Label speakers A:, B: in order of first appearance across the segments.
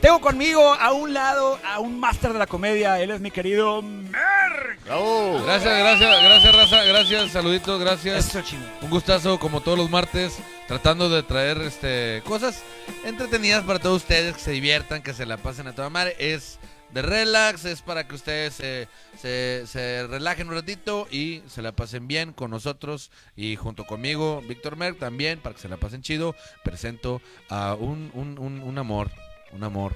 A: Tengo conmigo a un lado a un máster de la comedia. Él es mi querido Merck.
B: Bravo.
C: Gracias, gracias, gracias, raza. Gracias, saluditos, gracias.
A: Eso, chino.
C: Un gustazo, como todos los martes, tratando de traer este cosas entretenidas para todos ustedes, que se diviertan, que se la pasen a toda madre. Es de relax, es para que ustedes se, se, se relajen un ratito y se la pasen bien con nosotros y junto conmigo, Víctor Merck, también, para que se la pasen chido. Presento a un, un, un, un amor, un amor.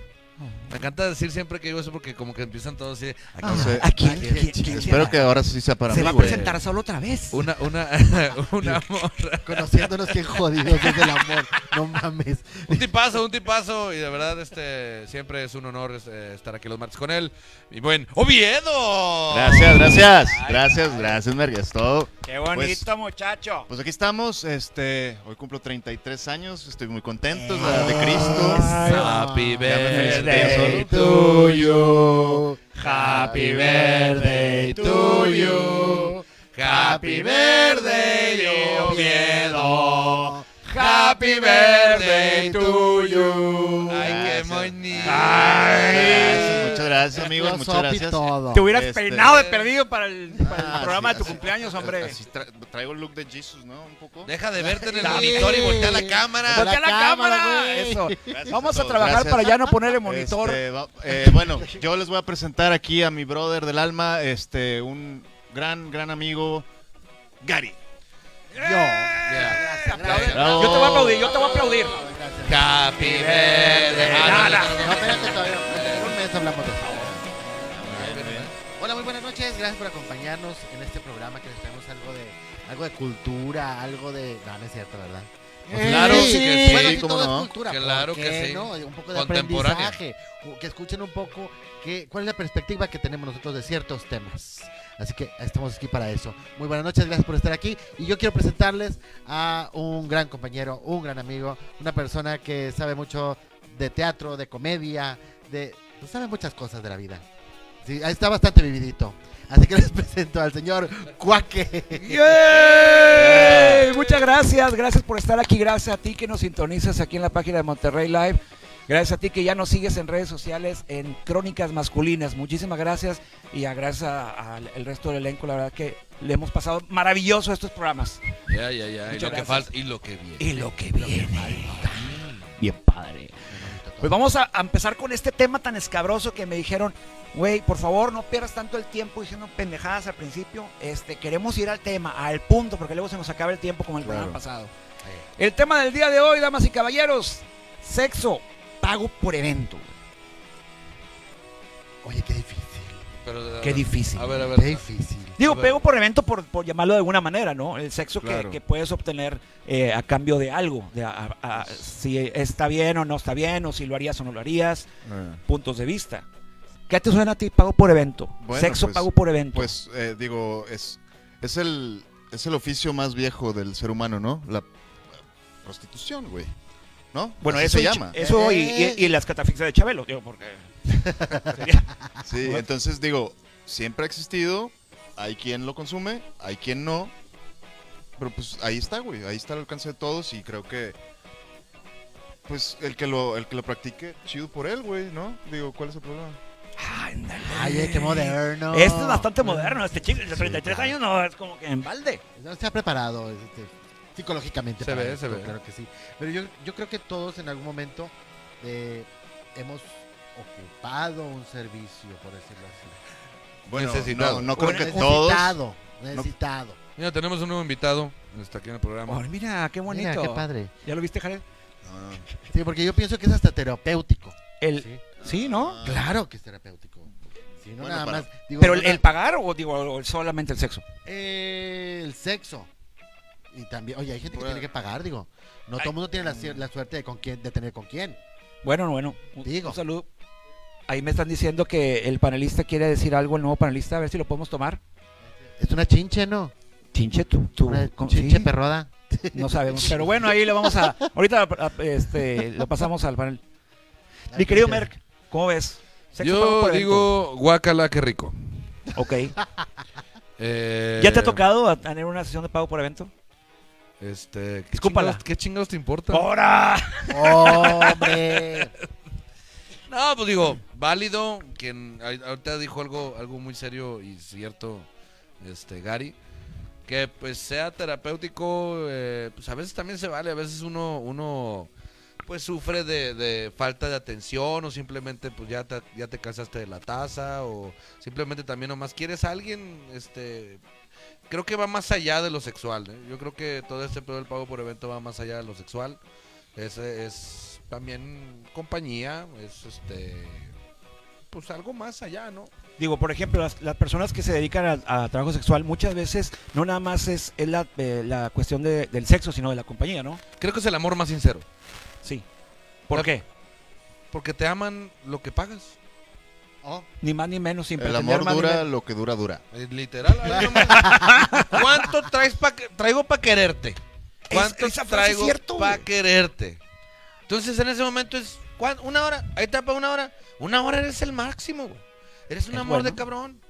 C: Me encanta decir siempre que digo eso porque como que empiezan todos así. de, ¿a quién
B: Ah, No sé.
D: ¿A quién?
B: Ay,
D: ¿Quién?
B: qué
D: ¿Quién?
B: chido.
D: ¿Quién?
B: Espero que ahora sí sea para
D: Se
B: mí,
D: va a
B: güey.
D: presentar solo otra vez.
C: Pues, Una, una, un amor.
E: Conociéndonos que jodidos es el amor. No mames.
C: Un tipazo, un tipazo. Y de verdad, este siempre es un honor este, estar aquí los martes con él. Y buen Oviedo.
B: Gracias, gracias. Gracias, gracias, Merck. Es todo.
A: Qué bonito,
B: Pues-
A: muchacho.
B: Pues aquí estamos. Este, hoy cumplo 33 años. Estoy muy contento. es la de Cristo.
E: Ay,
C: Happy
E: ya
C: birthday
E: me
B: felicité
C: to
E: tuyo.
C: Happy birthday to you. Happy birthday, Oviedo. Happy birthday to you. Ay, qué
B: Gracias.
C: bonito.
B: Gracias, muchas gracias, amigos.
E: Los
B: Muchas
E: op y
B: gracias.
E: todo.
A: Te hubieras
B: Este-
A: peinado de perdido para el, para el
B: Ah,
A: programa
B: sí,
A: de tu
B: así-
A: cumpleaños, Pues, hombre.
B: Así tra- traigo el look de Jesus, ¿no? Un poco.
C: Deja de verte en el
E: Sí.
C: monitor y voltea la cámara.
A: ¡Voltea la,
E: la
A: cámara!
E: cámara, güey.
A: Eso.
B: Gracias
A: Vamos a,
B: todos,
A: trabajar
B: gracias.
A: para ya no ponerle monitor.
B: Este, va- eh, bueno, yo les voy a presentar aquí a mi brother del alma, este, un gran, gran amigo, Gary.
C: Yeah.
B: Bravo.
A: Yo te voy a aplaudir, yo te voy a aplaudir.
C: Happy birthday. Ah, no, no, no, no.
E: No, espérate todavía. En un mes hablamos de eso. Hola, muy buenas noches. Gracias por acompañarnos en este programa que les traemos algo de, algo de cultura, algo de... No, no es cierto, ¿verdad?
C: Pues claro
E: Eh,
C: que sí,
E: Bueno,
B: cómo
E: todo
B: no.
E: es cultura.
C: Claro
E: ¿por
C: que
E: qué
C: sí.
E: no? Un poco de
C: Contemporánea.
E: aprendizaje. o Que escuchen un poco que, cuál es la perspectiva que tenemos nosotros de ciertos temas. Así que estamos aquí para eso. Muy buenas noches, gracias por estar aquí. Y yo quiero presentarles a un gran compañero, un gran amigo, una persona que sabe mucho de teatro, de comedia, de... pues, sabe muchas cosas de la vida. Sí, está bastante vividito. Así que les presento al señor Cuaque.
A: ¡Yay! Muchas gracias, gracias por estar aquí, gracias a ti que nos sintonizas aquí en la página de Monterrey Live, gracias a ti que ya nos sigues en redes sociales en Crónicas Masculinas, muchísimas gracias y a- gracias a- al el resto del elenco, la verdad que le hemos pasado maravilloso estos programas.
C: Ya, ya, ya.
A: Muchas
C: Y lo que
A: gracias.
C: falta y lo que viene.
A: Y lo que viene. Bien padre. Pues vamos a a empezar con este tema tan escabroso que me dijeron, güey, por favor no pierdas tanto el tiempo diciendo pendejadas al principio. Este, queremos ir al tema, al punto, porque luego se nos acaba el tiempo como el programa
B: Claro.
A: pasado. El tema del día de hoy, damas y caballeros, sexo, pago por evento.
E: Oye, qué difícil.
C: Pero,
A: Qué difícil.
C: A ver, a ver.
E: Qué difícil.
A: Digo,
C: A ver.
A: pago por evento por, por llamarlo de alguna manera, ¿no? El sexo que-
B: Claro.
A: que, puedes obtener eh, a cambio de algo, de a- a- a- si está bien o no está bien, o si lo harías o no lo harías. puntos de vista. ¿Qué te suena a ti? Pago por evento.
B: Bueno,
A: Sexo
B: pues,
A: pago por evento.
B: Pues eh, digo, es, es, el, es el oficio más viejo del ser humano, ¿no? La prostitución, güey. ¿No?
A: bueno,
B: Así
A: eso
B: se
A: y-
B: llama.
A: Eso y, y- y las catafixias de Chabelo, digo, porque sería-
B: Sí, entonces digo, siempre ha existido, hay quien lo consume, hay quien no, pero pues ahí está, güey, ahí está al alcance de todos y creo que pues el que lo el que lo practique, chido por él, güey, ¿no? Digo, ¿cuál es el problema?
A: Ándale.
E: Ay, eh, qué moderno.
A: Este es bastante moderno, este chico, el de 33
E: claro.
A: años no, es como que en balde.
E: No se ha preparado este, psicológicamente.
C: Se
E: para
C: ve,
E: esto,
C: se ve.
E: Claro que sí. Pero yo, yo creo que todos en algún momento eh, hemos ocupado un servicio, por decirlo así.
B: Bueno,
C: Necesitado.
B: no, no creo que todos.
E: necesitado, Ah. necesitado.
C: Mira, tenemos un nuevo invitado. Está aquí en el programa.
A: Ay, mira, qué bonito.
E: Mira, qué padre.
A: ¿Ya lo viste, Jared?
B: No, no.
E: Sí, porque yo pienso que es hasta terapéutico.
A: El, sí.
E: Sí.
A: ¿no?
E: Claro que es terapéutico. Sí, no
B: Bueno,
E: nada
B: para-
E: más. Ah, digo,
A: Pero
E: no
A: el, el pagar o digo o solamente el sexo.
E: Eh, el sexo. Y también, oye, hay gente que
B: Bueno.
E: tiene que pagar, digo. No todo el mundo tiene la, cier- la suerte de, con quién, de tener con quién.
A: Bueno, bueno. Un,
E: Digo.
A: un saludo. Ahí me están diciendo que el panelista quiere decir algo, el nuevo panelista, a ver si lo podemos tomar.
E: Es una chinche, ¿no?
A: Chinche, tú, tú.
E: Una
A: ¿cómo-
E: chinche
A: sí?
E: perroda.
A: No sabemos. Pero bueno, ahí lo vamos a. Ahorita a- este, lo pasamos al panel. Mi querido Merck, ¿cómo ves? ¿Sexo pago
C: Yo
A: por
C: digo, guácala, qué rico.
A: evento? Ok.
C: Eh,
A: ¿Ya te ha tocado a- tener una sesión de pago por evento?
C: Este, ¿qué
A: Escúpala.
C: chingados, ¿Qué chingados te importa?
A: ¡Hora!
E: ¡Hombre!
C: No, pues digo, válido. Quien ahí- ahorita dijo algo, algo muy serio y cierto, este Gary. Que pues sea terapéutico, eh, pues a veces también se vale, a veces uno, uno pues sufre de, de falta de atención o simplemente pues ya te, ya te cansaste de la taza o simplemente también nomás quieres a alguien, este, creo que va más allá de lo sexual, ¿eh? yo creo que todo este pedo del pago por evento va más allá de lo sexual, es, es también compañía, es este, pues algo más allá, ¿no?
A: Digo, por ejemplo, las, las personas que se dedican a, a trabajo sexual muchas veces no nada más es, es la, eh, la cuestión de- del sexo, sino de la compañía, ¿no?
C: Creo que es el amor más sincero,
A: Sí. ¿Por
C: La-
A: qué?
C: porque te aman lo que pagas,
E: Oh,
A: Ni más ni menos, sin
B: El
A: pretender
B: amor
A: más ni
B: dura
A: menos.
B: lo que dura, dura.
C: Eh, literal. ahí nomás. ¿Cuánto traes pa que- traigo para quererte?
A: Es-
C: ¿Cuánto
A: esa frase es
C: traigo
A: cierto,
C: para
A: güey.
C: quererte? Entonces en ese momento es ¿cuán- una hora, ahí está para una hora, una hora eres el máximo, güey. Eres un
A: Es
C: amor de
A: bueno.
C: cabrón.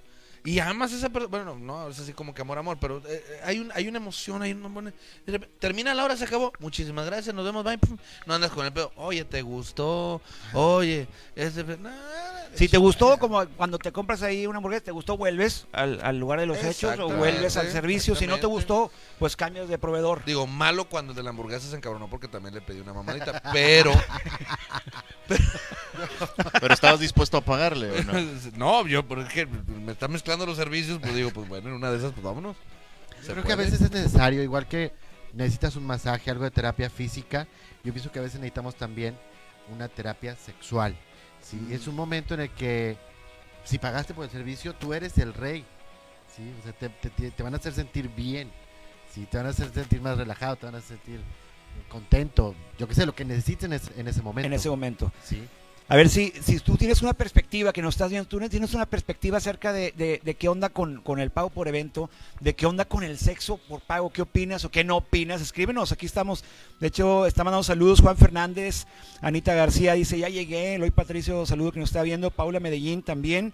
C: Y amas a esa persona, bueno, no, es así como que amor, amor, pero eh, eh, hay, un, hay una emoción, hay una buena- de repente, Termina la hora, se acabó, muchísimas gracias, nos vemos, bye. pum. No andas con el pedo, oye, ¿te gustó? Oye, ese... nada,
A: Si te gustó, como cuando te compras ahí una hamburguesa, te gustó, vuelves al, al lugar de los hechos o
C: Exactamente,
A: vuelves al servicio. Si no te
C: exactamente.
A: gustó, pues cambias de proveedor.
C: Digo, malo cuando el de la hamburguesa se encabronó porque también le pedí una mamadita. Pero,
B: Pero estabas dispuesto a pagarle, ¿o no?
C: no, yo, porque me está mezclando los servicios, pues digo, pues bueno, en una de esas, pues vámonos. Se
E: Yo creo que
C: puede.
E: a veces es necesario, igual que necesitas un masaje, algo de terapia física, yo pienso que a veces necesitamos también una terapia sexual. ¿sí?
A: Mm.
E: Es un momento en el que si pagaste por el servicio, tú eres el rey. ¿sí? O sea, te, te- te- te van a hacer sentir bien, ¿sí? te van a hacer sentir más relajado, te van a hacer sentir contento, yo qué sé, lo que necesiten es- en ese momento.
A: En ese momento.
E: ¿sí?
A: A ver, si, si tú tienes una perspectiva que no estás viendo, tú tienes una perspectiva acerca de, de- de qué onda con, con el pago por evento, de qué onda con el sexo por pago, qué opinas o qué no opinas, escríbenos, aquí estamos. De hecho, está mandando saludos Juan Fernández, Anita García dice, ya llegué, Eloy Patricio, saludo que nos está viendo, Paula Medellín también,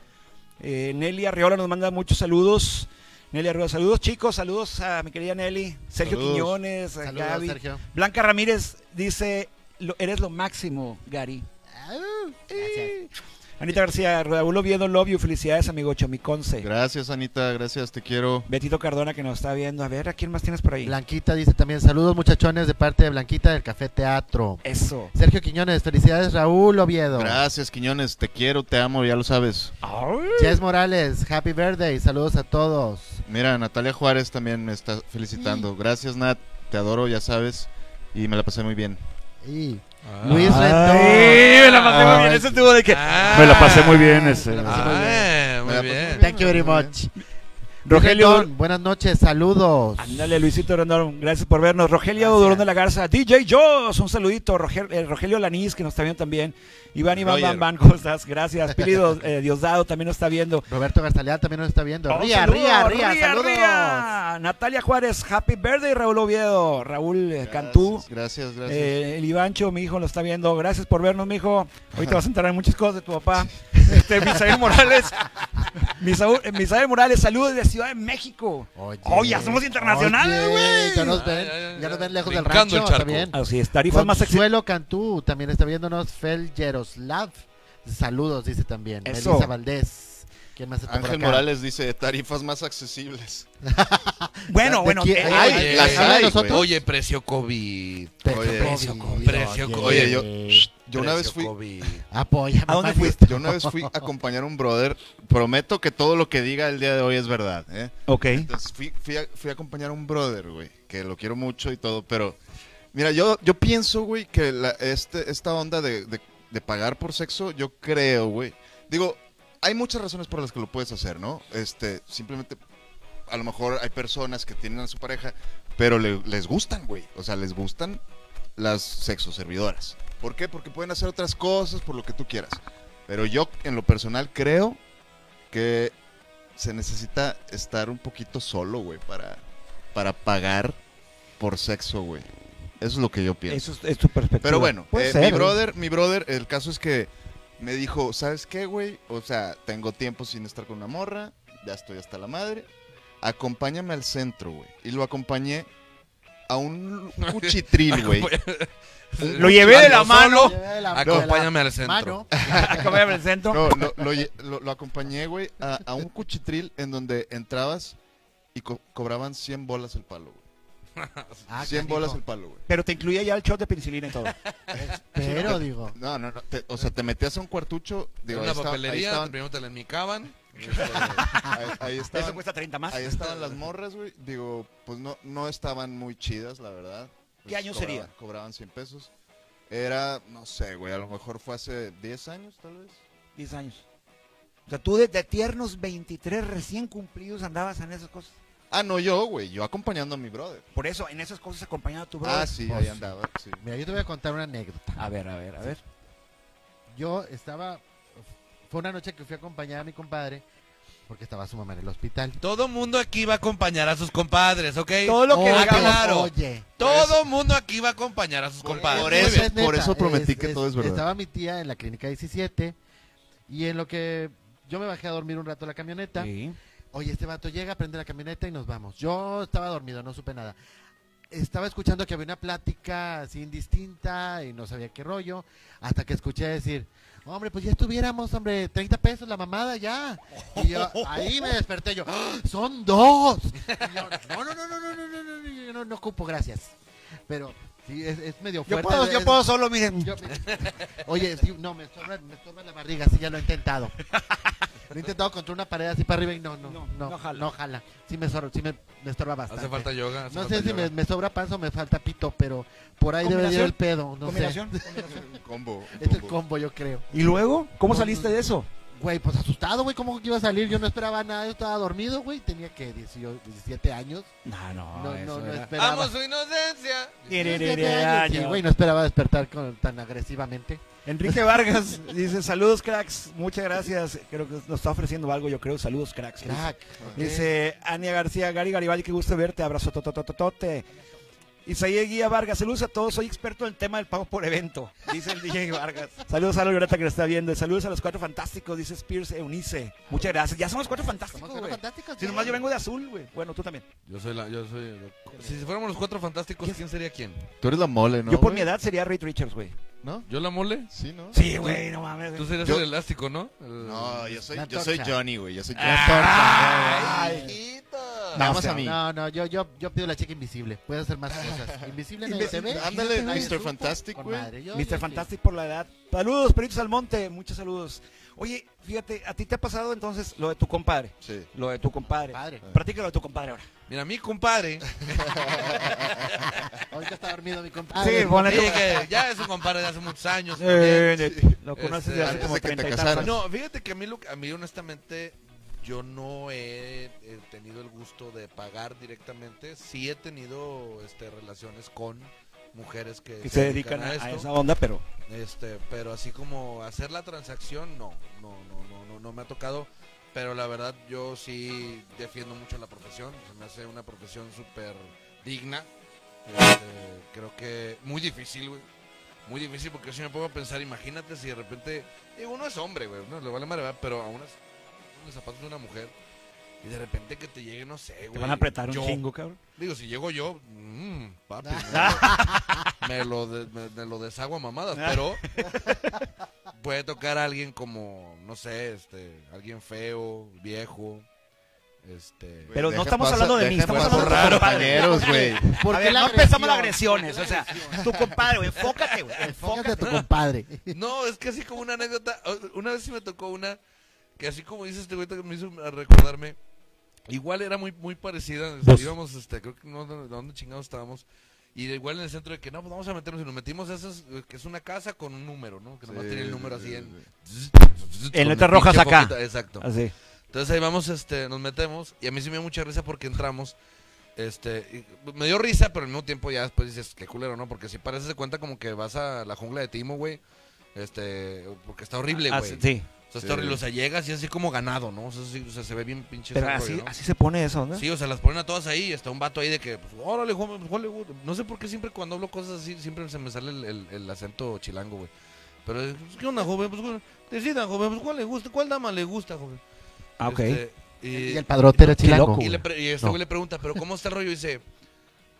A: eh, Nelly Arriola nos manda muchos saludos. Nelly Arriola, saludos chicos, saludos a mi querida Nelly, Sergio
B: Saludos.
A: Quiñones, a
E: Saludos,
A: Pues, Gaby.
E: Sergio.
A: Blanca Ramírez dice, "Lo- eres lo máximo, Gary. eh.
E: Gracias.
A: Anita García, Raúl Oviedo, love you, felicidades amigo Chomiconce.
B: Gracias, Anita, gracias, te quiero.
A: Betito Cardona que nos está viendo. A ver, ¿a quién más tienes por ahí?
E: Blanquita dice también saludos muchachones de parte de Blanquita del Café Teatro.
A: Eso.
E: Sergio Quiñones, felicidades Raúl Oviedo.
B: Gracias, Quiñones, te quiero, te amo, ya lo sabes.
E: Jess Morales, happy birthday, saludos a todos.
B: Mira, Natalia Juárez también me está felicitando. Gracias, Nat, te adoro, ya sabes. Y me la pasé muy bien.
E: Y
C: Ah.
E: Luis
A: Ay,
E: Rendón.
A: me la pasé muy bien. Eso estuvo de que.
C: Ah.
D: Me la pasé muy bien ese.
E: Me la pasé
C: Ah,
B: Me
C: muy
B: la pasé
C: bien.
B: muy
E: Thank you very much. Luis
A: Rogelio.
E: Rendón, buenas noches, saludos.
A: Ándale, Luisito Rendón, gracias por vernos. Rogelio
E: Gracias.
A: Durón de la Garza, DJ Joss, un saludito. Roger- eh, Rogelio Lanís, que nos está viendo también. Iván Iván
B: Roger.
A: Van Van, ¿cómo estás? Gracias. Pili Do- eh, Diosdado también nos está viendo.
E: Roberto Garzaleal también nos está viendo.
A: Oh,
E: Ría,
A: saludos,
E: ría, ría, saludos.
A: ría. Natalia Juárez, Happy Birthday, Raúl Oviedo. Raúl eh, Cantú.
B: Gracias, gracias.
A: Eh, el Ivancho, mi hijo, lo está viendo. Gracias por vernos, mi hijo. Ahorita vas a enterar en muchas cosas de tu papá. Este, Misael Morales. Misaú- eh, Misael Morales, saludos de Ciudad de México.
E: Oye,
A: Oh, ya somos internacionales,
E: Oye,
A: güey.
E: Ya nos
C: Ay,
E: ven,
C: ay, ay,
E: ya nos ven
C: ay.
E: lejos del
C: Brincando
E: rancho
C: el charco.
E: también.
A: Así es, tarifas más accesibles.
E: Consuelo Cantú también está viéndonos. Fel Yaroslav, saludos, dice también.
A: Eso.
E: Melissa Valdés. ¿Quién más está por
B: Ángel
E: acá?
B: Morales dice tarifas más accesibles.
A: Bueno,
E: ¿De
A: bueno.
E: quién?
A: eh,
E: Ay,
A: ay,
C: Oye,
B: las
E: habla de
B: hay,
E: nosotros.
B: güey.
C: Oye, precio COVID.
E: Precio
B: Oye,
E: Precio
C: COVID, precio
E: oye.
C: COVID.
B: Oye, yo,
E: Shh.
B: yo una vez
C: Precio
B: fui,
C: COVID.
E: Apóyame,
A: ¿A dónde
E: Mario.
A: fuiste?
B: yo una vez fui a acompañar a un brother. Prometo que todo lo que diga el día de hoy es verdad, ¿eh?
A: ok.
B: Entonces fui, fui a, fui a acompañar a un brother, güey, que lo quiero mucho y todo, pero mira, yo, yo pienso, güey, que la- este, esta onda de, de- de pagar por sexo, yo creo, güey. Digo, hay muchas razones por las que lo puedes hacer, ¿no? Este, simplemente, a lo mejor hay personas que tienen a su pareja, pero le- les gustan, güey. O sea, les gustan las sexo servidoras. ¿Por qué? Porque pueden hacer otras cosas, por lo que tú quieras. Pero yo, en lo personal, creo que se necesita estar un poquito solo, güey, para, para pagar por sexo, güey. Eso es lo que yo pienso.
A: Eso es, es tu perspectiva.
B: Pero bueno,
A: Puede
B: eh,
A: ser,
B: mi
A: ¿eh?
B: brother, mi brother, el caso es que me dijo, ¿sabes qué, güey? O sea, tengo tiempo sin estar con una morra, ya estoy hasta la madre. Acompáñame al centro, güey. Y lo acompañé a un cuchitril, güey.
A: Lo llevé de la
C: Ando
A: mano.
C: solo,
E: Llevé la-
C: Acompáñame
E: de
C: al
E: la
C: centro.
E: Mano.
A: Acompáñame al centro.
B: No, lo, lo lle- lo- lo acompañé, güey, a, a un cuchitril en donde entrabas y co- cobraban 100 bolas el palo, güey.
E: Ah,
B: 100
E: canijo.
B: bolas el palo, güey.
A: Pero te incluía ya el shot de penicilina y todo.
E: Pero digo.
B: No, no, no. te- o sea, te metías a un cuartucho.
C: En
B: Digo, ahí,
C: una
B: estaba- ahí
C: papelería,
B: estaban,
C: primero te la enmicaban.
B: ahí, ahí
A: Eso
B: estaban,
A: cuesta 30 más.
B: ahí estaban las morras, güey. Digo, pues no, no estaban muy chidas, la verdad.
A: ¿Qué
B: Pues,
A: año
B: cobraban-
A: sería?
B: Cobraban 100 pesos. Era, no sé, güey, a lo mejor fue hace 10 años, tal vez.
A: 10 años. O sea, tú desde tiernos 23 recién cumplidos andabas en esas cosas.
B: Ah, no, yo, güey, yo acompañando a mi brother.
A: Por eso, en esas cosas acompañado a tu brother. Oh,
B: Ah, sí,
E: Pues,
B: ahí andaba, sí.
E: Mira, yo te voy a contar una anécdota.
A: A ver, a ver, a ver.
E: Yo estaba. Fue una noche que fui a acompañar a mi compadre porque estaba su mamá en el hospital.
C: Todo mundo aquí va a acompañar a sus compadres, ¿ok? Ah,
A: Todo lo que
E: Oye,
A: hagamos.
C: claro.
E: Oye.
C: Todo mundo aquí va a acompañar a sus compadres.
B: pues. por
C: Muy
B: eso-
C: bien.
E: es neta,
B: por eso prometí que todo es verdad.
E: Estaba mi tía en la clínica 17 y en lo que yo me bajé a dormir un rato a la camioneta.
A: Sí.
E: Oye, este vato llega, prende la camioneta y nos vamos. Yo estaba dormido, no supe nada. Estaba escuchando que había una plática así indistinta y no sabía qué rollo, hasta que escuché decir, hombre, pues ya estuviéramos, hombre, 30 pesos la mamada ya. Y yo, ahí me desperté yo, ¡Ah! son dos. Y yo, no, no, no, no, no, no, no, no, no, yo no, no ocupo, gracias. Pero sí, es, es medio
A: Yo
E: fuerte.
A: puedo, yo
E: es-
A: puedo solo, miren.
E: yo me- Oye, sí, no, me estorba, me estorba la barriga, sí, ya lo he intentado. Lo he intentado contra una pared así para arriba y no, no,
A: No,
E: no,
A: no
E: no,
A: jala.
E: jala. Sí me, estorba, sí me, me estorba bastante.
C: Hace falta yoga. hace
E: no
C: falta
E: sé si
C: yoga.
E: me, me sobra panza o me falta pito, pero por ahí debe de ir
A: ¿Combinación?
E: el pedo, no sé.
A: Combinación.
B: Combo.
A: Este
E: Es el
B: combo.
E: combo, yo creo.
A: ¿Y luego? ¿Cómo saliste de eso?
E: Güey, pues asustado, güey, ¿cómo que iba a salir? Yo no esperaba nada, yo estaba dormido, güey, tenía que 18, 17 años.
A: No, no,
E: No, no,
A: Ah, eso
E: no
A: era-
E: esperaba.
C: Amo su inocencia.
E: Sí, güey, no esperaba despertar con- tan agresivamente.
A: Enrique Vargas dice, saludos cracks, muchas gracias. Creo que nos está ofreciendo algo, yo creo, saludos cracks.
E: Crack.
A: Dice Ania García, Gary Garibaldi, qué gusto verte, abrazo totototote. Isaías Guía Vargas, saludos a todos, soy experto en el tema del pago por evento, dice el DJ Vargas. Saludos a la Loreta que nos está viendo, saludos a los cuatro fantásticos, dice Spears Eunice. Muchas gracias, ya son los cuatro fantásticos,
E: Somos
A: güey.
E: fantásticos.
A: Si nomás yo vengo de azul, güey. Bueno, tú también.
C: Yo soy la. Yo soy. Si fuéramos los cuatro fantásticos, ¿quién sería quién?
B: Tú eres la mole, ¿no?
A: yo por
B: güey?
A: mi edad sería Reed Richards, güey.
B: ¿No?
C: ¿Yo la mole?
B: Sí, ¿no?
A: Sí, güey, no mames.
C: Tú serías
B: Yo-
C: el elástico, ¿no? El-
B: No, yo soy,
E: La
B: yo soy
E: torcha.
B: Johnny, güey. Yo soy Johnny.
E: La
A: Ah.
E: torta, güey.
C: ¡Ay, hijito!
B: Nada más
A: o sea,
B: a mí.
E: No, no, yo, yo, yo pido la chica invisible. Puedes hacer más cosas. Invisible nadie te ve.
B: Ándale,
E: nadie
B: Mr.
E: supo.
B: Fantastic,
E: Con
B: güey.
E: madre, yo- yo
A: Mr.
E: sí.
A: Fantastic por la edad. Saludos, Peritos al Monte, muchos saludos. Oye, fíjate, ¿a ti te ha pasado entonces lo de tu compadre?
B: Sí.
A: Lo de tu compadre.
E: Padre.
A: Practica lo de tu compadre ahora.
C: Mira, mi compadre.
E: Ahorita está dormido mi compadre.
A: Sí, ponle-
C: Oye, que ya es un compadre de hace muchos años. también.
A: Eh, Lo conoces
C: Este,
A: de hace
B: antes
A: como
B: de que te
A: 30 y
B: casaras.
A: tantos.
C: No, fíjate que a mí, lo, que- a mí honestamente, yo no he, eh, tenido el gusto de pagar directamente. Sí he tenido este, relaciones con mujeres que,
A: que se dedican a, a
C: esto.
A: esa onda, pero
C: Este, pero así como hacer la transacción, no, no, no, no, no, no me ha tocado. Pero la verdad, yo sí defiendo mucho la profesión. Se me hace una profesión súper digna. Este, creo que muy difícil, güey. Muy difícil porque yo sí me pongo a pensar, imagínate si de repente, digo, uno es hombre, güey, no le vale madre, ¿verdad? pero aún es los zapatos de una mujer y de repente que te llegue, no sé, güey.
A: te van a apretar un
C: yo.
A: chingo, cabrón.
C: Digo, si llego yo, mmm, papi, me, lo, de- me- me lo deshago a mamadas, pero puede tocar a alguien como, no sé, este, alguien feo, viejo, este...
A: Pero no
B: Deja
A: estamos
B: pasa-
A: hablando de mí,
B: deja
A: estamos
B: pasar
A: hablando de tu compadre.
B: compañeros, güey.
E: ¿Por
A: A
E: qué
A: ver,
E: la
A: no empezamos las
E: agresión?
A: agresiones, o sea, tu compadre, güey, enfócate, güey,
E: Fócate a
A: enfócate.
E: tu compadre.
C: No, es que así como una anécdota, o- una vez sí me tocó una, que así como dices este güey, que me hizo recordarme, igual era muy, muy parecida, este, íbamos, este, creo que no, no- de dónde chingados estábamos, y de igual en el centro de que, no, pues vamos a meternos, y nos metimos a esas, eh, que es una casa con un número, ¿no? Que nomás
B: Sí,
C: tiene el
B: sí,
C: número
B: sí,
C: así
B: sí,
C: en...
A: En
C: con
A: letras
C: el
A: rojas
C: pinche
A: acá.
C: foquito, Exacto.
A: Así.
C: Entonces ahí vamos, este, nos metemos y a mí sí me dio mucha risa porque entramos. Este, y me dio risa, pero al mismo tiempo ya después dices, qué culero, ¿no? Porque si pareces de cuenta como que vas a la jungla de Timo, güey. Este, porque está horrible,
A: Ah, sí,
C: güey. O sea, está
B: Sí.
C: horrible. O sea, llegas y así como ganado, ¿no? O sea, sí, o sea, se ve bien pinche.
A: pero
C: ese
A: así,
C: rollo, ¿no?
A: así se pone eso, ¿no?
C: Sí, o sea, las ponen a todas ahí y está un vato ahí de que, pues, órale, joven, pues, órale, güey. No sé por qué siempre cuando hablo cosas así, siempre se me sale el, el- el acento chilango, güey. Pero, pues, ¿qué onda, joven? Pues, güey, decida, joven, pues, ¿cuál le gusta? ¿Cuál dama le gusta, joven?
A: Ah, ok.
C: Este, y,
E: Y el padrote era
A: Qué
E: chilango.
A: loco,
C: y le
E: güey.
C: pre- y este
E: No.
C: güey le pregunta, ¿pero cómo está el rollo? Y dice,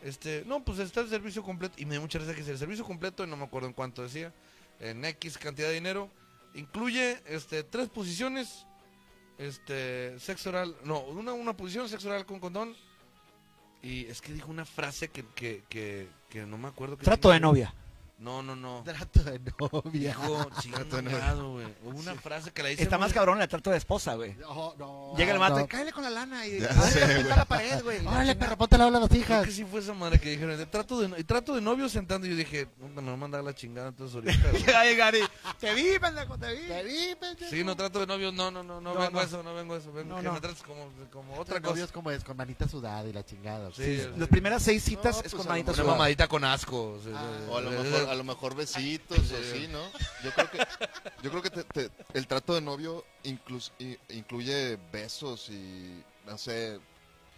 C: Este, no, pues está el servicio completo. Y me dio mucha risa que dice, el servicio completo, y no me acuerdo en cuánto decía, en X cantidad de dinero, incluye este, tres posiciones, este, sexo oral, no, una, una posición, sexo oral con condón. Y es que dijo una frase que, que, que, que no me acuerdo. Que
A: Trato de novia.
C: No, no, no.
E: Trato de novia.
C: Dijo,
B: de novia.
C: chingado, güey. Hubo una frase que la hice.
A: Está
C: muy-
A: más cabrón la trato de esposa, güey.
E: No, no.
A: Llega el mato y,
E: cállale con la lana y.
B: Ya sé,
E: Ay,
B: güey.
E: la pared, güey. Órale, perro, ponte la habla a las
C: Creo que
E: hijas.
C: sí fue esa madre que dijeron. de trato de, no- y trato de novio sentando. Y yo dije, "Puta, me va a mandar la chingada entonces ahorita. güey".
A: Ay, Gary, te vi, pendejo, te vi.
E: Te vi, pendejo.
C: Sí, no trato de novio, no, no, no, no,
A: No,
C: vengo
A: no.
C: a eso, no vengo a eso, vengo
A: No,
C: que
A: no.
C: me trates como, como
E: Otra
C: otra
E: novio es
C: cosa.
E: como es, con manita sudada y la chingada.
C: Sí,
E: Sí.
A: Las primeras seis citas
B: No,
A: es
B: pues,
A: con
B: a lo
A: manita
B: mejor
C: una
A: sudada.
C: mamadita con asco. sí,
E: Ah.
C: sí,
B: O a lo
C: sí,
B: mejor,
C: sí.
B: a lo mejor besitos o así, ¿no? Yo creo que, yo creo que te- te- el trato de novio inclus- i- incluye besos y, no sé,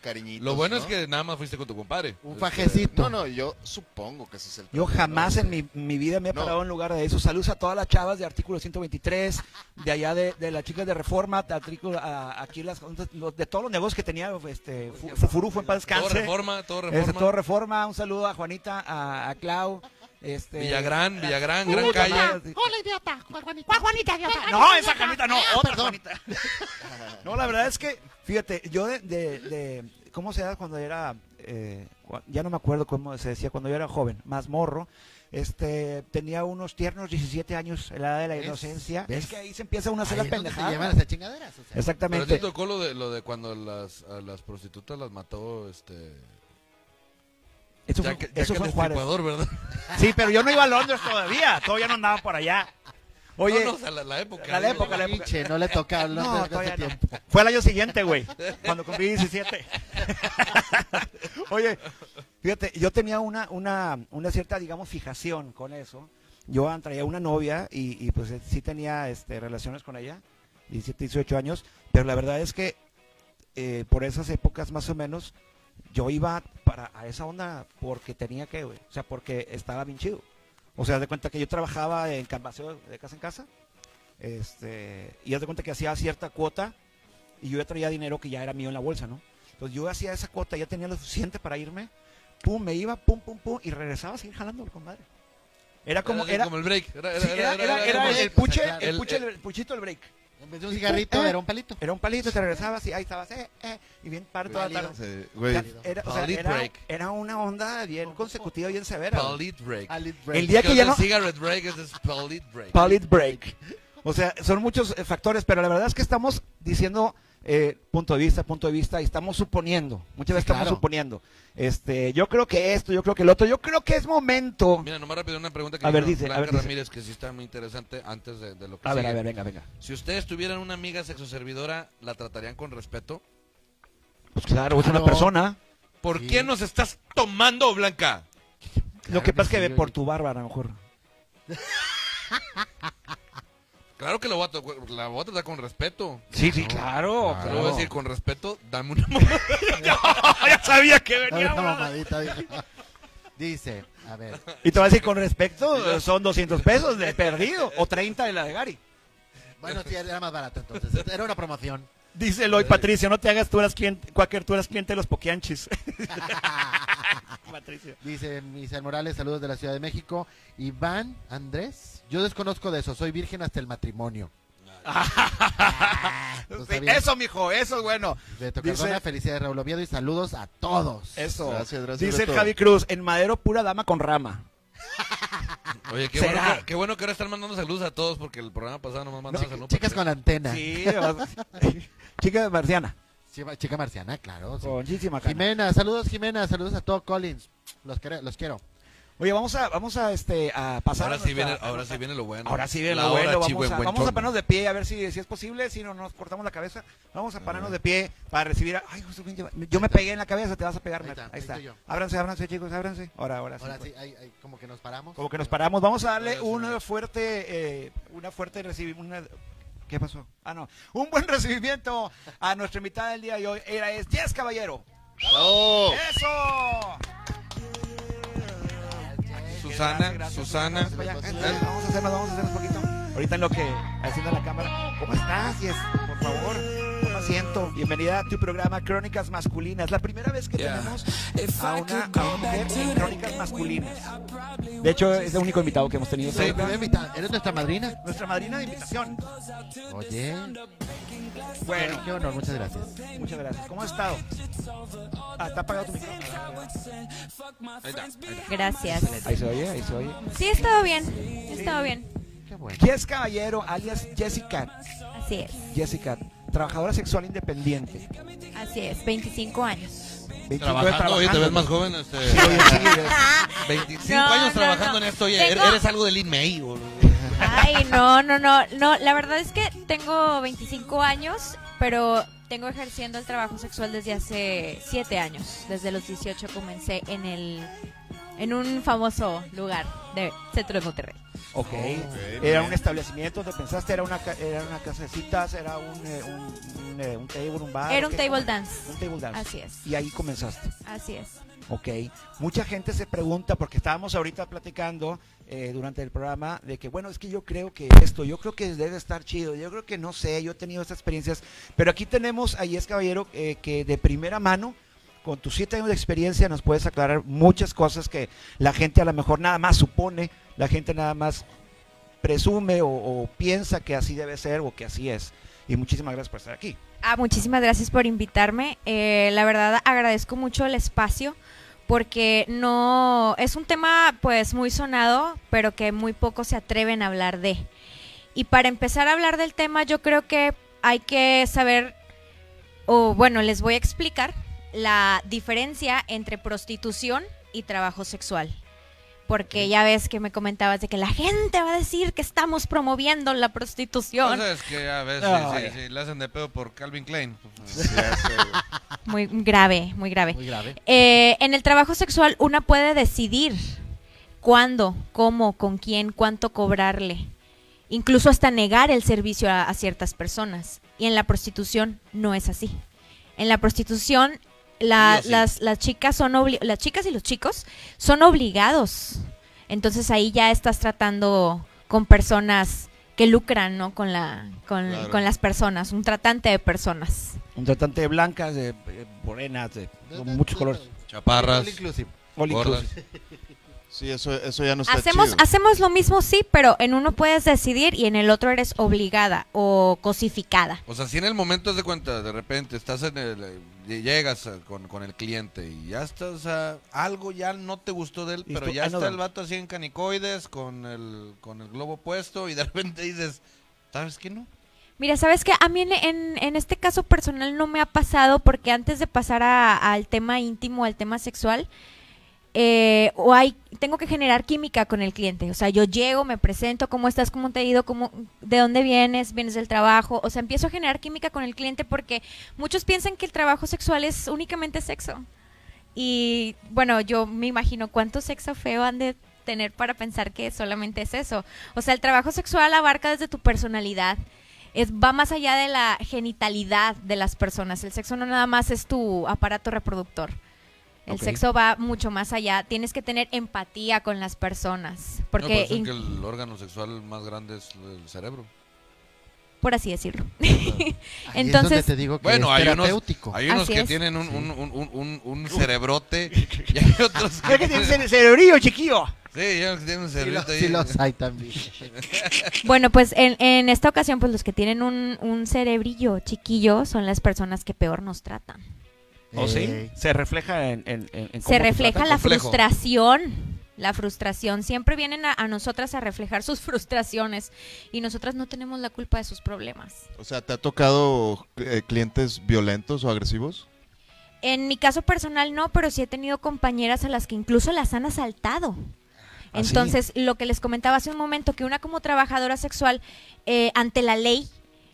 B: cariñitos.
C: Lo bueno es
B: ¿no?
C: que nada más fuiste con tu compadre.
E: Un
C: Este,
E: fajecito.
B: No, no, yo supongo que ese es el
A: Yo
B: trato de
A: jamás
B: novio.
A: en mi, mi vida me he
B: No.
A: parado en lugar de eso. Saludos a todas las chavas de artículo 123, de allá de, de las chicas de Reforma, de artículo, a- aquí las los- de todos los negocios que tenía este Fu- Fufurufo en paz
C: Todo
A: descanse.
C: reforma, todo
A: Este,
C: reforma.
A: todo Reforma, un saludo a Juanita, a, a Clau, este
C: Villagrán, Villagrán,
A: Puta
C: gran calle.
A: madre.
F: Hola, idiota. Juanita. Juanita, idiota.
A: No, esa Juanita no, otra Juanita. No, la verdad es que, fíjate, yo de, de- de- ¿cómo se da cuando era, eh, cua- ya no me acuerdo cómo se decía, cuando yo era joven, más morro, este, tenía unos tiernos 17 años, la edad de la
E: ¿Ves?
A: inocencia.
E: ¿Ves?
A: Es que ahí se empieza una a hacer
E: Ahí
A: las
E: es donde se
A: pendejadas.
E: llevan esas chingaderas. o sea.
C: Pero sí
A: Exactamente.
C: tocó lo de, lo de cuando las, a las prostitutas las mató, este...
A: Eso fue,
C: ya que,
A: eso fue en Juárez.
C: ¿verdad?
A: Sí, pero yo no iba a Londres todavía, todavía no andaba por allá. Oye,
C: No, no, o sea, la, la época.
A: la
C: digo,
A: época, la época.
E: Pinche, no le toca hablar
A: No,
E: de hace
A: todavía no.
E: tiempo.
A: Fue el año siguiente, güey, cuando cumplí 17. Oye, fíjate, yo tenía una, una, una cierta, digamos, fijación con eso. Yo an- traía una novia y, y, pues eh, sí tenía este, relaciones con ella, 17, 18 años, pero la verdad es que eh, por esas épocas más o menos yo iba para a esa onda porque tenía que, güey, o sea, porque estaba bien chido. O sea, haz de cuenta que yo trabajaba en canvaseo de casa en casa este, y haz de cuenta que hacía cierta cuota y yo ya traía dinero que ya era mío en la bolsa, ¿no? Entonces yo hacía esa cuota, ya tenía lo suficiente para irme, pum, me iba, pum, pum, pum, y regresaba a seguir jalando, compadre. Era
C: Era
A: como,
C: así
A: era,
C: como el break. Era,
A: sí, era- era- era
C: como-
A: el
E: break, o sea,
A: puche,
E: claro.
A: el
C: El-
A: puche,
C: el-
A: el puchito del break.
E: En vez de un cigarrito,
A: Eh.
E: era un palito.
A: Era un palito, te regresabas y ahí estabas, eh, eh, y bien par toda la
E: Válido.
A: tarde.
B: Sí,
A: O
B: güey,
A: sea, Era, o sea,
C: Palit
A: era-
C: break.
A: era una onda bien consecutiva, bien severa. güey.
C: Palit break.
E: Alid
A: El
E: Break.
A: día que ya
C: Because
A: no,
C: the cigarette break es palit break.
A: Pallet break. O sea, son muchos eh, factores, pero la verdad es que estamos diciendo eh, punto de vista, punto de vista, y estamos suponiendo. Muchas veces estamos
E: claro.
A: suponiendo. Este, yo creo que esto, yo creo que el otro, yo creo que es momento.
C: Mira, nomás rápido una pregunta que
A: A
C: hizo
A: ver, dice, a
C: Blanca
A: ver, dice.
C: Ramírez, que sí está muy interesante antes de, de lo que
A: a ver,
C: sigue.
A: a ver, venga, venga.
C: Si ustedes tuvieran una amiga sexoservidora, ¿la tratarían con respeto?
A: Pues claro, es una
E: Claro.
A: persona.
C: ¿Por
E: Sí.
C: qué nos estás tomando, Blanca?
A: lo que pasa es que
E: sí,
A: por
E: oye.
A: tu barba a lo mejor.
C: Claro que la voy a, to- la voy a tratar con respeto.
A: Sí, sí, claro.
C: Te lo voy a decir con respeto, dame una mamá.
A: ya sabía que
E: A ver, una mamadita, dijo. Dice, a ver.
A: Y te voy a decir con respecto, eh, son 200 pesos de perdido, o 30 de la de Gary.
E: Bueno, sí, era más barata entonces. Era una promoción.
A: Dice Eloy Patricio, no te hagas tú eras cliente, cualquier tú eras cliente de los poquianchis. Patricio.
E: Dice Misael Morales, saludos de la Ciudad de México. Iván Andrés, yo desconozco de eso, soy virgen hasta el matrimonio. Ah, no sabía.
A: Pues Eso, mijo, eso es bueno.
E: Beto Cardona,
A: dice-
E: felicidades Raúl Oviedo y saludos a todos.
A: Eso.
B: Gracias, gracias,
A: Dice el
B: Beto.
A: Javi Cruz, en madero pura dama con rama.
C: Oye, qué
A: ¿Será?
C: bueno, que, qué bueno que ahora están mandando saludos a todos porque el programa pasado nomás mandaba saludos.
E: Chicas con antena.
A: Sí, chica marciana.
E: Chiva- Chica marciana, claro. sí.
A: Con muchísima cara.
E: Jimena, saludos Jimena, saludos a todos Collins. Los, quere- los quiero.
A: Oye, vamos a, vamos a, este, a pasar.
C: Ahora
A: a
C: sí,
A: nuestra-
C: viene,
A: a
C: ahora
A: nuestra-
C: sí viene lo bueno.
A: Ahora sí viene
C: La
A: lo
C: hora
A: bueno. Vamos a,
C: chihuahuenchona.
A: vamos a pararnos de pie a ver si, si es posible, si no nos cortamos la cabeza. Vamos a
E: Ah.
A: pararnos de pie para recibir. a- Ay, José, bien lleva- yo me pegué en la cabeza, te vas a pegar.
E: Ahí
A: Ahí
E: está,
A: está.
E: ahí estoy yo.
A: Ábranse, ábranse, chicos, ábranse. Ahora, ahora, sí,
E: Ahora
A: pues.
E: sí, ahí- ahí como que nos paramos.
A: Como que nos paramos. Vamos a darle
C: Ahora sí,
A: una
C: mira.
A: fuerte, eh, una fuerte recibimiento. ¿Qué pasó? Ah, no. Un buen recibimiento a nuestra invitada del día de hoy. Era es Jess Caballero.
B: ¡Bravo!
A: ¡Eso!
C: Susana, Susana.
A: Vaya, vamos a hacernos, vamos a hacernos poquito. Ahorita en lo que haciendo la cámara. ¿Cómo estás, Jess? Por favor. No siento. Bienvenida a tu programa Crónicas Masculinas. La primera vez que tenemos a una, a una mujer en Crónicas Masculinas. De hecho, es el único invitado que hemos tenido.
E: Sí, me voy a invitar. ¿Eres nuestra madrina?
A: Nuestra madrina de invitación.
E: Oye,
A: Bueno,
E: qué honor, muchas gracias.
A: muchas gracias. ¿Cómo has estado? Ah, está apagado tu micrófono.
C: Ahí está, ahí está.
G: Gracias.
A: Ahí se oye, ahí se oye.
G: Sí, he estado bien. He estado bien.
E: Qué bueno.
A: Jess Caballero, alias Jessica.
G: Así es.
A: Jessica, trabajadora sexual independiente.
G: Así es. 25 años.
A: 25
C: Trabajando, oye, te ves más joven. Este,
A: Oye, sí, ves.
C: 25
G: No,
C: años
G: no,
C: trabajando
G: no.
C: en esto, oye, er-
G: Tengo-
C: eres algo del INMEI, boludo.
G: Ay, no, no, no. No, la verdad es que tengo 25 años, pero tengo ejerciendo el trabajo sexual desde hace 7 años. Desde los 18 comencé en el en un famoso lugar de centro de Monterrey.
A: Ok. Era un establecimiento, te pensaste, era una, ca- era una casa de citas, era un, eh, un, un, eh, un table, un bar.
G: Era un
A: ¿qué?
G: table dance.
A: Un table dance.
G: Así es.
A: Y ahí comenzaste.
G: Así es.
A: Ok. Mucha gente se pregunta, porque estábamos ahorita platicando eh, durante el programa, de que, bueno, es que yo creo que esto, yo creo que debe estar chido, yo creo que no sé, yo he tenido estas experiencias. Pero aquí tenemos a Yes Caballero, eh, que de primera mano, con tus siete años de experiencia, nos puedes aclarar muchas cosas que la gente a lo mejor nada más supone, la gente nada más presume o, o piensa que así debe ser o que así es. Y muchísimas gracias por estar aquí.
G: Ah, muchísimas gracias por invitarme. Eh, la verdad agradezco mucho el espacio porque no es un tema pues muy sonado, pero que muy pocos se atreven a hablar de. Y para empezar a hablar del tema, yo creo que hay que saber o bueno, les voy a explicar la diferencia entre prostitución y trabajo sexual. Porque ya ves que me comentabas de que la gente va a decir que estamos promoviendo la prostitución.
C: Sabes que a veces
A: No,
C: sí,
A: oye.
C: sí, le hacen de pedo por Calvin Klein.
G: Muy grave, muy grave.
E: Muy grave.
G: Eh, en el trabajo sexual una puede decidir cuándo, cómo, con quién, cuánto cobrarle. Incluso hasta negar el servicio a, a ciertas personas. Y en la prostitución no es así. En la prostitución la-
C: Sí o sí.
G: las, las chicas son obli- las chicas y los chicos son obligados. Entonces ahí ya estás tratando con personas que lucran, ¿no? Con la con,
B: Claro.
G: con las personas, un tratante de personas.
A: Un tratante de blancas, de eh, morenas, de, con muchos colores.
C: Chaparras,
E: All inclusive.
A: All
C: gordas.
A: inclusive.
B: Sí, eso, eso ya no está
G: Hacemos,
B: chido.
G: hacemos lo mismo, sí, pero en uno puedes decidir y en el otro eres obligada o cosificada.
C: O sea, si en el momento haz de cuenta, de repente estás en el. eh, Llegas eh, con, con el cliente y ya estás, o sea, algo ya no te gustó de él,
A: Listo,
C: pero ya
A: I know
C: está el
A: that.
C: vato así en canicoides, con el, con el globo puesto y de repente dices, ¿sabes qué no?
G: Mira, sabes que a mí en, en- en este caso personal no me ha pasado porque antes de pasar a- al tema íntimo, al tema sexual, eh, o hay, tengo que generar química con el cliente. O sea, yo llego, me presento, cómo estás, cómo te ha ido, ¿Cómo, de dónde vienes, vienes del trabajo. O sea, empiezo a generar química con el cliente porque muchos piensan que el trabajo sexual es únicamente sexo. Y bueno, yo me imagino cuánto sexo feo han de tener para pensar que solamente es eso. O sea, el trabajo sexual abarca desde tu personalidad. Es, va más allá de la genitalidad de las personas. El sexo no nada más es tu aparato reproductor. El
A: Ok.
G: sexo va mucho más allá. Tienes que tener empatía con las personas.
C: No, pero
G: Porque,
C: dicen
G: in-
C: que el órgano sexual más grande es el cerebro.
G: por así decirlo.
E: Ahí es
G: Entonces-
E: donde te digo que
C: Bueno,
E: es
C: hay unos,
E: terapéutico.
C: hay unos
G: Así
C: que
G: es.
C: tienen un, un, un, un, un- un cerebrote y hay otros que,
A: Creo que tienes el cerebrillo, chiquillo.
C: Sí, hay unos que tienen un
E: Sí, lo-
C: cerebrito ahí.
E: sí los hay también.
G: Bueno, pues en, en esta ocasión, pues los que tienen un, un cerebrillo chiquillo son las personas que peor nos tratan.
C: ¿Oh,
A: ¿O ¿Oh, sí?
E: Ey.
A: Se refleja en, en- en- en cómo
G: Se
A: te
G: refleja
A: tratan.
G: la
C: Complejo.
G: frustración. La frustración. Siempre vienen a, a nosotras a reflejar sus frustraciones y nosotras no tenemos la culpa de sus problemas.
B: O sea, ¿te ha tocado eh, clientes violentos o agresivos?
G: En mi caso personal no, pero sí he tenido compañeras a las que incluso las han asaltado.
E: ¿Ah, sí?
G: Entonces, lo que les comentaba hace un momento, que una como trabajadora sexual eh, ante la ley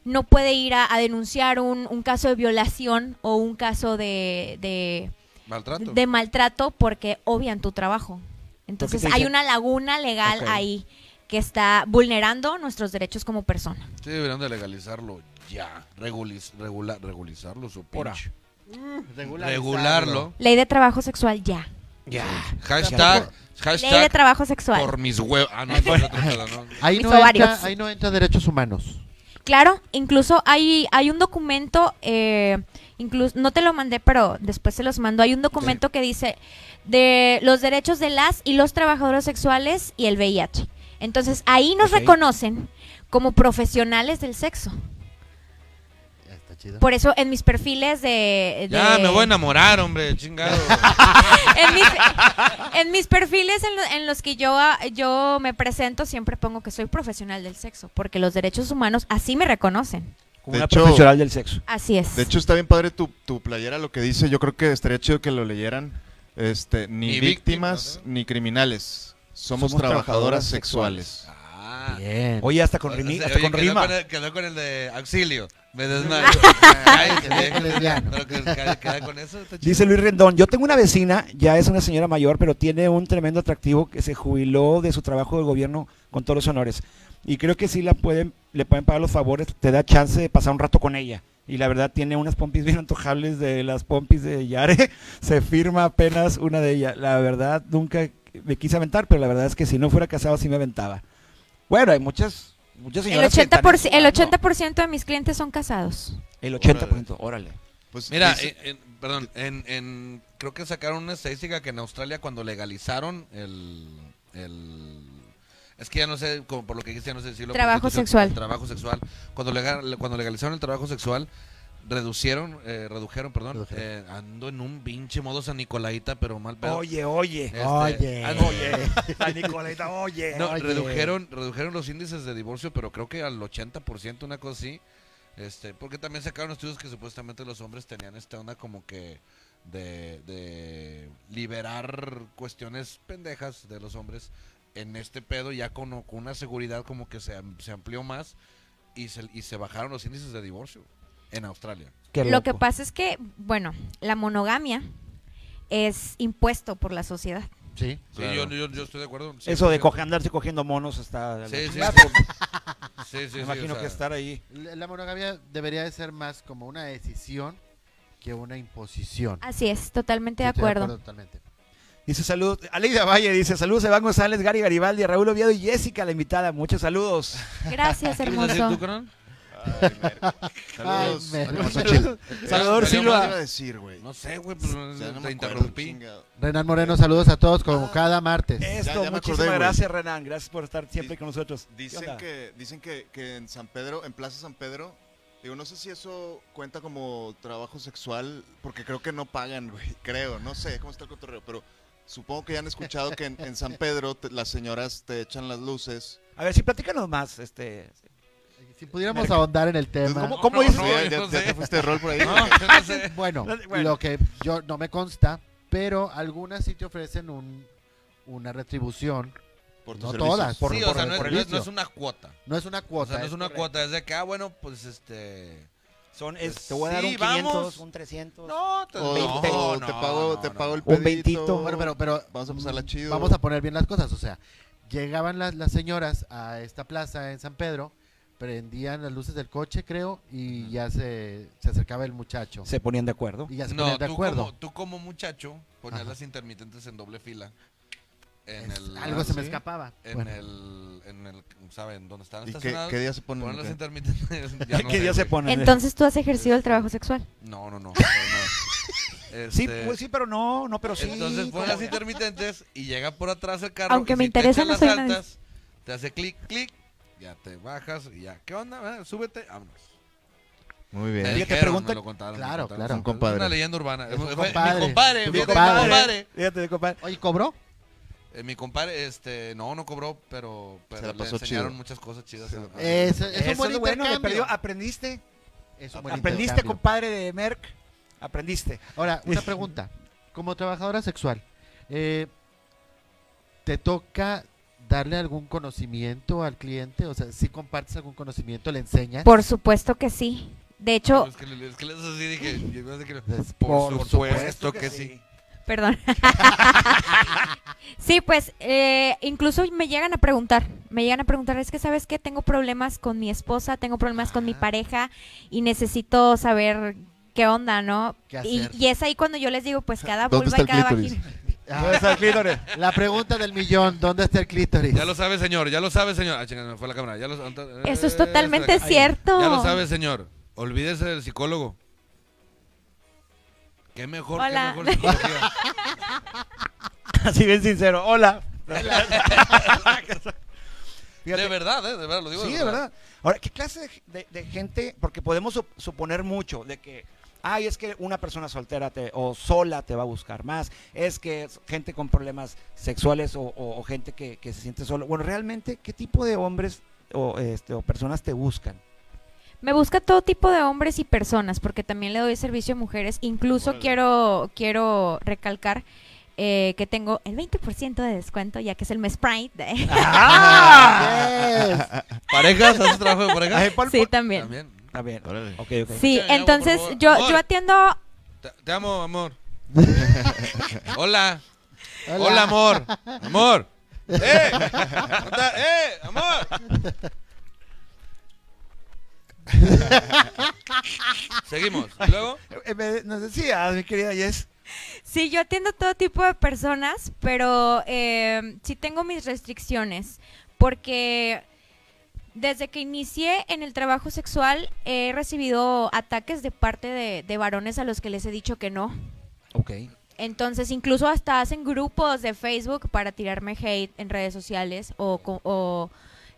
G: no puede ir a, a denunciar un, un caso de violación o un caso de, de,
C: Maltrato.
G: de maltrato porque obvian tu trabajo. Entonces,
A: te
G: hay
A: dicen-
G: una laguna legal
A: Ok.
G: ahí que está vulnerando nuestros derechos como persona.
C: Sí, deberían de legalizarlo ya. Reguliz- regula- regularizarlo, su
A: Ora.
C: pinche.
E: Regularlo.
C: Regularlo.
G: Ley de trabajo sexual ya.
A: Ya.
C: Hashtag,
G: Ley de
C: hashtag
G: trabajo sexual.
C: por mis huevos. Ah, no, eso es otra cosa, ¿no?
E: Ahí
G: Mis
E: no, entra,
G: ovarios.
E: ahí no entra derechos humanos.
G: Claro, incluso hay, hay un documento, eh, incluso, no te lo mandé, pero después se los mando. Hay un documento que dice de los derechos de las y los trabajadores sexuales y el VIH. Entonces ahí nos
A: Ok.
G: reconocen como profesionales del sexo.
E: Ah, Está chido.
G: Por eso en mis perfiles de... de-
C: Ya me voy a enamorar, hombre, chingado.
G: en, mis, en mis perfiles en, lo- en los que yo, ah, yo me presento siempre pongo que soy profesional del sexo, porque los derechos humanos así me reconocen.
A: Como
B: De
A: una
B: hecho-
A: profesional del sexo.
G: Así es.
B: De hecho, está bien padre tu, tu playera, lo que dice. Yo creo que estaría chido que lo leyeran. Este, ni,
C: Ni
B: víctimas
C: víctimas,
B: ni criminales. Somos,
A: Somos
B: trabajadoras,
A: trabajadoras
B: sexuales.
C: Ah.
E: Bien.
A: Oye, hasta con, rimi-
C: O sea,
A: hasta
C: oye,
A: con
C: quedó
A: rima.
C: Con el, quedó con el de auxilio. Me desmayo. Ay,
E: Qué lesbiano.
C: Pero que- que- queda con eso. está chido.
A: Dice Luis Rendón, yo tengo una vecina, ya es una señora mayor, pero tiene un tremendo atractivo que se jubiló de su trabajo de gobierno con todos los honores. Y creo que sí la pueden, le pueden pagar los favores, te da chance de pasar un rato con ella. Y la verdad tiene unas pompis bien antojables de las pompis de Yare. Se firma apenas una de ellas. La verdad nunca me quise aventar, pero la verdad es que si no fuera casado sí me aventaba. Bueno, hay muchas, muchas
G: el
A: señoras que están
G: 80%, el
A: jugando.
G: 80 de mis clientes son casados.
A: El 80%, órale.
B: Pues,
C: Mira, eh,
B: dice-
C: en- en- perdón, en, en- creo que sacaron una estadística que en Australia cuando legalizaron el... el- es que ya no sé, como por lo que dijiste, ya no sé decirlo.
G: Trabajo
C: prostitución,
G: sexual.
C: el trabajo sexual. Cuando, legal- cuando legalizaron el trabajo sexual, reducieron, eh, redujeron, perdón,
E: Redujeron.
C: eh, ando en un pinche modo San Nicolaita, pero mal pedo.
A: Oye, oye.
C: Este,
E: Oye.
C: ando-
A: La Nicoleta, oye.
C: No,
E: Oye.
C: redujeron, redujeron los índices de divorcio, pero creo que al 80%, una cosa así. Este, porque también sacaron estudios que supuestamente los hombres tenían esta onda como que de, de liberar cuestiones pendejas de los hombres en este pedo, ya con, con una seguridad como que se, am- se amplió más y se, y se bajaron los índices de divorcio en Australia.
A: Qué
G: Lo que
A: loco.
G: pasa es que, bueno, la monogamia es impuesto por la sociedad.
E: Sí.
C: Sí, yo, yo- yo estoy de acuerdo.
A: Eso de
C: 100%.
A: coge- andarse cogiendo monos está...
C: Sí, sí, sí. Sí, sí, sí,
A: Me
C: o
A: imagino
C: sea,
A: que estar ahí.
E: La la monogamia debería de ser más como una decisión que una imposición.
G: Así es, totalmente de
E: Estoy
G: acuerdo.
E: totalmente.
A: Dice saludos. Aleida Valle dice saludos a Iván González, Gary Garibaldi, a Raúl Oviedo y Jessica, la invitada. Muchos saludos.
G: Gracias,
C: ¿qué ibas a decir
G: hermoso.
C: tú, carnal?
B: Ay, Merco. Saludos.
E: Ay, Merco.
B: Ay, pasó Chile.
A: Salvador
B: Valió
A: Silva.
B: madre iba a decir, güey?
C: No sé, güey, pero
B: Ya no me
C: te
B: acuerdo,
C: interrumpí.
B: chingado.
E: Renan Moreno, saludos a todos como
A: Ah.
E: cada martes.
C: Eh.
A: Esto,
B: ya me
A: muchísimas
B: acordé, güey.
A: gracias, Renan. Gracias por estar siempre
B: Di-
A: con nosotros. ¿Qué
B: Dicen
A: onda?
B: que, dicen que, que en San Pedro, en Plaza San Pedro, digo, no sé si eso cuenta como trabajo sexual, porque creo que no pagan, güey, creo, no sé cómo está el cotorreo, pero supongo que ya han escuchado que en, en San Pedro te- las señoras te echan las luces.
A: A ver, sí, platícanos más. Este...
E: Si pudiéramos ahondar en el tema.
B: ¿Cómo,
C: cómo
B: dices? ya,
C: dices?
B: ya-
C: No
B: ya
C: sé.
B: te fuiste de rol por ahí.
C: No,
B: güey.
C: yo no sé.
E: Bueno,
A: Bueno.
E: lo que yo no me consta, pero algunas sí te ofrecen un, una retribución.
B: Por tus
E: No
B: servicios.
E: todas.
A: Por-
C: sí, o sea, no,
A: por
C: es-
A: el
C: no es,
E: vicio.
C: no es una cuota.
E: No es una
C: O
E: cuota.
C: sea, no es una
E: correcto.
C: cuota, es de que, ah, bueno, pues este.
A: Son,
C: Pues
A: es- te voy a dar
C: sí,
A: un 500,
C: vamos.
A: un 300.
C: No, te,
B: O,
A: Veinte.
B: o
C: no,
B: te pago,
C: no,
B: te
C: no,
B: pago el
C: no.
A: Un
B: pedito.
A: veintito.
E: Bueno, pero, pero
B: Vamos a pasarla chido.
E: Vamos a poner bien las cosas, o sea, llegaban las, las señoras a esta plaza en San Pedro, prendían las luces del coche, creo, y ya se, se acercaba el muchacho.
A: Se ponían de acuerdo.
E: Y ya se
C: No,
E: ponían de
C: tú
E: acuerdo.
C: como, tú como muchacho ponías
E: Ajá.
C: las intermitentes en doble fila. En
E: Es-
C: el,
E: algo se me
B: ¿sí?
E: escapaba.
C: En
E: Bueno,
C: el. En el. ¿Saben? ¿Dónde
B: ¿Y
C: están
B: qué,
C: estacionadas?
B: qué día se ponen?
C: Ponen las
B: ¿Qué?
C: intermitentes. ya
A: que
C: no
A: ¿Qué
C: sé,
A: día se
C: güey.
A: ponen?
G: Entonces tú has ejercido el trabajo sexual.
C: No, no, no. pero no.
A: Sí,
C: Este,
A: pues sí, pero no, no, pero sí.
C: Entonces
A: ¿cómo?
C: ponen las intermitentes y llega por atrás el carro.
G: Aunque
C: y
G: me
C: si te
G: interesa,
C: echan
G: no
C: las
G: soy una de
C: altas, Te hace clic, clic, ya te bajas y ya. ¿Qué onda? Eh, Súbete, vámonos.
B: Muy
C: Me
B: bien.
A: Oye, te
C: dijeron,
A: pregunta-
C: me lo contaron, me lo
E: Claro,
C: contaron.
E: claro.
B: Un compadre.
C: Es una leyenda urbana.
E: Es un
C: Fue-
E: compadre.
C: Mi compadre,
E: Tu
C: fíjate, mi
E: compadre.
C: compadre.
A: Fíjate, compadre.
E: Oye, ¿cobró?
C: Eh, mi compadre, este, no, no cobró, pero, pero
B: Se la
C: le
B: pasó
C: enseñaron
B: chido.
C: muchas cosas chidas.
B: Se la
C: a-
B: pasó.
E: Es, es
A: Eso
E: un buen
A: es lo bueno, me
E: intercambio.
A: perdió. Aprendiste.
E: Es un buen
A: Aprendiste,
E: intercambio.
A: compadre de Merck. Aprendiste.
E: Ahora, una pregunta. Como trabajadora sexual, eh, ¿te toca darle algún conocimiento al cliente? O sea, si compartes algún conocimiento, le enseñas.
G: Por supuesto que sí. De hecho,
C: Es que, le- es que les así dije, yo pensé que-
E: Des-
C: por, supuesto Pues, que sí.
G: Perdón. sí, pues eh, incluso me llegan a preguntar, me llegan a preguntar, es que sabes que tengo problemas con mi esposa, tengo problemas con mi
E: Ajá.
G: pareja y necesito saber qué onda, ¿no?
E: ¿Qué
G: y,
E: hacer?
G: y es ahí cuando yo les digo, pues cada
B: ¿Dónde
G: vulva
B: está
G: y
B: el
G: cada
B: clítoris?
G: vagina.
E: Ah,
A: está el clítoris?
E: la pregunta del millón, ¿dónde está el clítoris?
C: Ya lo sabe, señor. Ya lo sabe, señor. Ah, chingada, me fue la cámara. Ya lo-
G: Eso es
C: Eh,
G: totalmente
C: está acá.
G: cierto.
C: Ya lo sabe, señor. Olvídese del psicólogo. Qué mejor,
G: Hola.
C: qué mejor psicología.
A: Así bien sincero. Hola.
C: de verdad, ¿eh? De verdad, lo digo.
A: Sí, de verdad. Ahora, ¿qué clase de, de- de gente? Porque podemos sup- suponer mucho de que, ay, es que una persona soltera te- o sola te va a buscar más, es que es gente con problemas sexuales o, o- o gente que, que se siente solo. Bueno, realmente, ¿qué tipo de hombres o, este, o personas te buscan?
G: Me busca todo tipo de hombres y personas, porque también le doy servicio a mujeres. Incluso quiero, quiero recalcar eh, que tengo el 20% de descuento, ya que es el mes Pride.
E: Ah, yes.
C: ¿Parejas? ¿Haces trabajo de parejas?
G: sí, también.
C: También.
A: Está bien.
B: Órale.
A: Ok, ok.
G: Sí,
C: Échame agua,
G: entonces
C: por favor.
G: yo,
C: Amor.
G: yo atiendo...
C: Te, te amo, amor. Hola. Hola.
E: Hola.
C: amor. Amor. ¡Eh! ¿Dónde- ¡Eh! ¡Amor! Seguimos. ¿Y luego?
A: Eh, me- nos decías, mi querida Jess.
G: Sí, yo atiendo todo tipo de personas, pero eh, sí tengo mis restricciones, porque desde que inicié en el trabajo sexual he recibido ataques de parte de, de varones a los que les he dicho que no.
A: Ok.
G: Entonces, incluso hasta hacen grupos de Facebook para tirarme hate en redes sociales o, co- o,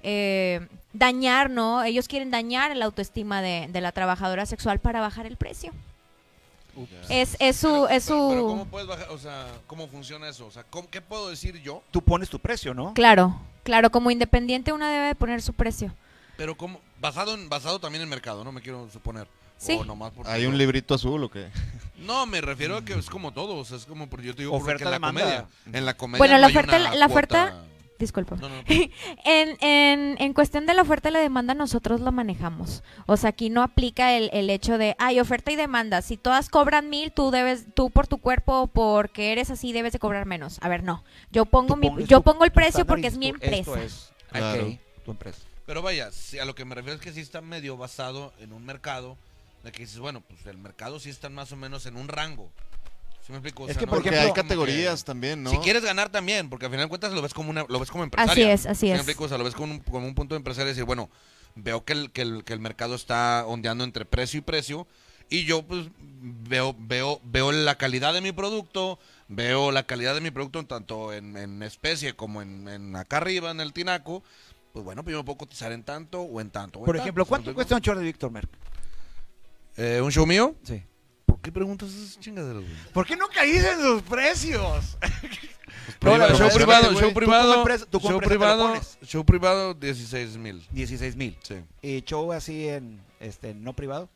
G: eh, dañar, ¿no? Ellos quieren dañar la autoestima de, de la trabajadora sexual para bajar el precio. Es, es su...
C: Pero-
G: Es
C: pero- pero
G: su
C: ¿cómo puedes bajar? O sea, ¿cómo funciona eso? O sea, ¿cómo- ¿qué puedo decir yo?
A: Tú pones tu precio, ¿no?
G: claro, claro, como independiente una debe de poner su precio.
C: Pero ¿cómo? Basado, en, basado también en mercado, no me quiero suponer.
G: Sí.
C: O nomás porque
B: ¿Hay
C: yo-
B: un librito azul o qué?
C: No, me refiero a que es como todo. O sea, es como, por- yo te digo, por lo que
A: Oferta,
C: en la
A: demanda.
C: comedia. En la comedia
G: Bueno,
C: no
G: la
C: hay
G: oferta-
C: una
G: la oferta-
C: cuota-
G: Disculpa.
C: No, no.
G: En, en, en cuestión de la oferta y la demanda, nosotros lo manejamos. O sea, aquí no aplica el, el hecho de, hay oferta y demanda. Si todas cobran mil, tú debes, tú por tu cuerpo, porque eres así, debes de cobrar menos. A ver, no. Yo pongo
A: Tú
G: mi,
A: pones
G: yo
A: tu-
G: pongo el
A: tu
G: precio
A: estándar y
G: porque es
A: dices
G: mi
A: tú, esto
G: empresa.
A: es.
B: Claro.
A: Ok, tu empresa.
C: Pero vaya, sí, a lo que me refiero es que sí está medio basado en un mercado, de que dices, bueno, pues el mercado sí está más o menos en un rango. ¿Sí me explico? O
A: Es
C: sea,
A: que,
C: no-
A: por
B: Porque
C: no
A: ejemplo,
B: hay
C: es como
B: categorías
C: que-
B: también, ¿no?
C: Si quieres ganar también, porque al final de cuentas lo ves como una, lo ves como empresaria.
G: Así es, así
C: ¿Sí me
G: es.
C: explico? O sea, lo ves como un, como un punto de empresario y decir, bueno, veo que el, que, el, que el mercado está ondeando entre precio y precio, y yo pues veo, veo, veo la calidad de mi producto, veo la calidad de mi producto en tanto en, en especie como en, en acá arriba, en el tinaco. Pues bueno, pues yo me puedo cotizar en tanto o en tanto. o en
A: Por
C: tanto,
A: ejemplo,
C: ¿sí me
A: ¿cuánto
C: explico?
A: cuesta un short de Víctor Merck?
C: Eh, ¿Un show mío?
A: Sí.
C: ¿Por qué preguntas esas chingaderas, güey?
A: ¿Por qué nunca dicen sus precios?
C: No, la-
B: Privado,
C: show
B: privado,
C: privado,
A: güey.
C: show
A: Tú como
C: privado,
A: empresa- tú como
C: show
A: empresa te lo
C: privado,
A: pones.
C: show privado, 16 mil.
A: 16 mil.
C: Sí.
A: Y show así en este no privado.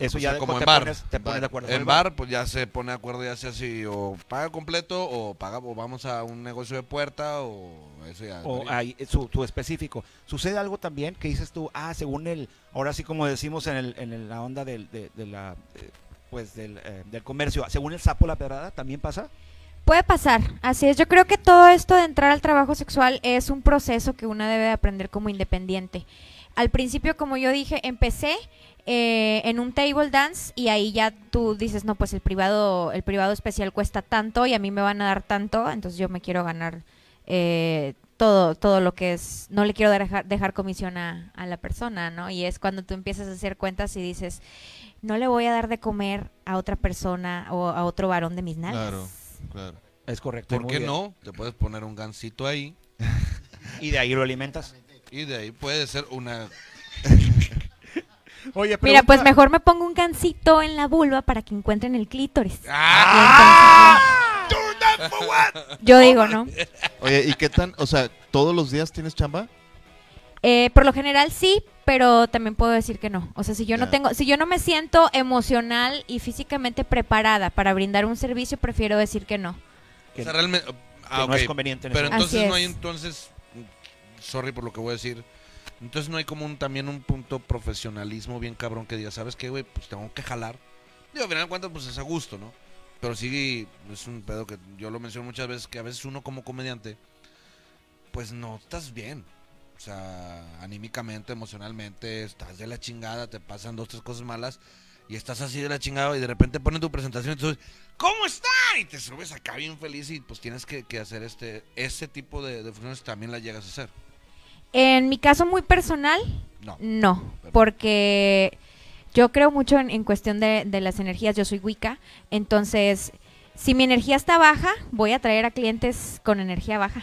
A: Eso
C: O
A: ya
C: sea,
A: de-
C: como
A: te
C: en bar.
A: Pones, te pones de acuerdo.
C: En bar, pues ya se pone de acuerdo, ya sea así, o paga completo, o paga, o vamos a un negocio de puerta, o eso ya.
A: O ahí, su, tu específico. Sucede algo también que dices tú, ah, según el, ahora sí como decimos en, el, en el- la onda del, de, de la, eh, pues del, eh, del comercio, según el sapo la pedrada, ¿también pasa?
G: Puede pasar, así es. Yo creo que todo esto de entrar al trabajo sexual es un proceso que una debe de aprender como independiente. Al principio, como yo dije, empecé eh, en un table dance y ahí ya tú dices, no, pues el privado, el privado especial cuesta tanto y a mí me van a dar tanto, entonces yo me quiero ganar eh, todo, todo lo que es, no le quiero dejar, dejar comisión a, a la persona, ¿no? Y es cuando tú empiezas a hacer cuentas y dices, no le voy a dar de comer a otra persona o a otro varón de mis nalgas.
B: Claro, claro.
A: Es correcto.
C: ¿Por
A: muy
C: qué
A: bien.
C: no? Te puedes poner un gancito ahí,
A: Y de ahí lo alimentas.
C: y de ahí puede ser una.
A: Oye, pero
G: Mira, pues mejor me pongo un cancito en la vulva para que encuentren el clítoris.
A: Ah,
C: Ah,
G: Yo digo, ¿no?
B: Oye, ¿y qué tan, o sea, todos los días tienes chamba?
G: Eh, por lo general sí, pero también puedo decir que no. O sea, si yo no
B: Ya.
G: tengo, si yo no me siento emocional y físicamente preparada para brindar un servicio, prefiero decir que no.
A: Que-
C: o sea, realmente. ah,
A: que no es
C: ok,
A: conveniente en
C: Pero
A: ese
G: Así
C: entonces no hay,
G: es.
C: entonces. Sorry por lo que voy a decir. Entonces no hay como un, también un punto profesionalismo bien cabrón que diga, ¿sabes qué, güey? Pues tengo que jalar. Digo, al final de cuentas, pues es a gusto, ¿no? Pero sí, es un pedo que yo lo menciono muchas veces, que a veces uno como comediante, pues no estás bien. O sea, anímicamente, emocionalmente, estás de la chingada, te pasan dos, tres cosas malas. y estás así de la chingada y de repente ponen tu presentación y tú subes, ¿cómo están? Y te subes acá bien feliz y pues tienes que, que hacer este ese tipo de, de funciones también las llegas a hacer.
G: En mi caso muy personal,
C: No.
G: no, porque yo creo mucho en, en cuestión de, de las energías, yo soy Wicca, entonces si mi energía está baja, voy a traer a clientes con energía baja.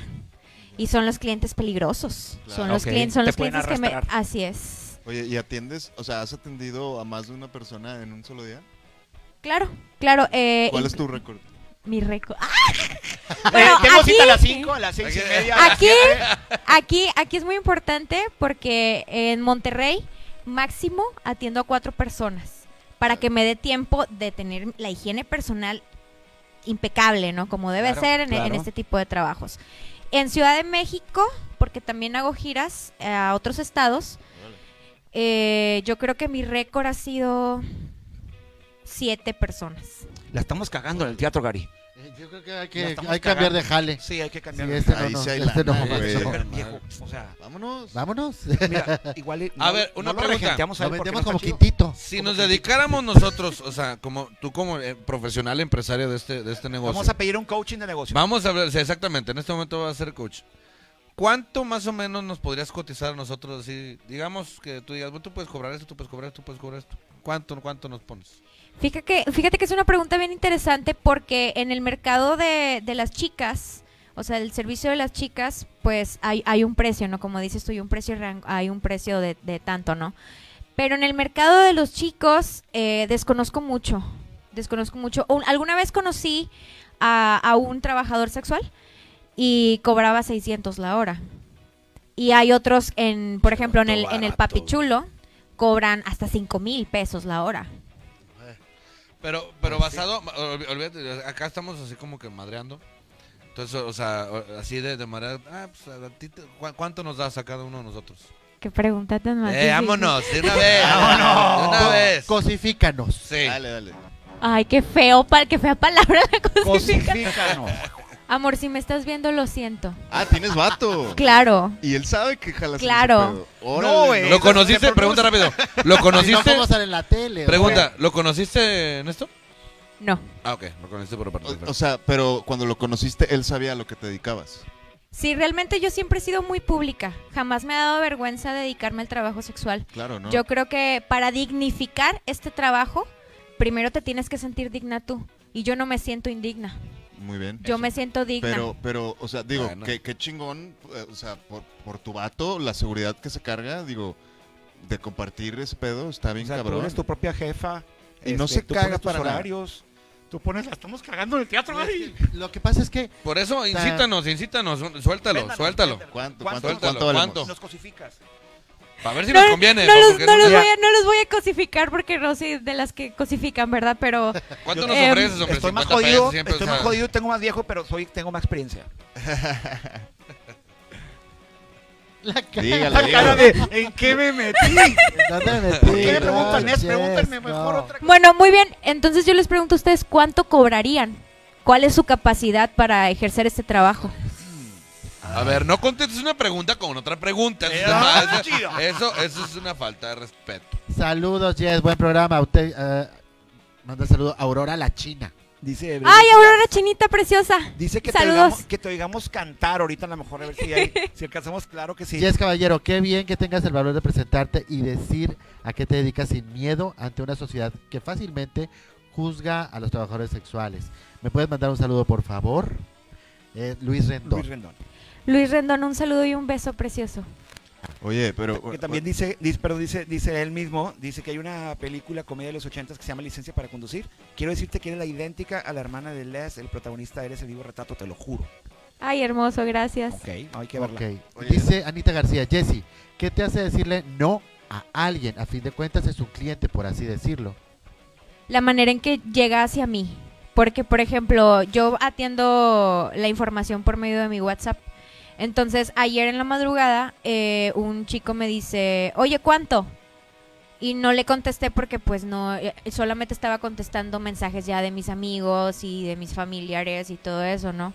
G: Y son los clientes peligrosos.
B: Claro.
G: son los,
A: Ok,
G: clientes, son
A: te
G: los
A: pueden
G: clientes que me...
A: arrastrar.
G: Así es.
B: Oye, ¿y atiendes? O sea, ¿has atendido a más de una persona en un solo día?
G: Claro, claro. eh,
B: ¿Cuál es
G: inc-
B: tu récord?
G: Mi récord.
D: Eh,
G: Bueno,
D: tengo cita a las
G: aquí-
D: 5, a las 6 y
C: Aquí-
D: media. a las
G: Aquí,
D: siete.
G: aquí, aquí es muy importante porque en Monterrey máximo atiendo a cuatro personas para que me dé tiempo de tener la higiene personal impecable, ¿no? Como debe
C: Claro,
G: ser en, en
A: claro.
G: este tipo de trabajos. En Ciudad de México, porque también hago giras a otros estados, eh, yo creo que mi récord ha sido siete personas.
A: La estamos cagando en el teatro, Gary.
E: Eh, Yo creo que hay
A: No,
E: que,
A: estamos
E: hay que cambiar
A: cagando.
E: de jale.
A: Sí, hay que
E: Sí,
A: cambiar.
E: este no,
B: Ahí
E: no,
B: sí hay
E: este no,
B: lana,
E: no,
B: güey.
E: este no.
A: Pero, viejo, o sea,
B: Vámonos.
E: Vámonos.
A: mira, igual. y-
C: A ver, una
A: lo
C: pregunta.
A: regenteamos a
E: Nos
A: él porque
E: vendemos
A: no
E: como
A: está chido.
E: quintito.
C: Si
A: Como
C: nos
A: que-
C: dedicáramos nosotros, o sea, como tú como eh, profesional empresario de este, de este negocio.
A: Vamos a pedir un coaching de negocio.
C: Vamos a hablar, sí, exactamente, en este momento va a ser coach. ¿Cuánto más o menos nos podrías cotizar a nosotros? Así, digamos que tú digas, bueno, tú puedes cobrar esto, tú puedes cobrar esto, tú puedes cobrar esto. ¿Cuánto, cuánto nos pones?
G: Fíjate que, fíjate que es una pregunta bien interesante porque en el mercado de, de las chicas, o sea, el servicio de las chicas, pues hay, hay un precio, ¿no? Como dices tú, hay un precio, y ran- hay un precio de, de tanto, ¿no? Pero en el mercado de los chicos eh, desconozco mucho, desconozco mucho. Un- alguna vez conocí a, a un trabajador sexual y cobraba 600 la hora. Y hay otros, en, por ejemplo, en el, en el papichulo, cobran hasta 5 mil pesos la hora.
C: Pero, pero basado, ol- olvídate, acá estamos así como que madreando. Entonces, o sea, o- así de, de madrear, ah, pues a ti te- ¿cu- ¿cuánto nos das a cada uno de nosotros?
G: Qué pregunta tan más
C: Eh,
G: difícil.
C: vámonos, de una vez. vámonos. De una vez.
E: Cosifícanos.
C: Sí.
A: eh.
B: Dale, dale.
G: Ay, qué feo, pa- qué fea palabra la cosifica.
A: Cosifícanos.
G: Amor, si me estás viendo, lo siento.
B: Ah, tienes vato.
G: Claro.
B: Y él sabe que jalas. en
G: Claro.
B: ese pedo. Órale,
A: No, güey.
C: ¿Lo conociste? Pregunta rápido. ¿Lo
E: Si no,
C: conociste?
E: ¿cómo sale en la tele?
C: Pregunta, ¿lo conociste en esto?
G: No.
C: Ah, ok, lo conociste por parte.
B: O, o sea, pero cuando lo conociste, él sabía a lo que te dedicabas.
G: Sí, realmente yo siempre he sido muy pública. Jamás me ha dado vergüenza dedicarme al trabajo sexual.
B: Claro, ¿no?
G: Yo creo que para dignificar este trabajo, primero te tienes que sentir digna tú. Y yo no me siento indigna.
B: Muy bien.
G: Yo me siento digna.
B: Pero, pero, o sea, digo,
C: Bueno.
B: qué, qué chingón, eh, o sea, por, por tu vato, la seguridad que se carga, digo, de compartir ese pedo, está bien
A: O sea, tú
B: cabrón.
A: eres tu propia jefa. este,
B: Y no se
A: tú
B: caga
A: pones tus
B: para nada.
A: horarios. Tú pones, la estamos cagando en el teatro,
E: Pero
A: Gary.
E: es que Lo que pasa es que
C: Por eso, incítanos, incítanos, su- suéltalo,
A: Véndanos,
C: suéltalo.
A: véndanos. ¿Cuánto?
B: ¿Cuánto, cuánto, cuánto,
C: Suéltalo,
B: valemos?
C: ¿cuánto?
A: Nos cosificas.
C: A ver si
G: No,
C: nos conviene.
G: no
C: pues,
G: los,
C: porque
G: no
C: no-
G: los
A: Mira.
G: voy a, no los voy a cosificar porque no soy de las que cosifican, ¿verdad? Pero
C: ¿Cuánto nos
G: Em,
C: ofreces, hombre?
A: Estoy más
C: 50 pesos,
A: jodido,
C: 100 pesos,
A: estoy más
C: o sea,
A: jodido, tengo más viejo, pero soy, tengo más experiencia.
E: la cara.
B: Dígale,
A: Cara
B: dígale.
A: de, ¿en qué me metí?
E: No te metí,
A: ¿Por qué me preguntan
E: no,
A: eso? Pregúntenme
E: yes,
A: mejor
E: no.
A: otra cosa.
G: Bueno, muy bien. Entonces yo les pregunto a ustedes cuánto cobrarían. ¿Cuál es su capacidad para ejercer este trabajo?
C: A ver, no contestes una pregunta con otra pregunta. Eso, está mal. eso, eso es una falta de respeto.
E: Saludos, Jess, buen programa. Usted, eh, manda saludo a Aurora la China.
A: Dice,
G: ¡Ay, Aurora Chinita preciosa!
A: dice que te,
G: Saludos.
A: oigamos, que te oigamos cantar ahorita, a lo mejor, a ver si, hay- si alcanzamos, claro que sí.
E: Jess Caballero, qué bien que tengas el valor de presentarte y decir a qué te dedicas sin miedo ante una sociedad que fácilmente juzga a los trabajadores sexuales. ¿Me puedes mandar un saludo, por favor? Eh, Luis Rendón.
A: Luis Rendón.
G: Luis Rendón, un saludo y un beso precioso.
B: Oye, pero. pues,
A: Que también dice, dice, perdón, dice, dice él mismo, dice que hay una película comedia de los ochentas que se llama Licencia para Conducir. Quiero decirte que eres la idéntica a la hermana de Les, el protagonista eres el vivo retrato, te lo juro.
G: Ay, hermoso, gracias.
A: Ok, hay que verla.
E: Ok. Dice Anita García, Jesse, ¿qué te hace decirle no a alguien? A fin de cuentas es un cliente, por así decirlo.
G: La manera en que llega hacia mí. Porque, por ejemplo, yo atiendo la información por medio de mi WhatsApp. Entonces, ayer en la madrugada, eh, un chico me dice, oye, ¿cuánto? Y no le contesté porque pues no, eh, solamente estaba contestando mensajes ya de mis amigos y de mis familiares y todo eso, ¿no?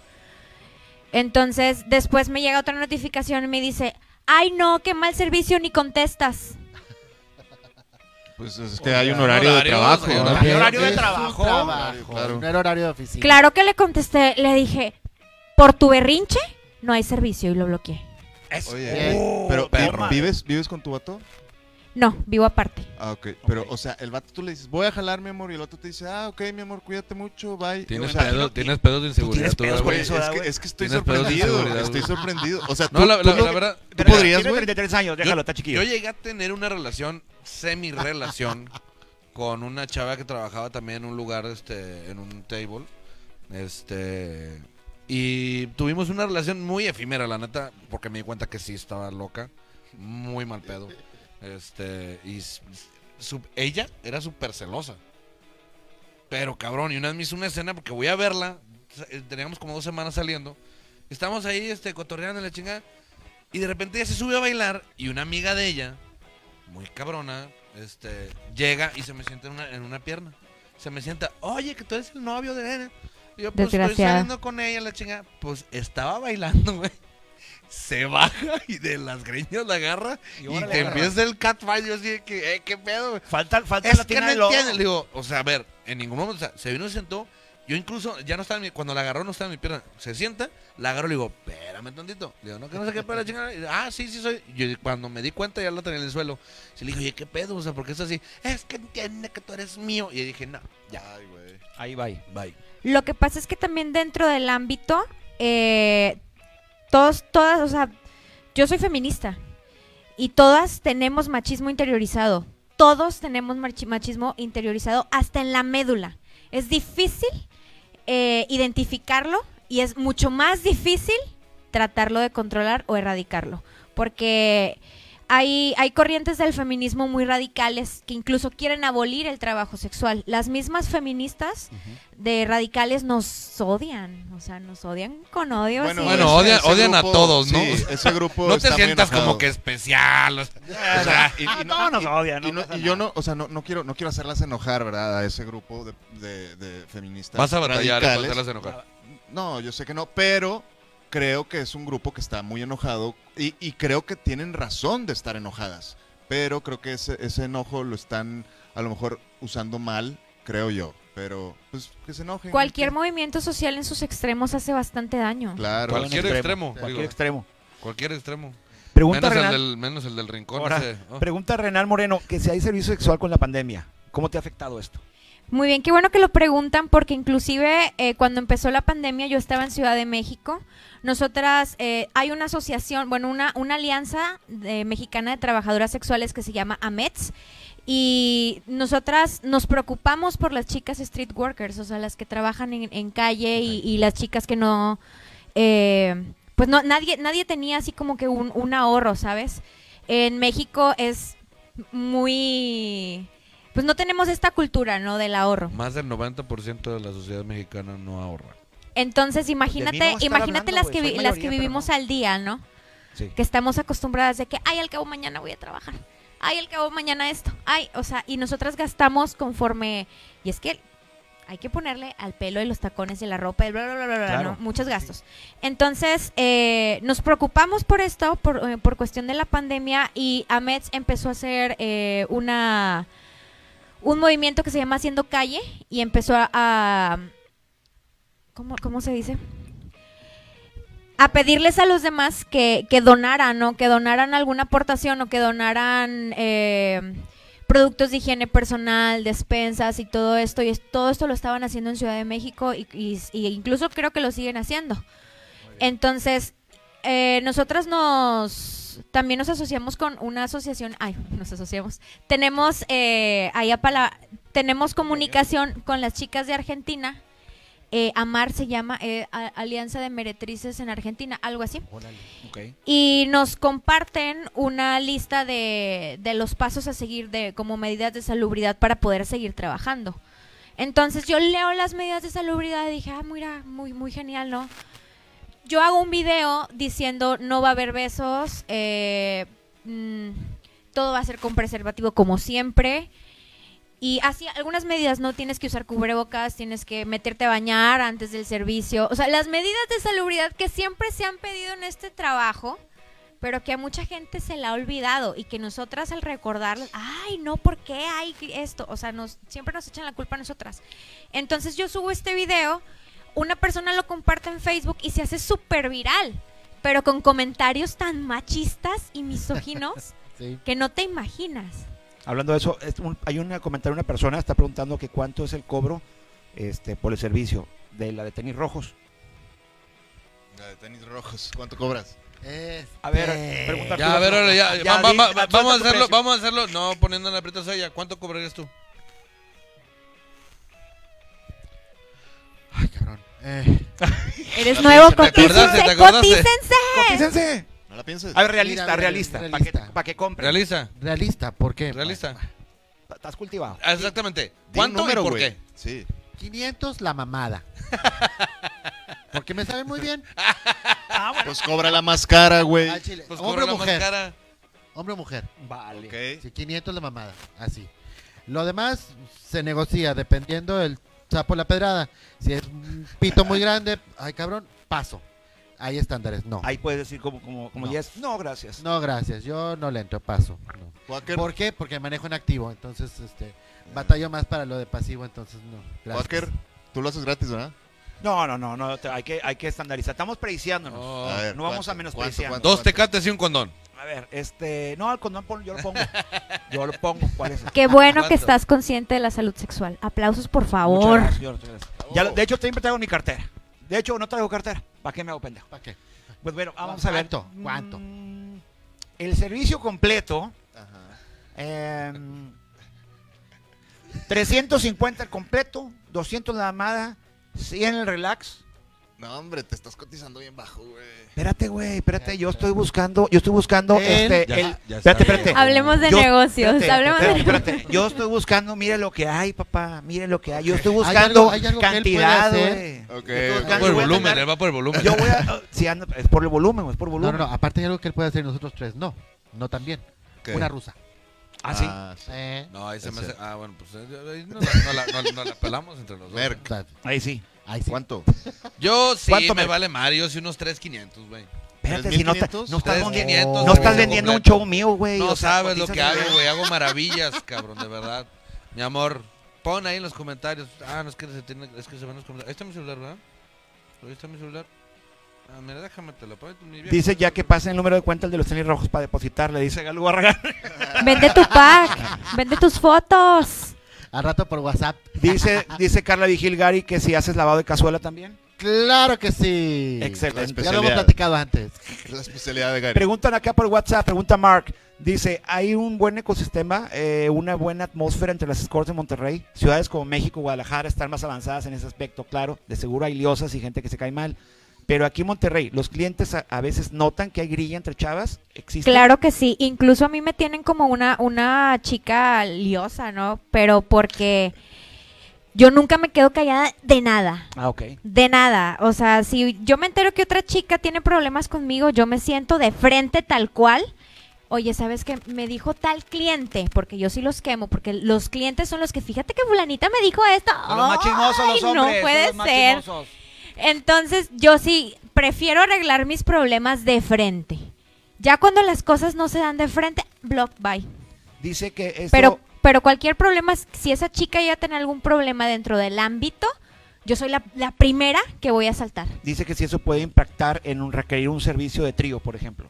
G: Entonces, después me llega otra notificación y me dice, ay no, qué mal servicio, ni contestas.
B: Pues es que hay un horario de
C: horarios,
B: trabajo.
C: hay
B: ¿no?
C: horarios.
E: También
D: horario de
E: es un
D: trabajo.
E: trabajo,
B: Claro.
E: No era horario de oficina.
G: Claro que le contesté, le dije, por tu berrinche no hay servicio y lo bloqueé.
B: Oye, eh,
D: Oh,
B: pero ¿vi-
D: perro.
B: ¿vives, ¿vives con tu vato?
G: No, vivo aparte.
B: Ah, ok. Pero, o sea, el vato tú le dices, voy a jalar, mi amor, y el otro te dice, ah, ok, mi amor, cuídate mucho, bye.
C: Tienes,
B: O sea,
C: pedo- tienes pedos de inseguridad.
D: tienes
C: tú,
D: pedos
B: güey,
C: güey.
D: con eso,
B: es,
D: ¿verdad,
B: que,
D: güey?
B: es que estoy
C: Tienes pedos de
B: sorprendido,
C: inseguridad,
B: estoy
C: güey.
B: sorprendido. O sea,
C: No,
B: tú,
C: la,
B: tú
C: la-
B: no-
C: la verdad.
B: ¿Tú podrías,
D: Tiene
B: güey?
D: 33 años, déjalo, está
C: Yo
D: chiquillo.
C: llegué a tener una relación, semi-relación, con una chava que trabajaba también en un lugar, este, en un table. Este. Y tuvimos una relación muy efímera, la neta, porque me di cuenta que sí estaba loca. Muy mal pedo. Este. Y s- su- ella era súper celosa. Pero cabrón, y una vez me hizo una escena porque voy a verla. sa- eh, Teníamos como dos semanas saliendo. Estamos ahí, este, cotorreando en la chingada. Y de repente ella se sube a bailar y una amiga de ella, muy cabrona, este, llega y se me sienta en una, en una pierna. Se me sienta, oye, que tú eres el novio de Elena. Y yo, pues estoy
G: Desgraciada.
C: saliendo con ella, la chingada. Pues estaba bailando, güey. Se baja y de las greñas la agarra y,
D: órale,
C: te
D: agarra.
C: empieza el catfight. Yo así de que, eh, qué pedo, güey.
D: Falta, falta
C: Es
D: la
C: que
D: tina
C: no
D: de lodo.
C: entiende. Le digo, o sea, a ver, en ningún momento, o sea, se vino y se sentó. Yo incluso, ya no estaba en mi, cuando la agarró, no estaba en mi pierna. Se sienta, la agarro y le digo, espérame tantito. Le digo, no, que no sé qué para la chingada. Y, ah, sí, sí, soy. Yo, y cuando me di cuenta, ya la tenía en el suelo. Sí, le dije, oye, qué pedo, o sea, porque es así. Es que entiende que tú eres mío. Y yo dije, no, ya,
B: Ay, güey.
A: Ahí va.
C: bye.
G: Lo que pasa es que también dentro del ámbito, eh, todos, todas, o sea, yo soy feminista y todas tenemos machismo interiorizado. Todos tenemos machi- machismo interiorizado hasta en la médula. Es difícil eh, identificarlo y es mucho más difícil tratarlo de controlar o erradicarlo. Porque hay, hay corrientes del feminismo muy radicales que incluso quieren abolir el trabajo sexual. Las mismas feministas de radicales nos odian, o sea, nos odian con odio. así.
C: bueno, odian- odian a todos, ¿no?
B: Sí, ese grupo
C: No te
B: está muy
C: sientas como
B: enojado.
C: que especial. o sea,
B: O sea, y- y
D: Ah,
B: no-
D: todos nos
B: y-
D: odian,
B: y
D: no
B: no-
D: pasa
B: y yo
D: nada.
B: no, o sea, no, no quiero, no quiero hacerlas enojar, ¿verdad? A ese grupo de, de- de feministas.
C: vas a batallar, vas a
D: ¿eh?
B: radicales.
C: hacerlas enojar.
B: No, yo sé que no, pero creo que es un grupo que está muy enojado y, y creo que tienen razón de estar enojadas. Pero creo que ese, ese enojo lo están a lo mejor usando mal, creo yo. Pero pues que se enojen.
G: Cualquier
B: Que-
G: movimiento social en sus extremos hace bastante daño.
B: Claro.
C: Cualquier extremo,
D: Cualquier
C: digo,
D: extremo.
C: cualquier extremo.
D: Pregunta
C: Menos el,
D: Renal,
C: del, menos el del rincón.
D: Ahora,
C: ese, oh.
D: pregunta Renal Moreno, que si hay servicio sexual con la pandemia, ¿cómo te ha afectado esto?
G: Muy bien, qué bueno que lo preguntan porque inclusive eh, cuando empezó la pandemia yo estaba en Ciudad de México. Nosotras, eh, hay una asociación, bueno, una, una alianza de- mexicana de trabajadoras sexuales que se llama AMETS y nosotras nos preocupamos por las chicas street workers, o sea, las que trabajan en, en calle y, y las chicas que no, eh, pues no, nadie, nadie tenía así como que un, un ahorro, ¿sabes? En México es muy... Pues no tenemos esta cultura, ¿no? Del ahorro.
C: Más del 90% de la sociedad mexicana no ahorra.
G: Entonces,
D: De mí no
G: imagínate,
D: va a estar
G: imagínate
D: hablando,
G: las
D: güey,
G: que
D: soy
G: vi-
D: mayoría,
G: las que
D: pero
G: vivimos
D: no.
G: al día, ¿no?
D: Sí.
G: Que estamos acostumbradas de que, ay, al cabo mañana voy a trabajar. Ay, al cabo mañana esto. Ay, o sea, y nosotras gastamos conforme y es que hay que ponerle al pelo y los tacones y la ropa y bla, bla, bla, bla, bla,
D: Claro.
G: ¿no? muchos gastos. Entonces, eh, nos preocupamos por esto, por, eh, por cuestión de la pandemia, y AMETS empezó a hacer eh, una un movimiento que se llama Haciendo Calle y empezó a... a- ¿cómo, ¿Cómo se dice? A pedirles a los demás que, que donaran, ¿no? Que donaran alguna aportación o que donaran... eh, productos de higiene personal, despensas y todo esto, y es- todo esto lo estaban haciendo en Ciudad de México y, y- y incluso creo que lo siguen haciendo. Entonces, eh, nosotras nos también nos asociamos con una asociación, ay, nos asociamos, tenemos eh, ahí a pala- tenemos comunicación con las chicas de Argentina. eh, Amar se llama eh, a- Alianza de Meretrices en Argentina, algo así y nos comparten una lista de, de los pasos a seguir de como medidas de salubridad para poder seguir trabajando. Entonces yo leo las medidas de salubridad y dije, ah, mira, muy, muy genial, ¿no? Yo hago un video diciendo no va a haber besos, eh, mm, todo va a ser con preservativo como siempre. Y así algunas medidas, no tienes que usar cubrebocas, tienes que meterte a bañar antes del servicio. O sea, las medidas de salubridad que siempre se han pedido en este trabajo, pero que a mucha gente se la ha olvidado y que nosotras al recordarlo, ay, no, ¿por qué hay esto? O sea, nos, siempre nos echan la culpa a nosotras. Entonces yo subo este video, una persona lo comparte en Facebook y se hace súper viral, pero con comentarios tan machistas y misóginos
E: Sí.
G: que no te imaginas.
A: Hablando de eso, es un- hay un comentario de una persona, está preguntando que cuánto es el cobro este, por el servicio de la de tenis rojos.
B: La de tenis rojos, ¿cuánto cobras?
A: A ver,
E: Este,
A: pregunta-
C: Eh, Ya, a ver, órale, ya,
A: Ya,
C: va- va-
A: di-
C: va-
A: suelta
C: vamos a
A: tu
C: hacerlo,
A: precio.
C: vamos a hacerlo, no poniendo en aprietos a ella. ¿Cuánto cobrarías tú?
E: Ay, cabrón. Eh,
G: Eres
B: ¿Te
G: nuevo,
B: acordaste?
C: ¿Te
G: cotícense,
C: acordaste?
G: cotícense.
A: Cotícense.
B: No la pienses.
A: A ver, realista,
E: Mira, mira,
A: realista, para
E: realista.
A: que, pa' que compre.
C: Realiza,
E: realista, ¿por qué?
C: realiza.
A: Estás cultivado.
C: Ah, Exactamente.
B: Di un
C: ¿Cuánto
B: número,
C: y por
B: güey.
C: qué?
B: Sí.
E: 500 la mamada. Porque me sabe muy bien. Ah,
B: Pues cobra la más cara, güey.
E: Al chile.
C: Pues
E: hombre
C: cobra
E: o
C: la más
E: mujer.
C: cara.
E: Hombre o mujer.
A: Vale.
B: Ok.
E: Sí, 500 la mamada. Así. Lo demás se negocia dependiendo del sapo la pedrada. Si es un pito muy grande, ay cabrón, paso. Hay estándares. No.
A: Ahí puedes decir como, como, como
E: No.
A: ya es. No, gracias.
E: No, gracias. Yo no le entro, paso. No.
B: Quaker,
E: ¿Por qué? Porque manejo en activo. Entonces, este, batallo más para lo de pasivo. Entonces, no. Gracias.
B: Quaker, tú lo haces gratis, ¿verdad?
A: No, no, no, no, te- hay que, hay que estandarizar. Estamos prediciándonos.
C: Oh.
B: A ver,
A: no vamos
B: ¿cuánto?
A: a menospreciar.
B: ¿Cuánto,
C: Dos
B: cuánto, cuánto?
C: tecates y un condón.
A: A ver, este, no, el condón pon- yo lo pongo. Yo lo pongo, ¿cuál es?
G: Qué bueno
C: ¿Cuánto?
G: que estás consciente de la salud sexual. Aplausos, por
A: Muchas
G: favor.
A: gracias, señor, muchas gracias. Ya lo-
B: Oh,
A: de hecho, siempre traigo mi cartera. De hecho, no traigo cartera. ¿Para qué me hago pendejo?
E: ¿Para qué?
A: Pues bueno, vamos a ver.
E: ¿Cuánto? ¿Cuánto?
A: Mm, El servicio completo,
B: Ajá.
A: em, 350 el completo, 200 la amada, 100 el relax.
B: No, hombre, te estás cotizando bien bajo, güey.
A: Espérate, güey, espérate, yo estoy buscando, yo estoy buscando
E: El-
A: este,
C: Ya-
A: el-
C: ya está.
A: espérate, espérate.
G: Hablemos de
A: Yo-
G: negocios.
A: espérate,
G: hablemos de
A: espérate, espérate. Yo estoy buscando, mire lo que hay, papá, mire lo que hay. Yo estoy
E: algo-
A: buscando
E: hay algo que él
A: cantidad,
E: puede
A: güey.
E: hacer.
B: Ok.
A: Yo-
C: Va
A: Yo
C: por el
A: voy a
C: volumen,
A: tener-
C: él va por el volumen.
A: Yo voy a, si ando- es por el volumen, es por
E: No,
A: volumen.
E: no, no. Aparte hay algo que él puede hacer y nosotros tres. No. No también.
B: ¿Qué?
E: Una rusa.
A: Ah, sí.
E: Eh.
C: No, ahí se me
B: Ese.
C: hace. Ah, bueno, pues eh, ahí no la, no la- no- no la pelamos entre los dos.
B: Merck.
A: Ahí sí.
E: Ahí sí.
B: ¿Cuánto?
C: Yo sí
A: ¿Cuánto,
C: me
A: Merck?
C: vale Mario, sí unos 3.500, güey.
A: Espérate, si no, está- no estás, vendi-
C: 3.500.
A: no estás
C: güey,
A: vendiendo un
C: completo.
A: show mío, güey.
C: No
A: o sea,
C: sabes lo que
A: cotízate,
C: hago, güey. Hago maravillas, cabrón, de verdad. Mi amor, pon ahí en los comentarios. Ah, no es que se, tiene, es que se ven los comentarios. Ahí está mi celular, ¿verdad? Ahí está mi celular. Ah, mira, déjame, te lo pongo. mi vieja.
A: Dice ya que pase el número de cuenta el de los tenis rojos para depositarle, dice Galo Barragán.
G: Vende tu pack, vende tus fotos.
E: Al rato por WhatsApp.
A: Dice, dice Carla Vigil Gary que si haces lavado de cazuela también.
E: Claro que sí.
A: Excelente.
E: Ya lo hemos
B: Especialidad.
E: platicado antes.
B: La especialidad de Gary.
A: Preguntan acá por WhatsApp, pregunta Mark. Dice, ¿hay un buen ecosistema, eh, una buena atmósfera entre las escorts de Monterrey? Ciudades como México, Guadalajara están más avanzadas en ese aspecto, claro. De seguro hay liosas y gente que se cae mal. Pero aquí en Monterrey, los clientes a, a veces notan que hay grilla entre chavas. ¿Existe?
G: Claro que sí. Incluso a mí me tienen como una, una chica liosa, ¿no? Pero porque yo nunca me quedo callada de nada.
A: Ah, ok.
G: De nada. O sea, si yo me entero que otra chica tiene problemas conmigo, yo me siento de frente tal cual. Oye, ¿sabes qué? Me dijo tal cliente, porque yo sí los quemo, porque los clientes son los que, fíjate que fulanita me dijo esto.
A: Son los más chismosos los
G: Ay,
A: hombres. son
G: no puede
A: los más
G: ser.
A: chismosos.
G: Entonces, yo sí prefiero arreglar mis problemas de frente. Ya cuando las cosas no se dan de frente, block, bye.
A: Dice que esto-
G: Pero, pero cualquier problema, si esa chica ya tiene algún problema dentro del ámbito, yo soy la, la primera que voy a saltar.
A: dice que si eso puede impactar en un, requerir un servicio de trío, por ejemplo.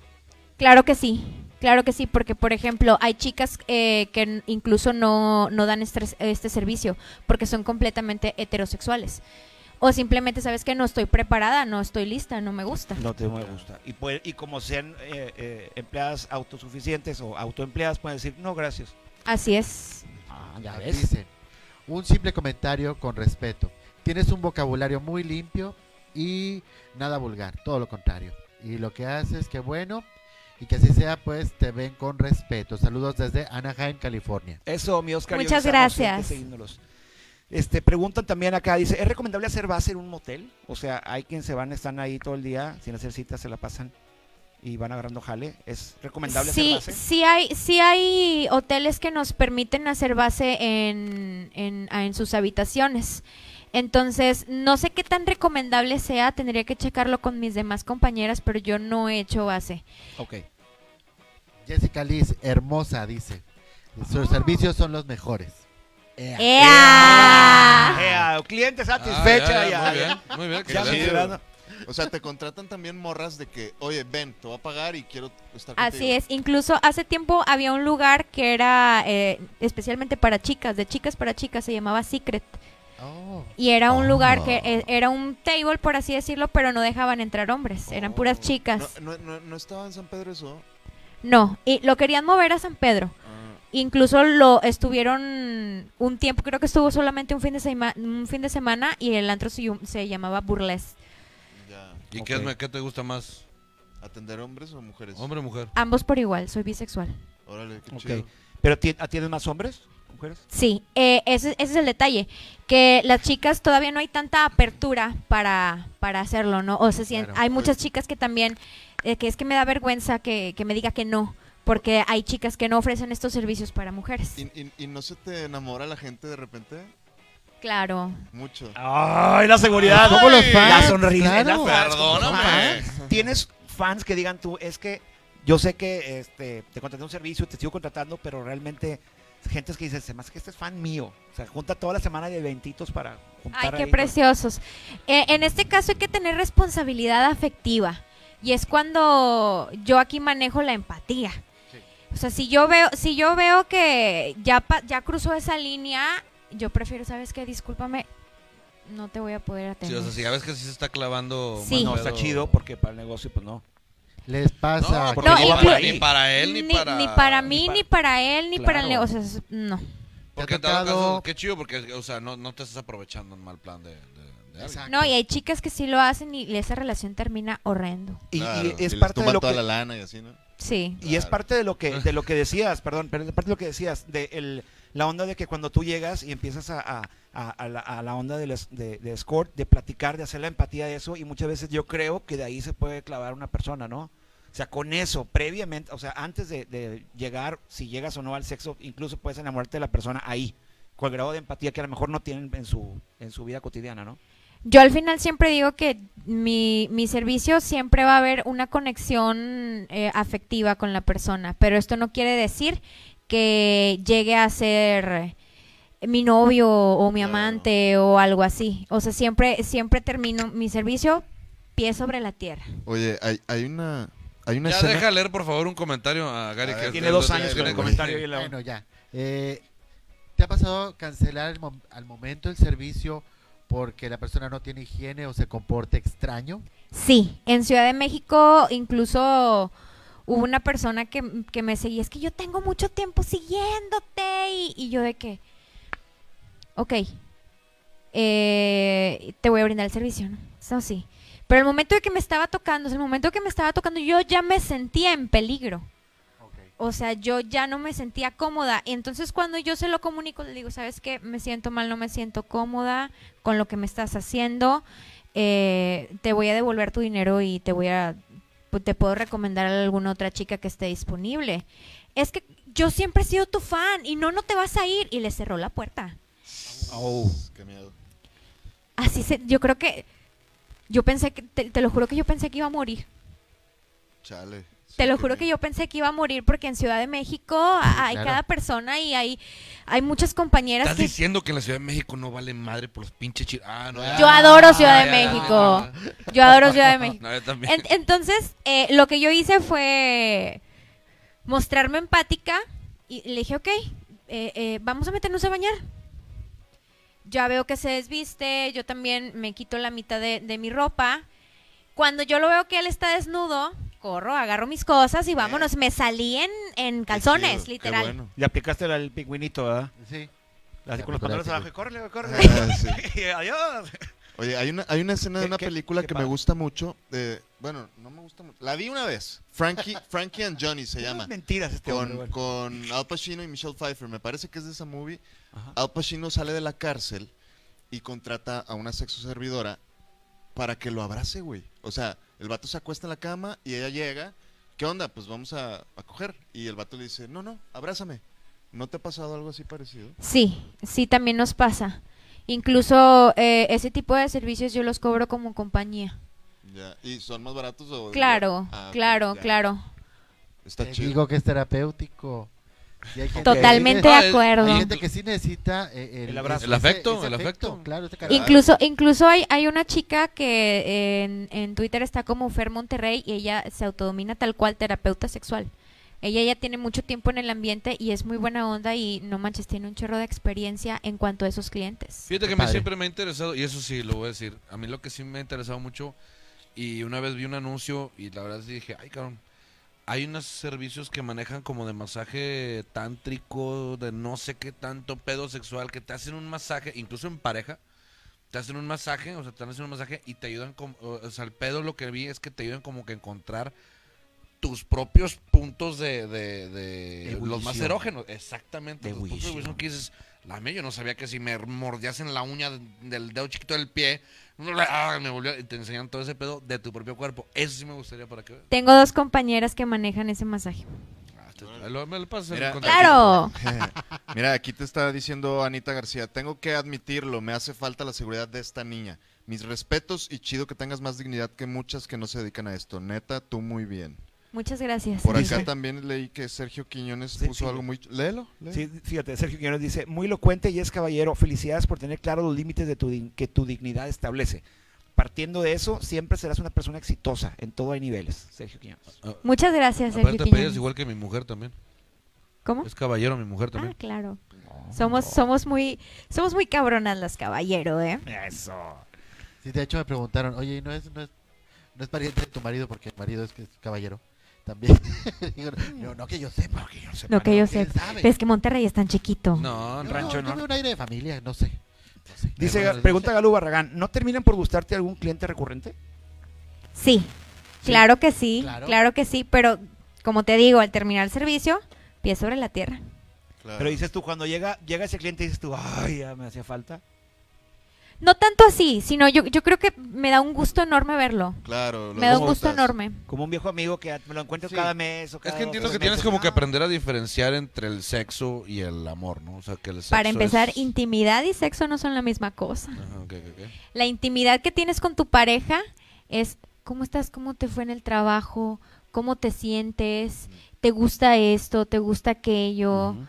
G: Claro que sí, claro que sí, porque por ejemplo hay chicas eh, que n- incluso no, no dan este, este servicio porque son completamente heterosexuales. O simplemente sabes que no estoy preparada, no estoy lista, no me gusta.
A: No te me gusta. Y, puede- y como sean eh, eh, empleadas autosuficientes o autoempleadas, pueden decir, no, gracias.
G: Así es.
E: Ya
A: Ah, ya
E: ves.
A: ves.
E: Dicen, un simple comentario con respeto. Tienes un vocabulario muy limpio y nada vulgar, todo lo contrario. Y lo que haces, que bueno, y que así sea, pues te ven con respeto. Saludos desde Anaheim, California.
A: Eso, mi Oscar. y
G: Muchas
A: avisamos, sí, hay que
G: gracias.
A: seguirnos. Este, preguntan también acá, dice, ¿es recomendable hacer base en un motel? O sea, hay quienes se van, están ahí todo el día sin hacer citas, se la pasan y van agarrando jale. ¿Es recomendable
G: Sí,
A: hacer base?
G: sí hay, sí hay hoteles que nos permiten hacer base en, en- ah, en sus habitaciones. Entonces, no sé qué tan recomendable sea, tendría que checarlo con mis demás compañeras, pero yo no he hecho base.
A: Ok.
E: Jessica Liz, hermosa, dice.
A: Ah.
E: Sus servicios son los mejores.
A: Eh.
E: Eh. Ea.
G: ¡Ea!
A: Ea, cliente satisfecha.
C: Ah,
A: ya,
C: ya, ya,
A: ya.
C: Muy
B: Ya
C: bien, muy bien. excelente.
B: me-
A: Considerando-
B: O sea, te contratan también morras de que, oye, ven, te voy a pagar y quiero estar contigo.
G: Así es, incluso hace tiempo había un lugar que era eh, especialmente para chicas, de chicas para chicas, se llamaba Secret.
E: Oh.
G: Y era un lugar
E: Ah.
G: que eh, era un table, por así decirlo, pero no dejaban entrar hombres, eran
B: Oh.
G: puras chicas.
B: No, no, no, no estaba en San Pedro eso.
G: No, y lo querían mover a San Pedro.
B: Ah,
G: Incluso lo estuvieron un tiempo, creo que estuvo solamente un fin de, sema- un fin de semana y el antro se, llam- se llamaba Burles.
B: ya.
C: ¿Y qué, es- qué te gusta más?
B: ¿Atender hombres o mujeres?
C: ¿Hombre o mujer?
G: Ambos por igual, soy bisexual.
B: Órale, qué
A: Ok.
B: chido.
A: ¿Pero ti- atienden más hombres? ¿Mujeres?
G: Sí, eh, ese, ese es el detalle, que las chicas todavía no hay tanta apertura para, para hacerlo, ¿no? O sea, si en-
E: Claro.
G: hay muchas chicas que también, eh, que es que me da vergüenza que, que me diga que no, porque hay chicas que no ofrecen estos servicios para mujeres.
B: ¿Y, y, y no se te enamora la gente de repente?
G: Claro.
B: Mucho.
A: ¡Ay, la seguridad!
E: ¿Cómo los
A: La
E: fans?
A: sonrisa.
E: Claro.
A: la-
C: Perdóname.
A: ¿Tienes fans que digan tú, es que yo sé que este, te contraté un servicio, te sigo contratando, pero realmente gente es que dice, se más que este es fan mío. O sea, junta toda la semana de eventitos para juntar
G: Ay, qué
A: ahí, ¿no?
G: preciosos. Eh, en este caso hay que tener responsabilidad afectiva. Y es cuando yo aquí manejo la empatía.
E: Sí.
G: O sea, si yo veo, si yo veo que ya, pa- ya cruzó esa línea, yo prefiero, ¿sabes qué? Discúlpame, no te voy a poder
C: Sí,
G: atender.
C: o sea, si ya ves que sí se está clavando.
G: Sí.
C: mal
A: No, está
C: pedo.
A: chido porque para el negocio, pues no.
E: Les
C: No,
E: pasa.
C: porque
G: No,
C: no va
G: inclu-
C: para- ni para él, ni, para.
G: mí, ni para él, ni para el
A: Claro.
G: negocio. O sea, es- no.
C: Porque en
E: Te ha
C: todo
E: tocado-
C: caso, qué chido, porque, o sea, no, no te estás aprovechando en mal plan de. de- de alguien.
E: Exacto.
G: No, y hay chicas que sí lo hacen y esa relación termina horrendo.
A: Y, y
B: Claro,
A: es
B: les
A: parte de
B: tumban
A: lo
B: toda
A: que...
B: la lana y así, ¿no?
G: Sí.
A: Y es
B: Claro.
A: parte de lo que de lo que decías, perdón, pero es parte de lo que decías, de el- la onda de que cuando tú llegas y empiezas a, a- a- a la, a la onda del es- de, de escort, de platicar, de hacer la empatía de eso, y muchas veces yo creo que de ahí se puede clavar una persona, ¿no? O sea, con eso, previamente, o sea, antes de, de llegar, si llegas o no al sexo, incluso puedes enamorarte de la persona ahí, con el grado de empatía que a lo mejor no tienen en su, en su vida cotidiana, ¿no?
G: Yo al final siempre digo que mi, mi servicio siempre va a haber una conexión eh, afectiva con la persona, pero esto no quiere decir que llegue a ser mi novio o mi
B: Claro.
G: amante o algo así. O sea, siempre, siempre termino mi servicio pie sobre la tierra.
B: Oye, hay, hay una, hay una
C: Ya
B: escena...
C: deja leer, por favor, un comentario a Gary.
B: A
C: que
B: ver,
A: Ah, Tiene
C: este-
A: dos
C: tiene-
A: años con
C: tiene-
A: el comentario y la...
E: Bueno, ya. Eh, ¿Te ha pasado cancelar al mom- al momento el servicio porque la persona no tiene higiene o se comporta extraño?
G: Sí, en Ciudad de México incluso hubo una persona que, que me seguía, es que yo tengo mucho tiempo siguiéndote y, y yo de que, ok, eh, te voy a brindar el servicio, ¿no? Eso sí. Pero el momento de que me estaba tocando, o sea, el momento que me estaba tocando, yo ya me sentía en peligro. O sea, yo ya no me sentía cómoda. Y entonces cuando yo se lo comunico, le digo, ¿sabes qué? Me siento mal, no me siento cómoda con lo que me estás haciendo. Eh, te voy a devolver tu dinero y te voy a... pu- Te puedo recomendar a alguna otra chica que esté disponible. Es que yo siempre he sido tu fan y no, no te vas a ir. Y le cerró la puerta.
A: Oh.
B: Qué miedo.
G: Así se... Yo creo que... Yo pensé que... Te, te lo juro que yo pensé que iba a morir.
B: Chale.
G: Te
C: pues
G: lo juro que yo pensé que iba a morir porque en Ciudad de México a- hay
E: claro.
G: cada persona y hay, hay muchas compañeras
C: Estás
G: que...
C: diciendo que en la Ciudad de México no vale madre por los pinches chir... Ah, no. ya. Ah,
G: Yo adoro Ciudad de
C: ya, ya,
G: México.
C: ya,
G: Yo adoro Ciudad de
C: ya.
G: México.
C: No, yo también.
G: En- entonces, eh, lo que yo hice fue mostrarme empática y le dije, ok, eh, eh, vamos a meternos a bañar. Ya veo que se desviste, yo también me quito la mitad de, de mi ropa. Cuando yo lo veo que él está desnudo, corro, agarro mis cosas y vámonos. Me salí en, en calzones, literal.
A: Le aplicaste la del pingüinito, ¿verdad?
E: Sí.
A: Así
E: La
A: con los pantalones
E: película,
A: abajo
E: sí.
A: y Pues córrele, córrele.
B: Ah, Sí.
A: Adiós.
B: Oye, hay una, hay una escena de
A: ¿Qué-
B: una
A: qué-
B: película
A: qué
B: que me
A: padre?
B: gusta mucho. eh, bueno, no me gusta mucho. La vi una vez. Frankie, Frankie and Johnny se llama.
A: Mentiras este hombre,
B: Con,
A: güey.
B: con Al Pacino y Michelle Pfeiffer. Me parece que es de esa movie.
A: Ajá.
B: Al Pacino sale de la cárcel y contrata a una sexo servidora para que lo abrace, güey. O sea, el vato se acuesta en la cama y ella llega. ¿Qué onda? Pues vamos a, a coger. Y el vato le dice, no, no, abrázame. ¿No te ha pasado algo así parecido?
G: Sí, sí, también nos pasa. Incluso eh, ese tipo de servicios yo los cobro como compañía.
B: Ya. ¿Y son más baratos? O
G: Claro,
B: Pues, Ah, ok,
G: claro,
B: ya.
G: claro.
B: Está
E: Te
B: chido.
E: Eh, digo que es terapéutico. Y hay gente que sí
G: Totalmente
C: Ah,
G: de
C: es-
G: acuerdo.
E: Hay gente que sí necesita eh, el,
D: El abrazo.
E: ese-
C: El afecto,
E: ese
C: el afecto.
E: Claro, este
B: Y-
E: cariño.
G: Incluso, incluso hay, hay una chica que eh, en, en Twitter está como Fer Monterrey y ella se autodomina tal cual terapeuta sexual. Ella ya tiene mucho tiempo en el ambiente y es muy buena onda y no manches, tiene un chorro de experiencia en cuanto a esos clientes.
C: Fíjate que
E: Qué
C: a mí
E: padre.
C: siempre me ha interesado, y eso sí lo voy a decir, a mí lo que sí me ha interesado mucho, y una vez vi un anuncio y la verdad sí dije, ay cabrón, hay unos servicios que manejan como de masaje tántrico, de no sé qué tanto pedo sexual, que te hacen un masaje, incluso en pareja, te hacen un masaje, o sea, te hacen un masaje y te ayudan, con, o o sea, el pedo lo que vi es que te ayudan como que a encontrar tus propios puntos de, de- de los más
D: Ebullición.
C: erógenos, exactamente, tus puntos de
D: Ebullición.
C: ebullición que pues, dices, la mía, yo no sabía que si me mordías en la uña de- del dedo chiquito del pie, ah, me volvió, y te enseñan todo ese pedo de tu propio cuerpo. Eso sí me gustaría para que...
G: Tengo dos compañeras que manejan ese masaje.
C: Ah, te- lo- me lo pasas en
B: Mira.
C: contacto.
G: Claro.
B: Mira, aquí te está diciendo Anita García, tengo que admitirlo, me hace falta la seguridad de esta niña. Mis respetos y chido que tengas más dignidad que muchas que no se dedican a esto. Neta, tú muy bien.
G: Muchas gracias.
B: Por
G: Dice.
B: acá también leí que Sergio Quiñones
D: Sí,
B: puso
D: sí.
B: algo muy... Léelo, léelo.
D: Sí, fíjate, Sergio Quiñones dice, muy elocuente y es caballero, felicidades por tener claros los límites de tu din- que tu dignidad establece. Partiendo de eso, siempre serás una persona exitosa, en todo hay niveles, Sergio Quiñones.
G: Muchas gracias, Sergio
C: Aparte,
G: Quiñones.
C: apellidas igual que mi mujer también.
G: ¿Cómo?
C: Es caballero mi mujer
G: Ah,
C: también.
G: claro. Somos, somos muy, somos muy cabronas las caballero, ¿eh?
D: Eso.
E: Ah, Sí, de hecho me preguntaron, oye, ¿y ¿no es, no es, no es pariente de tu marido? Porque el marido es, que es caballero. También. Digo, no, no que yo sepa. No que yo sepa.
G: Lo que yo
E: ¿quién
G: sé. Pues,
E: sabe?
G: Pero es que Monterrey es tan chiquito.
C: No,
E: Yo-
C: en rancho
E: yo
C: no.
E: veo un aire de familia, no sé. No sé.
D: Dice,
C: Algunas veces.
D: pregunta Galo Barragán, ¿no terminan por gustarte algún cliente recurrente?
G: Sí, claro que sí,
E: Claro.
G: claro. que sí, pero como te digo, al terminar el servicio, pie sobre la tierra.
B: Claro.
D: Pero dices tú, cuando llega, llega ese cliente, dices tú, ay, ya me hacía falta.
G: No tanto así, sino yo, yo creo que me da un gusto enorme verlo.
B: Claro, los
G: Me da un
B: dos
G: gusto
B: juntas.
G: enorme.
D: Como un viejo amigo que me lo encuentro
E: Sí.
D: cada mes o
C: Es
D: cada
C: que
D: dos,
C: entiendo que
D: tres
C: tienes
D: meses.
C: como que aprender a diferenciar entre el sexo y el amor, ¿no? O sea, que el sexo
G: Para empezar,
C: es-
G: intimidad y sexo no son la misma cosa.
C: Ajá, ok, ok, ok.
G: La intimidad que tienes con tu pareja es cómo estás, cómo te fue en el trabajo, cómo te sientes, te gusta esto, te gusta aquello.
C: Ujú.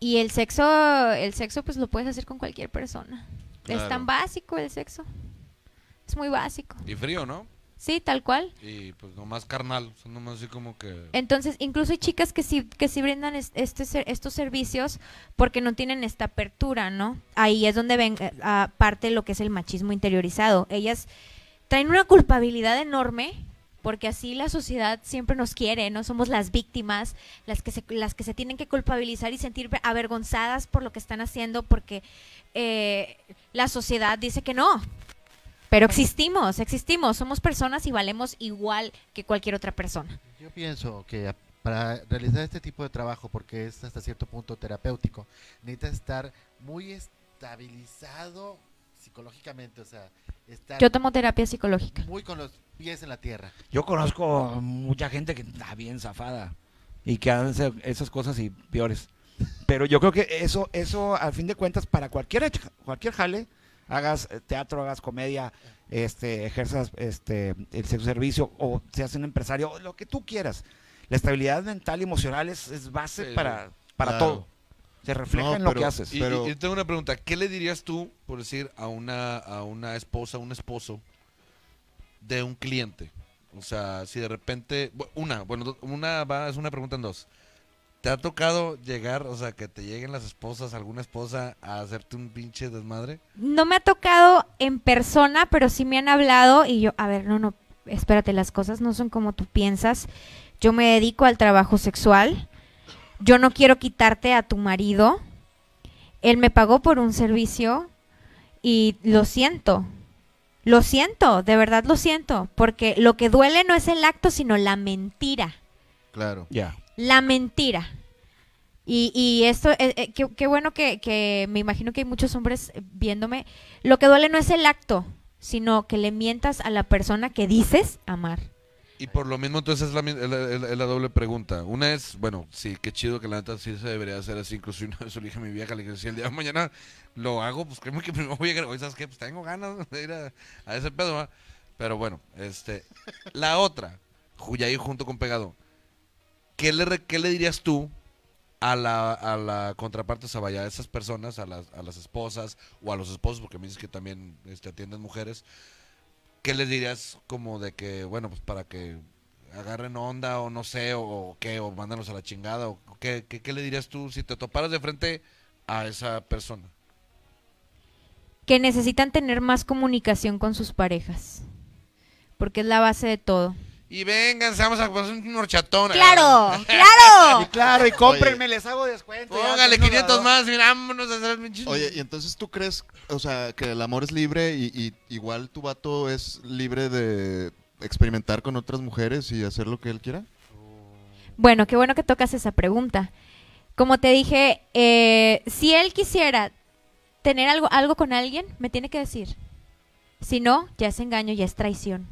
G: Y el sexo, el sexo pues lo puedes hacer con cualquier persona.
B: Claro.
G: Es tan básico el sexo. Es muy básico.
C: Y frío, ¿no?
G: Sí, tal cual.
C: Y pues nomás carnal, o sea, nomás así como que...
G: Entonces, incluso hay chicas que sí, que sí brindan es- este, ser- estos servicios porque no tienen esta apertura, ¿no? Ahí es donde ven eh, ah, parte lo que es el machismo interiorizado. Ellas traen una culpabilidad enorme porque así la sociedad siempre nos quiere, ¿no? Somos las víctimas, las que se, las que se tienen que culpabilizar y sentir avergonzadas por lo que están haciendo porque eh, la sociedad dice que no. Pero existimos, existimos, somos personas y valemos igual que cualquier otra persona.
E: Yo pienso que a- para realizar este tipo de trabajo, porque es hasta cierto punto terapéutico, necesitas estar muy estabilizado psicológicamente, o sea, estar
G: Yo tomo terapia psicológica.
E: muy con los pies en la tierra.
D: Yo conozco mucha gente que está bien zafada y que hace esas cosas y peores. Pero yo creo que eso, eso al fin de cuentas, para cualquier, cualquier jale, hagas eh, teatro, hagas comedia, este, ejerzas este, el sexo servicio o seas un empresario, lo que tú quieras. La estabilidad mental y emocional es, es base
C: Sí,
D: para, para
B: claro.
D: todo. Se refleja
B: No,
D: en lo que
B: pero-
D: haces.
C: Y,
B: Pero-
C: y- y tengo una pregunta, ¿qué le dirías tú, por decir, a una, a una esposa, un esposo de un cliente? O sea, si de repente, bu- una, bueno, do- una va, es una pregunta en dos. ¿Te ha tocado llegar, o sea, que te lleguen las esposas, alguna esposa, a hacerte un pinche desmadre?
G: No me ha tocado en persona, pero sí me han hablado y yo, a ver, no, no, espérate, las cosas no son como tú piensas. Yo me dedico al trabajo sexual. Yo no quiero quitarte a tu marido. Él me pagó por un servicio y lo siento. Lo siento, de verdad lo siento, porque lo que duele no es el acto, sino la mentira.
B: Claro.
D: Ya.
G: La mentira. Y, y esto, eh, eh, qué, qué bueno que, que me imagino que hay muchos hombres eh, viéndome. Lo que duele no es el acto, sino que le mientas a la persona que dices amar.
C: Y por lo mismo, entonces es la, mi- es la- es la- es la doble pregunta. Una es, bueno, sí, qué chido que la neta sí se debería hacer así. Incluso una vez le dije a mi vieja, le dije, si el día de mañana lo hago, pues créeme que primero voy a llegar. Oye, ¿sabes qué? Pues tengo ganas de ir a, a ese pedo, ¿va? Pero bueno, este. La otra, ju- y ahí junto con pegado. ¿qué le, re- qué le dirías tú a la, a la contraparte, o sea, vaya, a esas personas, a las, a las esposas o a los esposos, porque me dices que también este, atienden mujeres, ¿qué les dirías como de que, bueno, pues para que agarren onda o no sé, o, o qué, o mándanos a la chingada, o qué, qué, qué le dirías tú si te toparas de frente a esa persona?
G: que necesitan tener más comunicación con sus parejas. Porque es la base de todo.
C: Y vengan, vamos a poner un horchatón.
G: ¡Claro! ¡Claro!
D: Claro, y
B: cómprenme,
D: les hago descuento.
C: Póngale 500 más, mirámonos a hacer
B: Oye, ¿y entonces tú crees, o sea, que el amor es libre y, y igual tu vato es libre de experimentar con otras mujeres y hacer lo que él quiera?
G: Bueno, qué bueno que tocas esa pregunta. Como te dije, eh, si él quisiera tener algo, algo con alguien, me tiene que decir. Si no, ya es engaño, ya es traición.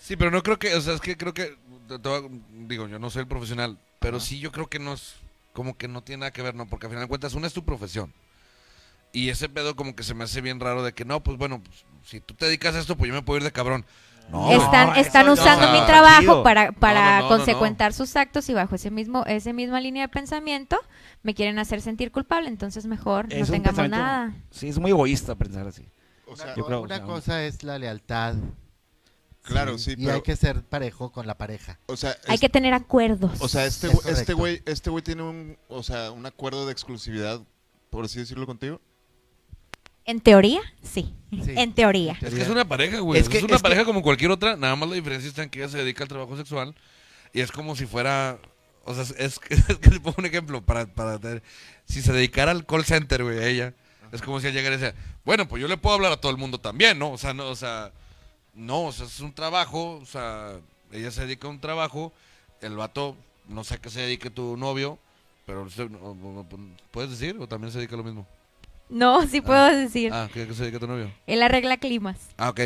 C: Sí, pero no creo que, o sea, es que creo que, te- te voy a- digo, yo no soy el profesional, pero sí yo creo que no es, como que no tiene nada que ver, ¿no? Porque al final de cuentas, una es tu profesión. Y ese pedo como que se me hace bien raro de que, no, pues bueno, pues, si tú te dedicas a esto, pues yo me puedo ir de cabrón. No, güey.
G: están
D: eso
G: están
D: no,
G: usando
C: o sea,
G: mi trabajo
D: chido.
G: para,
C: no,
G: para
C: no, no,
G: consecuentar sus actos y bajo ese mismo esa misma línea de pensamiento me quieren hacer sentir culpable, entonces mejor
A: Es
G: no
A: un
G: tengamos
A: pensamiento-
G: nada.
A: Sí, es muy egoísta pensar así.
B: O sea,
A: Yo creo, o
E: una
A: sea,
E: cosa es la lealtad.
B: claro, sí,
E: Y
B: pero,
E: hay que ser parejo con la pareja.
B: o sea,
G: Hay
B: es-
G: que tener acuerdos.
B: o sea, este,
E: Es
B: güey- este
E: correcto.
B: güey, este güey tiene un, o sea, un acuerdo de exclusividad, por así decirlo contigo.
G: en teoría, sí.
E: Sí.
G: En teoría.
C: Es que es una pareja, güey.
E: Es
C: Es,
E: que-
C: una
E: es que-
C: pareja como cualquier otra, nada más la diferencia está en que ella se dedica al trabajo sexual y es como si fuera... O sea, es, es que te pongo un ejemplo para, para tener... Si se dedicara al call center, güey, ella, es como si ella llegara y decía, bueno, pues yo le puedo hablar a todo el mundo también, ¿no? O sea, no, o sea, no, o sea, es un trabajo, o sea, ella se dedica a un trabajo, el vato, no sé a qué se dedique tu novio, pero usted- o- o- puedes decir o también se dedica a lo mismo.
G: No, sí puedo decir.
C: Ah, ¿qué, qué se dedica tu novio?
G: Él arregla climas.
C: Ah, ok.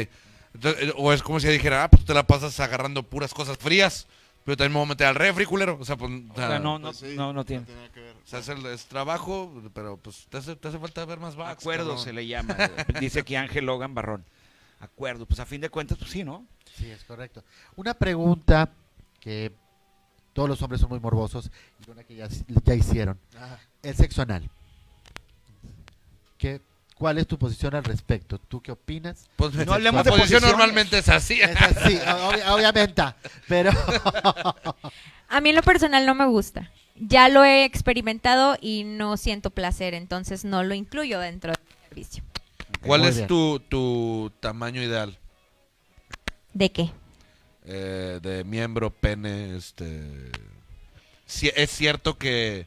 C: Entonces, eh, o es como si dijera, ah, pues tú te la pasas agarrando puras cosas frías, pero también me voy a meter al refri, culero. O sea, pues, o sea,
A: O sea, no, no,
B: Pues sí,
A: no, no tiene.
B: nada que ver.
C: o sea, es, el- es trabajo, pero pues te hace, te hace falta ver más backs.
A: Acuerdo
C: cabrón.
A: se le llama. güey. Dice aquí Ángel Logan Barrón. Acuerdo, pues a fin de cuentas, pues sí, ¿no?
E: Sí, es correcto. Una pregunta que todos los hombres son muy morbosos y una que ya, ya hicieron. El sexo anal. ¿Qué, ¿Cuál es tu posición al respecto? ¿Tú qué opinas?
C: Pues,
E: No
C: la
E: hablemos de
C: posición
E: posiciones.
C: normalmente es así.
E: Es así, obvi- obviamente, pero
G: A mí en lo personal no me gusta. Ya lo he experimentado y no siento placer, entonces no lo incluyo dentro del servicio.
C: ¿Cuál
E: Muy
C: es
E: bien.
C: tu, tu tamaño ideal?
G: ¿De qué?
C: Eh, de miembro, pene, este... si- ¿Es cierto que...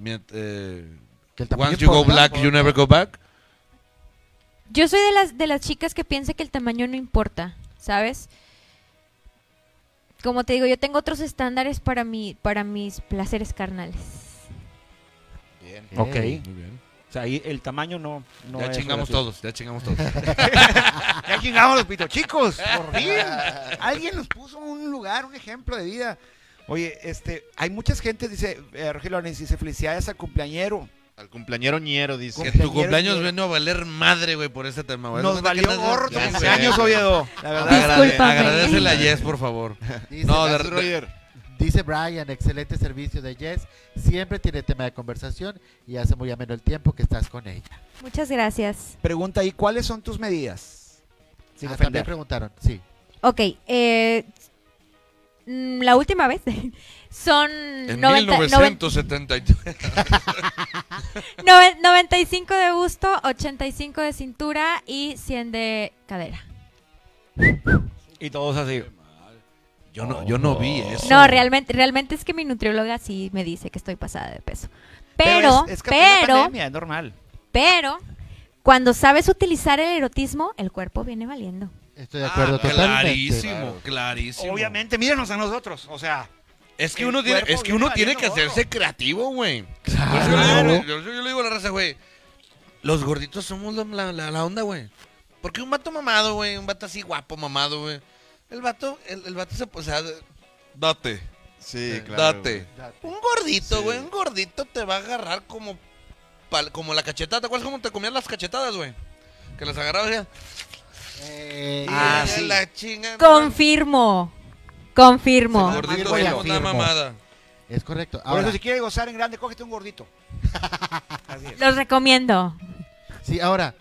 C: mient- eh,
E: que el tamaño
C: once you go
E: importa.
C: black, you never go back?
G: Yo soy de las de las chicas que piensa que el tamaño no importa, ¿sabes? Como te digo, yo tengo otros estándares para mi para mis placeres carnales.
B: Bien.
E: Ok.
C: Muy bien.
A: O sea, ahí el tamaño no. no
C: ya
A: es
C: chingamos
A: relativo.
C: todos, ya chingamos todos.
D: Ya chingamos los pito chicos, por fin. Alguien nos puso un lugar, un ejemplo de vida. Oye, este, hay muchas gentes, dice eh, Rogelio Ortiz, dice felicidades al cumpleañero.
B: Al cumpleañero ñero dice.
C: Que
D: Cumpleaños
C: tu cumpleaños
D: bien.
C: vino a valer madre, güey, por este tema, güey.
D: Nos valió gorro tu
B: Ya sé,
D: cumpleaños,
B: güey.
D: Oviedo. La verdad.
G: Discúlpame.
C: Agradecele a Jess, por favor.
E: Dice,
C: No, de-
B: Gracias, Roger.
E: dice Brian, excelente servicio de Jess. Siempre tiene tema de conversación y hace muy ameno el tiempo que estás con ella.
G: Muchas gracias.
D: Pregunta ahí, ¿cuáles son tus medidas? Sin
E: Ah, también
D: ofender.
E: preguntaron, sí.
G: Ok, eh, mm, la última vez son
C: En
G: 90
C: 1973.
G: 90 noven- 95 de busto, 85 de cintura y 100 de cadera.
A: Y todos así.
C: Yo no, yo no vi eso.
D: Oh.
G: No, realmente, realmente es que mi nutrióloga sí me dice que estoy pasada de peso. Pero,
D: es- es
G: pero,
D: que apenas pandemia, es normal.
G: pero, cuando sabes utilizar el erotismo, el cuerpo viene valiendo.
E: Estoy de acuerdo totalmente.
C: Ah, clarísimo, clarísimo.
D: Obviamente, mírenos a nosotros, o sea.
C: Es que
D: El
C: uno tiene,
D: cuerpo
C: es que
D: viene
C: uno tiene que
D: valiendo gorro.
C: hacerse creativo, güey.
E: Claro.
C: Yo, yo le digo- yo- yo le digo a la raza, güey. Los gorditos somos la, la- la- la onda, güey. Porque un vato mamado, güey. Un vato así guapo, mamado, güey. El vato, el, el vato se, o sea, date.
B: Sí,
C: Eh,
B: claro.
C: date.
B: güey.
C: Un gordito,
B: Sí.
C: güey. Un gordito te va a agarrar como, pal- como la cachetada. ¿Te acuerdas cómo te comías las cachetadas, güey? Que las agarrabas ya.
E: Eh,
D: Ah,
C: y
D: sí.
C: la chinga.
G: Confirmo, confirmo.
C: El gordito
E: Confirmo,
C: como una
E: confirmo.
C: mamada.
E: Es correcto.
A: Por
E: Ahora,
A: eso, si quieres gozar en grande, cógete un gordito. Así es.
G: Los recomiendo.
E: sí, ahora.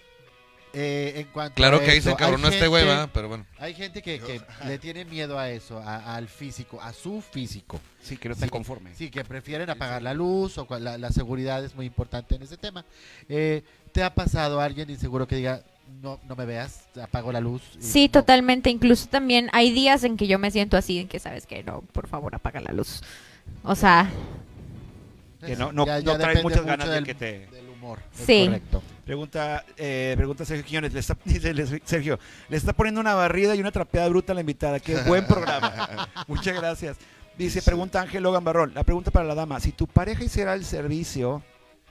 E: eh, en cuanto
C: Claro
E: a
C: que ahí se
E: esto, hay
C: encaronó este güey,
E: gente-
C: ¿verdad? Pero bueno.
E: Hay gente que, que le tiene miedo a eso, a- al físico, a su físico.
A: Sí, que no
E: Sí,
A: están conformes.
E: Sí, que prefieren apagar la luz o cua- la, la seguridad es muy importante en ese tema. Eh, ¿Te ha pasado alguien inseguro que diga, no, no me veas, apago la luz? y
G: Sí,
E: no"?
G: totalmente. Incluso también hay días en que yo me siento así, en que sabes que no, por favor, apaga la luz. O sea,
A: Que no, no,
E: pues, Ya-
A: no
E: ya
A: traes
E: depende
A: muchas
E: mucho
A: ganas de
E: del-
A: que te.
E: Del humor. es
G: Sí.
E: correcto.
A: Pregunta, eh, pregunta Sergio Quiñones. Le está, dice le- Sergio, le está poniendo una barrida y una trapeada bruta a la invitada. Qué buen programa. Muchas gracias. Dice, pregunta Ángel Logan Barrón. La pregunta para la dama. Si tu pareja hiciera el servicio,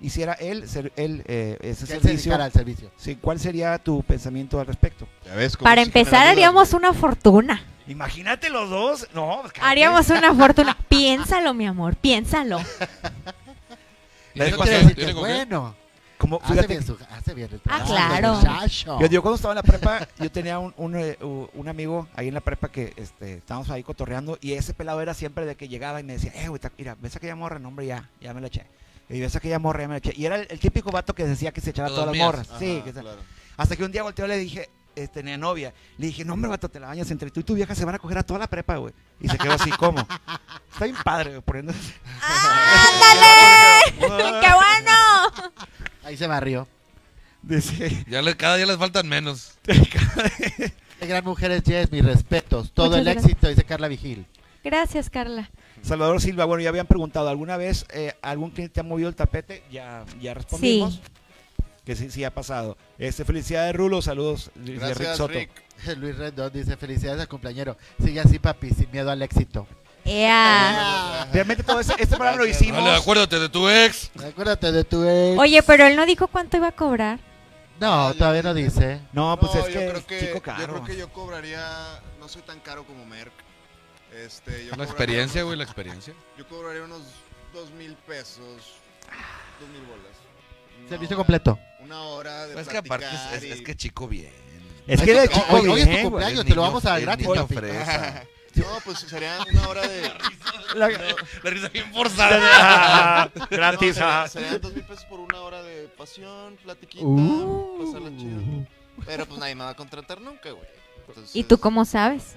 A: hiciera él, ser- él, eh, ese
E: Que él se
A: servicio,
E: dedicara al servicio.
A: sí, ¿cuál sería tu pensamiento al respecto?
B: Ya ves, como
G: para
B: sí que me da
G: empezar
B: dudas,
G: haríamos
B: güey.
G: una fortuna.
A: Imagínate los dos. No, pues, cállate.
G: Haríamos una fortuna. Piénsalo, mi amor, piénsalo.
C: ¿Y le
E: Eso
C: con
E: quiere
C: qué?
E: decir que
C: ¿Tiene
E: es
C: con qué?
E: bueno.
A: Como,
E: Hace
A: fíjate,
E: bien, su- hace bien el
G: Ah,
E: trabajo,
G: claro.
E: muchacho.
A: Yo, yo cuando estaba en la prepa, yo tenía un, un, eh, u- un amigo ahí en la prepa que este, estábamos ahí cotorreando y ese pelado era siempre de que llegaba y me decía, eh, güey, ta- mira, ves aquella morra, no, hombre, ya, ya me la eché. Y ves aquella morra, ya me la eché. Y era el, el típico vato que decía que se echaba
C: Todas
A: todas las
C: mías.
A: morras. sí,
B: Ajá,
A: que se-
B: claro.
A: hasta que un día volteó y le dije, eh, tenía novia, le dije, no, hombre, vato, te la bañas entre tú y tu vieja, se van a coger a toda la prepa, güey. Y se quedó así, ¿cómo? Está bien padre, güey, poniendo...
G: ¡Ándale! ¡Qué bueno!
E: Ahí se barrió.
A: Dice,
C: Ya le- cada día les faltan menos.
E: Qué gran mujer es Jess, mis respetos. Todo
G: Muchas
E: el
G: gracias.
E: éxito, dice Carla Vigil.
G: Gracias, Carla.
A: Salvador Silva, bueno, ya habían preguntado, ¿alguna vez eh, algún cliente te ha movido el tapete? Ya, ya respondimos.
G: Sí.
A: Que sí, sí ha pasado. Este, felicidades, Rulo, saludos de- de Rick
B: Gracias,
A: Soto.
B: Rick.
E: Luis Rendón dice, felicidades al compañero. Sigue así, papi, sin miedo al éxito.
G: Ea.
A: Realmente todo este, este programa lo
B: Gracias,
A: hicimos.
C: Vale, acuérdate de tu ex.
E: Acuérdate de tu ex.
G: Oye, pero él no dijo cuánto iba a cobrar.
E: No, todavía no dice.
A: No, pues es
B: yo
A: que,
B: creo que,
A: chico
B: Yo
A: caro.
B: creo que yo cobraría, no soy tan caro como Merck. Este, yo
C: La
B: cobraría
C: experiencia,
B: unos-
C: güey, la experiencia.
B: Yo cobraría unos dos mil pesos, dos mil bolas. Una
E: Servicio
B: hora-
E: completo.
B: Una hora de
C: Pues Es que aparte es- es,
B: platicar
C: es
B: y-
C: que chico bien. Eh,
A: Es que de
E: Ay,
A: chico
E: hoy- hoy es tu
A: bien, güey.
E: cumpleaños,
C: Es
E: te lo
C: niño-
E: vamos a dar
C: es
E: gratis,
C: niño
E: papi.
C: fresa.
B: No, pues sería una hora de...
A: La-
C: La risa bien forzada.
A: Ah,
B: No,
A: gratis. ah.
B: sería- serían dos mil pesos por una hora de pasión, platiquita,
E: Uh.
B: pasarla chido. Pero pues nadie me va a contratar nunca, güey. Entonces,
G: ¿Y tú cómo sabes?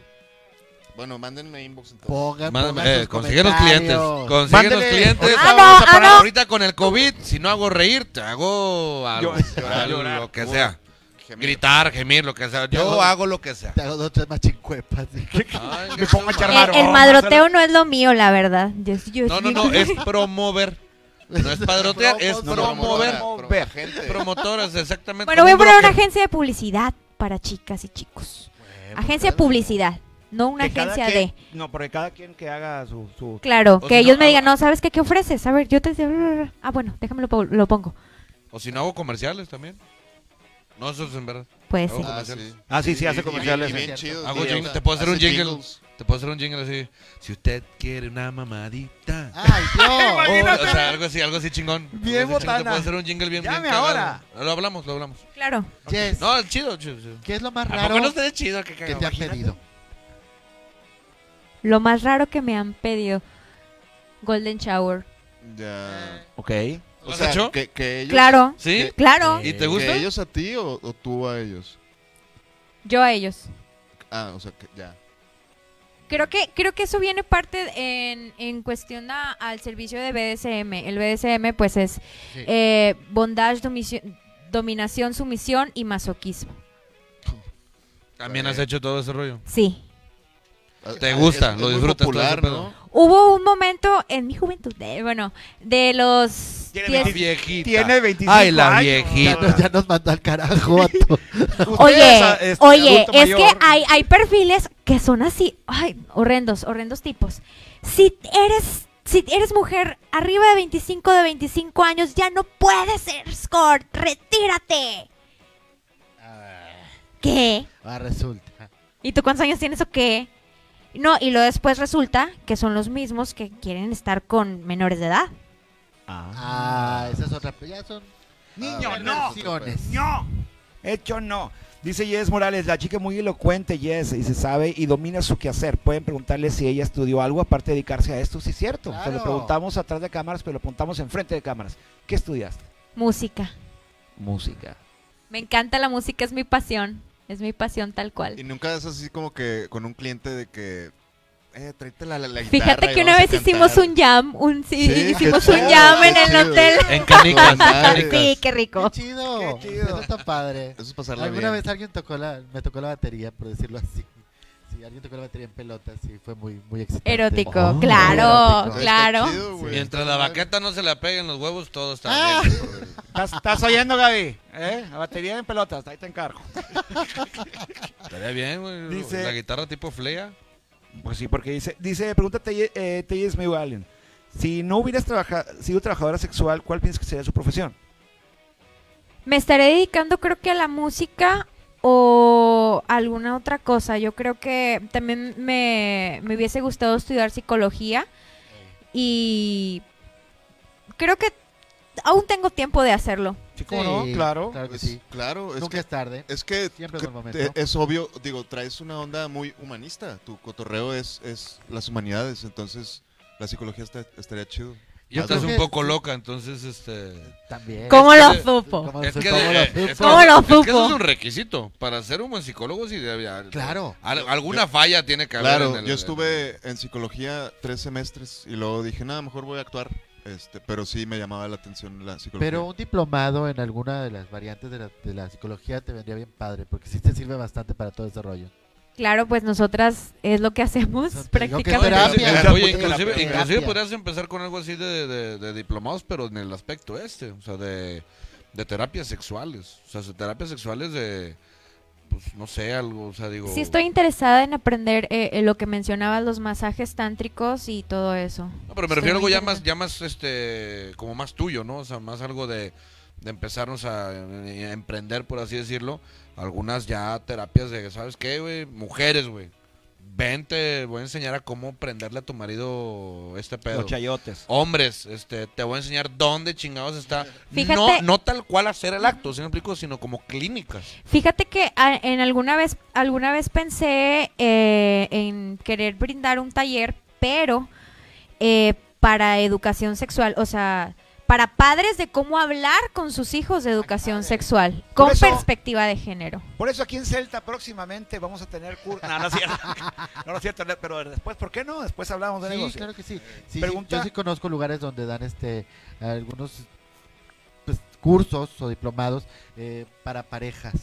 B: Bueno, mándenme inbox entonces.
E: Pongan,
C: Manda-
E: pongan
C: eh,
E: sus
C: consigue los clientes.
E: comentarios.
C: Consigue los
A: Mándele.
C: clientes.
G: Ah, no, ah, no.
C: Ahorita con el COVID, si no hago reír, te hago algo,
B: Llorar,
C: algo,
B: llorar.
C: lo que sea.
B: Gemir.
C: Gritar, gemir, lo que sea. Yo
E: Todo.
C: hago lo que sea.
E: Te hago dos, tres machincuepas.
C: Ay,
A: Me pongo a echar
G: El,
A: Claro,
G: Eh, el
A: no,
G: madroteo no es lo mío, la verdad. Yo- yo-
C: No, no, no, es promover. No es padrotear, es
E: Promo-
B: No,
C: promover.
B: promotora,
A: Ver.
B: gente. Ah,
C: Promotoras, exactamente.
G: Bueno, voy a
C: como
G: poner
C: un
G: una
C: broker.
G: agencia de publicidad para chicas y chicos. Agencia de
C: pues.
G: publicidad, no una
A: Que cada
G: agencia
A: quien-
G: de...
A: No, porque cada quien que haga su... su-
G: Claro,
C: O
G: que
C: si no,
G: ellos me
C: ah,
G: digan, no, ¿sabes qué? ¿Qué ofreces? A ver, yo te... Ah, bueno, déjame lo, po- lo pongo.
C: O si no hago comerciales también. No, eso es en verdad.
G: Puede
C: Hago
G: ser.
B: Ah,
C: comerciales.
B: sí.
A: Ah, sí, sí,
B: Y-
A: hace
B: y- y bien-
A: comerciales.
B: y bien
E: sí.
B: chidos,
C: Hago
B: sí,
C: jingles,
B: o
C: te puedo hacer
B: hace
C: un jingle.
B: jingles.
C: Te puedo hacer un jingle así. Si usted quiere una mamadita.
A: Ah,
E: ¡Ay, Dios!
C: o sea, algo así, algo así chingón.
A: Bien
C: Algo así chingón, Te
A: botana.
C: puedo hacer un jingle bien, bien
A: Llame
C: cagado.
A: ahora.
C: Lo hablamos, lo hablamos.
G: Claro.
E: Jess,
C: No, chido, chido. chido.
E: ¿qué es lo más
C: ¿A poco
E: raro
C: no estaría chido que
E: que
C: cagado?
E: te han pedido?
G: Lo más raro que me han pedido. Golden Shower.
B: Ya.
A: Ok.
C: ¿Lo
B: O
C: has
B: sea,
C: hecho?
B: que, que ellos,
G: Claro,
C: ¿Sí?
G: claro.
B: ¿que
C: ¿Y te gusta?
B: ellos a ti o, o tú a ellos?
G: Yo a ellos.
B: Ah, o sea, que ya.
G: Creo que, creo que eso viene parte en, en cuestión a- al servicio de BDSM. El BDSM pues es
E: Sí.
G: eh, bondage, domici- dominación, sumisión y masoquismo.
C: También has hecho todo ese rollo.
G: Sí.
C: Te gusta, lo
B: muy
C: disfrutas,
B: popular,
C: todo ese
B: ¿no?
G: Hubo un momento en mi juventud, de- bueno, de los...
A: Tiene
G: diez-
C: La viejita.
A: Tiene 25
C: Ay, la
A: años.
E: Ya
C: viejita.
E: nos, ya nos mandó al carajo, vato.
G: Oye,
A: Ustedes, este,
G: oye,
A: adulto
G: es que
A: mayor.
G: hay, hay perfiles que son así, ay, horrendos, horrendos tipos. Si eres, si eres mujer arriba de 25, de 25 años, ya no puedes ser escort, retírate. ¿Qué?
E: Ah, resulta.
G: ¿Y tú cuántos años tienes o qué? No, y luego después resulta que son los mismos que quieren estar con menores de edad.
E: Ah, esa es otra. Ya son
A: Niño,
E: ah,
A: no.
E: versiones.
A: No, hecho no. Dice Yes Morales, la chica muy elocuente, Yes, y se sabe y domina su quehacer. Pueden preguntarle si ella estudió algo aparte de dedicarse a esto, si sí, es cierto. Se lo
E: Claro.
A: preguntamos atrás de cámaras, pero lo preguntamos enfrente de cámaras. ¿Qué estudiaste?
G: Música.
A: Música.
G: Me encanta la música, es mi pasión. Es mi pasión tal
B: Y
G: cual.
B: nunca es así como que con un cliente de que, eh, tráete la, la- la guitarra.
G: Fíjate
B: y vamos
G: que una
B: a
G: vez hicimos
B: cantar".
G: un jam, un,
B: Sí,
G: sí,
B: qué
G: hicimos
B: chido,
G: un jam
B: qué
G: en el
B: chido.
G: hotel.
C: En canicas, en
B: Madre.
C: canicas.
G: Sí, qué rico.
E: Qué chido.
B: Qué chido.
E: Eso está padre.
B: Eso es pasarla
E: Alguna
B: bien.
E: vez alguien tocó la, me tocó la batería, por decirlo así. Sí, alguien tocó la batería en pelotas y fue muy, muy excitante.
G: Erótico,
E: Oh,
G: claro,
E: erótico.
B: Está
G: claro.
B: chido, güey.
C: Mientras la baqueta no se la peguen los huevos, todo está
E: Ah.
C: bien.
A: ¿Estás, estás oyendo, Gaby? ¿Eh? La batería en pelotas, ahí te encargo.
C: Estaría bien, güey.
A: Dice-
C: La guitarra tipo flea.
A: Pues sí, porque dice, dice, pregúntate, eh, T.S. May Allen, si no hubieras trabaja- sido trabajadora sexual, ¿cuál piensas que sería su profesión?
G: Me estaré dedicando creo que a la música o alguna otra cosa. Yo creo que también me, me hubiese gustado estudiar psicología y creo que aún tengo tiempo de hacerlo.
A: Sí, ¿cómo no? Claro.
E: Claro que
B: Pues,
E: sí.
B: Claro, es
E: Nunca
B: que
E: es tarde.
B: Es que,
E: Siempre es
B: que
E: buen momento.
B: te- es obvio, digo, traes una onda muy humanista. Tu cotorreo es, es las humanidades, entonces la psicología está- estaría chido.
C: Y
B: Yo
C: estás
E: creo
C: un
E: que-
C: poco loca, entonces este.
E: También.
G: ¿Cómo
C: que
G: lo
C: de-
G: supo?
E: ¿Cómo
C: Es
E: Ah, se-
C: que,
E: cómo lo
C: eh, es que-
E: supo?
G: ¿Cómo lo
C: es que eso es
G: supo?
C: un requisito. Para ser un buen psicólogo, sí debe haber-
E: Claro.
C: al- alguna falla tiene que haber.
B: Claro,
C: en el-
B: yo estuve en psicología tres semestres y luego dije, nada, mejor voy a actuar. Este, pero sí me llamaba la atención la psicología.
E: Pero un diplomado en alguna de las variantes de la, de la psicología te vendría bien padre, porque sí te sirve bastante para todo ese rollo.
G: Claro, pues nosotras es lo que hacemos
E: Eso te digo que
G: prácticamente.
E: terapia.
C: Inclusive-
E: terapia,
C: oye,
E: terapia,
C: inclusive,
E: terapia.
C: inclusive podrías empezar con algo así de, de- de diplomados, pero en el aspecto este, o sea, de, de terapias sexuales. O sea, de terapias sexuales de, pues, no sé, algo, o sea, digo...
G: Sí estoy interesada en aprender eh, eh, lo que mencionabas, los masajes tántricos y todo eso.
C: No, pero me
G: Estoy
C: refiero a algo
G: muy
C: ya más,
G: interesada.
C: ya más, este, como más tuyo, ¿no? O sea, más algo de, de empezarnos a, eh, a emprender, por así decirlo, algunas ya terapias de, ¿sabes qué, güey? Mujeres, güey. Ven, te voy a enseñar a cómo prenderle a tu marido este pedo.
A: Los chayotes.
C: Hombres, este, te voy a enseñar dónde chingados está.
G: Fíjate-
C: No, no tal cual hacer el acto, ¿sí me explico? Sino como clínicas.
G: Fíjate que a- en alguna vez, alguna vez pensé eh, en querer brindar un taller, pero eh, para educación sexual, o sea, para padres de cómo hablar con sus hijos de educación sexual,
A: Por
G: con
A: eso-
G: perspectiva de género.
A: Por eso aquí en Celta próximamente vamos a tener curso. No, no es cierto. No, no es cierto, pero después, ¿por qué no? Después hablamos de
E: Sí,
A: negocio.
E: claro que sí. Sí,
A: Pregunta-
E: Yo sí conozco lugares donde dan este algunos pues, cursos o diplomados eh, para parejas,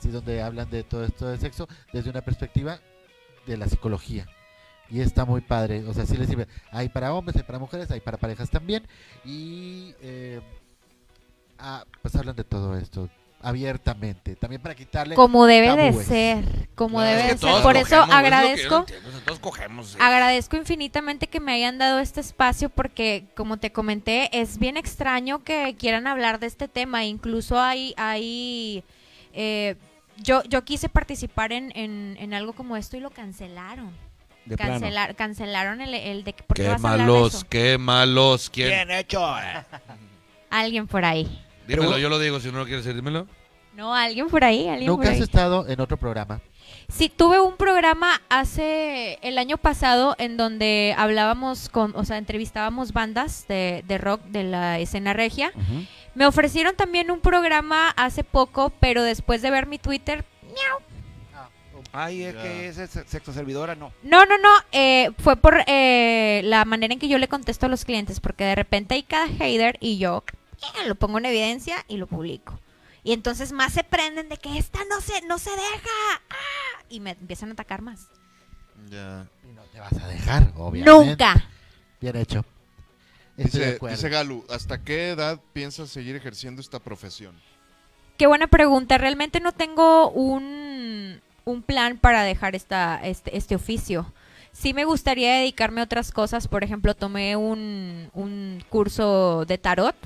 E: sí, donde hablan de todo esto de sexo desde una perspectiva de la psicología. Y está muy padre, o sea, sí les sirve. Hay para hombres, hay para mujeres, hay para parejas también. Y eh, ah, pues hablan de todo esto abiertamente, también para quitarle...
G: Como debe de
E: tabúes.
G: ser, como
E: Claro,
G: debe
E: es que
G: de ser.
C: todos
G: Por eso
C: cogemos, güey, es lo que yo no
G: agradezco.
C: entiendo, o sea, todos cogemos. sí.
G: Agradezco infinitamente que me hayan dado este espacio porque, como te comenté, es bien extraño que quieran hablar de este tema. Incluso hay, hay eh, yo, yo quise participar en, en- en algo como esto y lo cancelaron.
A: De
G: Cancelar, cancelaron el, el de que ¿por qué
C: Qué
G: vas a hablar de
C: malos,
G: eso?
C: qué malos. ¿Quién?
A: Bien hecho.
D: eh.
G: Alguien por ahí.
C: Dímelo, yo lo digo, si no lo quieres decir, dímelo.
G: No, alguien por ahí, alguien
E: Nunca
G: por
E: has
G: ahí.
E: estado en otro programa.
G: Sí, tuve un programa hace el año pasado en donde hablábamos con, o sea, entrevistábamos bandas de, de rock de la escena regia. Me ofrecieron también un programa hace poco, pero después de ver mi Twitter,
A: Ay, es que es es sexo servidora, no.
G: no, no, no, eh, fue por eh, la manera en que yo le contesto a los clientes, porque de repente hay cada hater y yo "Eh", lo pongo en evidencia y lo publico. Y entonces más se prenden de que esta no se, no se deja. ¡ah!", Y me empiezan a atacar más.
B: Ya.
E: Y no te vas a dejar, obviamente.
G: Nunca.
E: Bien hecho. Estoy de
B: Dice,
E: acuerdo.
B: dice Galu, ¿hasta qué edad piensas seguir ejerciendo esta profesión?
G: Qué buena pregunta. Realmente no tengo un, un plan para dejar esta, este, este oficio. Sí me gustaría dedicarme a otras cosas. Por ejemplo, tomé un, un curso de tarot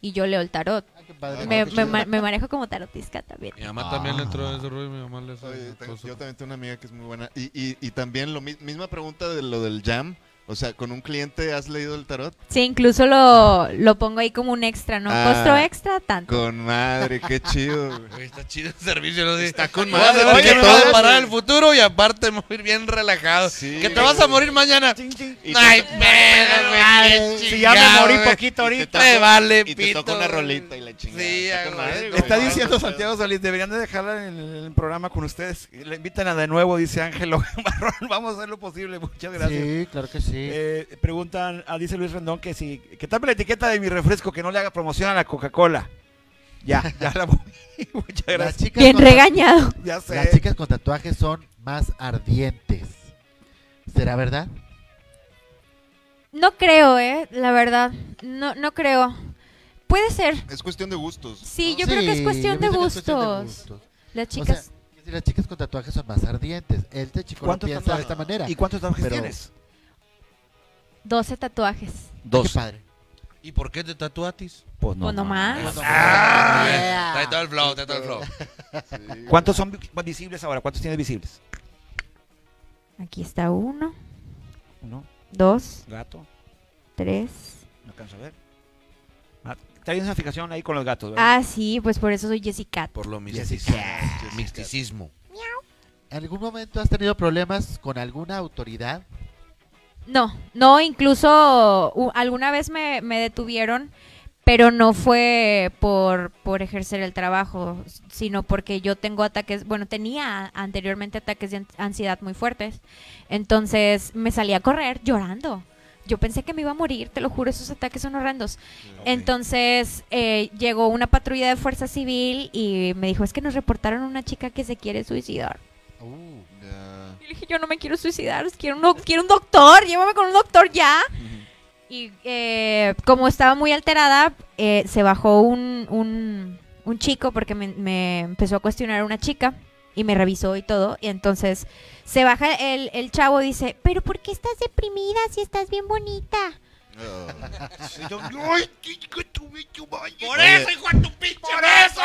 G: y yo leo el tarot.
E: Ah, qué padre.
G: Me,
B: qué
G: me
B: chido.
G: ma- me manejo como tarotista también.
C: Mi mamá también le entró
E: Ah.
C: a ese rollo, mi mamá le hace
B: Oye,
C: una
B: tengo-
C: cosa.
B: yo también tengo una amiga que es muy buena. Y, y- y también lo mi- misma pregunta de lo del jam. O sea, con un cliente has leído el tarot.
G: Sí, incluso lo, lo pongo ahí como un extra, ¿no?
B: Ah.
G: Costo extra, tanto.
B: Con madre, qué chido. güey.
C: Güey, está chido el servicio, ¿no? Está
B: con
C: Vas a
B: madre,
C: ver
B: oye,
C: que me vas a
B: todos-
C: parar el futuro y aparte morir bien relajado.
B: Sí,
C: que te vas a morir mañana.
B: Y
C: Ay,
B: te-
C: pero, güey.
D: Si Eh, ya me morí poquito
B: y te
D: ahorita.
B: toca-
C: Me vale,
B: Y te
C: pito.
B: toca una rolita y la chingada.
C: Sí,
B: Está
C: a
B: con
C: huevo.
B: madre, güey.
D: Está
B: No,
D: diciendo
B: no,
D: Santiago Solís, deberían de dejarla en el, en el programa con ustedes. La invitan a de nuevo, dice Ángelo Barrón. Vamos a hacer lo posible, muchas gracias.
E: Sí, claro que sí.
D: Eh, preguntan, ah, dice Luis Rendón que si, que tape la etiqueta de mi refresco, que no le haga promoción a la Coca-Cola. Ya, ya la Muchas
E: Las
D: gracias.
E: chicas
G: Bien
E: con-
G: regañado.
D: Ya sé.
E: Las chicas con tatuajes son más ardientes. ¿Será verdad?
G: No creo, ¿eh? La verdad. No, no creo. Puede ser.
B: Es cuestión de gustos.
G: Sí, yo
E: Sí,
G: creo que es cuestión
E: yo
G: de
E: pienso que es cuestión de
G: gustos.
E: gustos.
G: Las
E: O
G: chicas.
E: sea, que si las chicas con tatuajes son más ardientes. Este chico no
D: ¿Cuántos
E: piensa de
D: tatuajes?
E: esta manera.
D: ¿Y cuántos tatuajes
E: Pero-
D: tienes?
G: 12 tatuajes.
E: Qué padre.
C: ¿Y por qué te tatuatis?
D: Pues
G: No, más.
C: Ah,
E: yeah.
C: Trae todo el flow, trae todo el flow.
B: Sí, güey.
D: ¿Cuántos son vi- visibles ahora? ¿Cuántos tienes visibles?
G: Aquí está uno,
D: Uno,
G: dos,
D: gato,
G: tres.
D: no alcanzo a ver. Ah, traes una fijación ahí con los gatos, ¿verdad?
G: Ah, sí, pues por eso soy Jessica.
C: Por lo misticismo.
E: Jessica.
C: Misticismo.
E: ¿En algún momento has tenido problemas con alguna autoridad?
G: No, no, incluso u- alguna vez me, me detuvieron, pero no fue por, por ejercer el trabajo, s- sino porque yo tengo ataques, bueno, tenía anteriormente ataques de an- ansiedad muy fuertes, entonces me salí a correr llorando. Yo pensé que me iba a morir, te lo juro, esos ataques son horrendos. Entonces eh, llegó una patrulla de fuerza civil y me dijo, es que nos reportaron una chica que se quiere suicidar.
E: Uh,
B: Ya.
G: Y le dije, yo no me quiero suicidar, quiero un, doc- quiero un doctor, llévame con un doctor ya. Y eh, como estaba muy alterada, eh, se bajó un, un, un chico porque me, me empezó a cuestionar una chica y me revisó y todo. Y entonces se baja el, el chavo y dice, pero ¿por qué estás deprimida si estás bien bonita?
B: Ah.
F: Por
B: Oye.
F: eso, hijo de tu pinche. Por eso,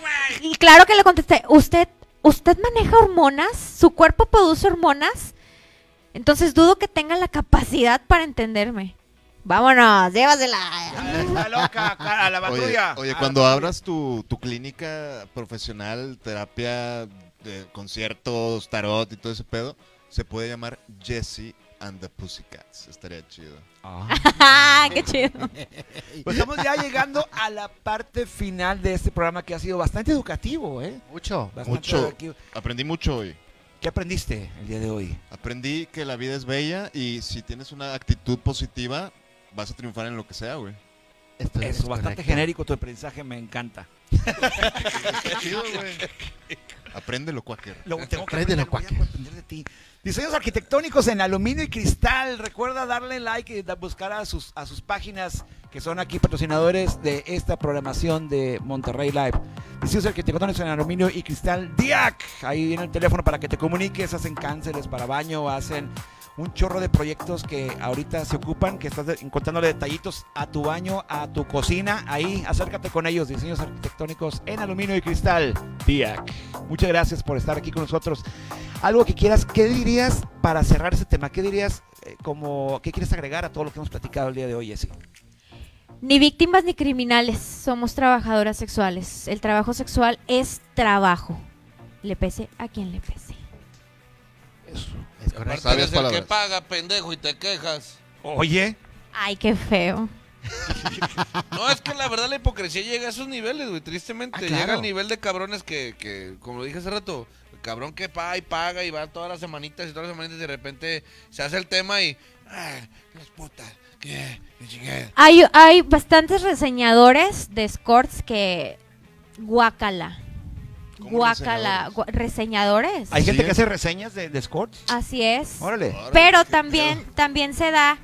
F: güey.
G: Y claro que le contesté, usted, usted maneja hormonas, su cuerpo produce hormonas, entonces dudo que tenga la capacidad para entenderme. Vámonos, llévasela.
A: Ah,
D: Está loca, cara, a la
B: Oye,
D: patrulla.
B: oye,
D: A la
B: cuando abras tu, tu clínica profesional, terapia, de conciertos, tarot y todo ese pedo, se puede llamar Jesse and the Pussycats. Estaría chido.
D: Ah.
G: ¡Qué chido!
A: Pues estamos ya llegando a la parte final de este programa que ha sido bastante educativo, ¿eh?
E: mucho.
A: Bastante
B: Mucho.
A: educativo.
B: Aprendí mucho hoy.
A: ¿Qué aprendiste el día de hoy?
B: Aprendí que la vida es bella y si tienes una actitud positiva, vas a triunfar en lo que sea, güey.
E: Esto
A: Eso, bastante genérico tu aprendizaje, me encanta.
B: Qué chido, güey. Apréndelo, cuáquer.
A: Lo tengo que
E: Préndelo,
A: aprender, voy a
E: cuaque.
A: aprender de ti. Diseños arquitectónicos en aluminio y cristal. Recuerda darle like y da- buscar a sus, a sus páginas que son aquí patrocinadores de esta programación de Monterrey Live. Diseños arquitectónicos en aluminio y cristal. DIAC. Ahí viene el teléfono para que te comuniques. Hacen cánceres para baño, hacen un chorro de proyectos que ahorita se ocupan, que estás de- encontrándole detallitos a tu baño, a tu cocina. Ahí, acércate con ellos. Diseños arquitectónicos en aluminio y cristal. DIAC. Muchas gracias por estar aquí con nosotros. Algo que quieras, ¿qué dirías para cerrar ese tema? ¿Qué dirías eh, como, qué quieres agregar a todo lo que hemos platicado el día de hoy, Jessy?
G: Ni víctimas ni criminales, somos trabajadoras sexuales. El trabajo sexual es trabajo. Le pese a quien le pese.
E: Es
B: Sabias
E: correcto.
C: Aparte eres el
B: palabras.
C: que paga, pendejo, y te quejas.
D: Oye,
G: Ay, qué feo.
C: No, es que la verdad la hipocresía llega a esos niveles, güey, tristemente.
E: Ah, claro.
C: Llega al nivel de cabrones que, que, como dije hace rato, el cabrón que paga y paga y va todas las semanitas y todas las semanitas y de repente se hace el tema y... Ah, las putas, que... que chingue".
G: Hay, hay bastantes reseñadores de escorts que... Guácala.
B: ¿Cómo
G: Guácala.
B: reseñadores?
G: Gua- ¿Reseñadores?
D: hay
B: Sí,
D: gente
B: eh.
D: que hace reseñas de, de Scorch.
G: Así es.
D: Órale.
B: Órale,
G: Pero
B: qué
G: también,
B: pedo.
G: también se da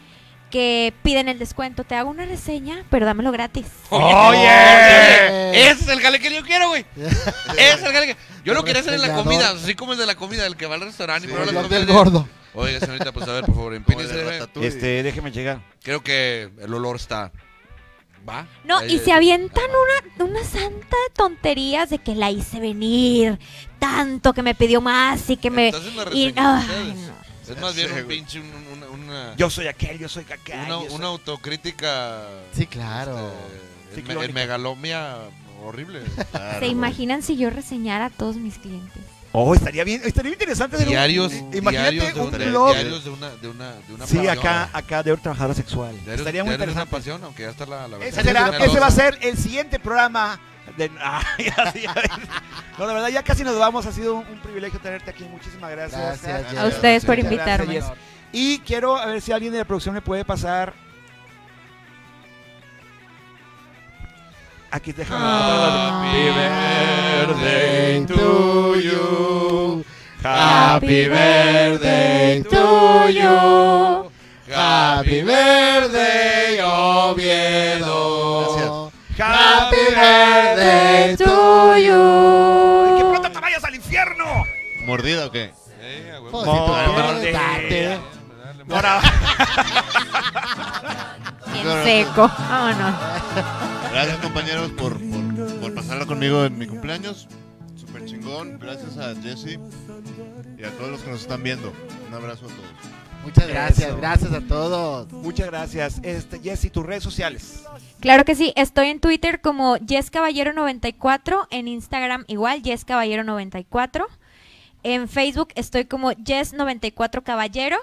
G: que piden el descuento. Te hago una reseña, pero dámelo gratis.
B: Oh.
E: Oye.
C: Ese es el jale que yo quiero, güey. Ese es el jale que... Yo lo quería hacer en la comida,
E: Reseñador.
C: así como el de la comida, el que va al restaurante. y
B: Sí,
C: prueba
E: El
C: las
E: blog del
C: cosas.
E: gordo.
C: Oiga, señorita, pues a ver, por
B: Como
C: favor,
B: el de
C: empínese. güey.
B: Ratatouille.
D: Este, déjeme llegar.
C: Creo que el olor está... ¿Va?
G: No,
C: Ya,
G: y
C: ya,
G: se
C: ya.
G: avientan una, una santa de tonterías de que la hice venir, tanto que me pidió más y que me...
C: Entonces la
G: y
C: reseñan
G: no,
C: ustedes.
G: ay, no.
C: Es más bien
B: sé,
C: un
B: güey.
C: pinche, un- un- una, una,
A: Yo soy aquel, yo soy acá.
C: una-
A: yo soy-
C: una autocrítica.
E: Sí, claro.
C: este, en-
A: Ciclónica.
C: en megalomia horrible.
B: Claro,
G: ¿Se
B: güey.
G: imaginan si yo reseñara a todos mis clientes?
A: Oh, estaría bien, estaría interesante. hacer un-
C: diarios,
A: imagínate
C: diarios de
A: un
C: una,
A: blog.
C: diarios de una, de una, de una
A: Sí,
C: pasión.
A: acá, acá de un trabajador sexual.
C: Diarios-
A: estaría muy
C: diarios de una
A: interesante.
C: pasión, aunque ya está la, la
A: Ese,
C: versión
A: será-
C: generosa.
A: ese va a ser el siguiente programa. De, Ah, ya, sí, ya ves. no, la verdad, ya casi nos vamos. Ha sido un, un privilegio tenerte aquí. Muchísimas gracias.
E: Gracias,
B: A
G: A
B: Gracias,
G: ustedes por
A: Muchas gracias,
G: invitarme.
A: Jess. Y quiero a ver si alguien de la producción me puede pasar. Aquí déjame.
C: Happy
G: Ah.
C: birthday
E: to you.
G: Happy
E: birthday
G: to
E: Ah.
G: you.
C: Happy
E: birthday, Oviedo.
A: Happy
E: birthday
G: to
A: ¡Que
G: you.
A: pronto te vayas al infierno!
B: ¿Mordida o qué?
C: Eh, a huevo.
E: Pues, si tú
A: Morning.
E: quieres, date.
C: Dale, dale,
A: Ahora,
G: Bien seco. Vámonos.
B: Gracias compañeros por, por, por pasarla conmigo en mi cumpleaños. Super chingón. Gracias a Jesse y a todos los que nos están viendo. Un abrazo a todos.
E: Muchas gracias,
A: Eso.
E: gracias a todos.
A: muchas gracias. Este, Jessy, tus redes sociales.
G: Claro que sí, estoy en Twitter como Yes Caballero 94, en Instagram igual Yes Caballero 94. En Facebook estoy como Yes 94 Caballero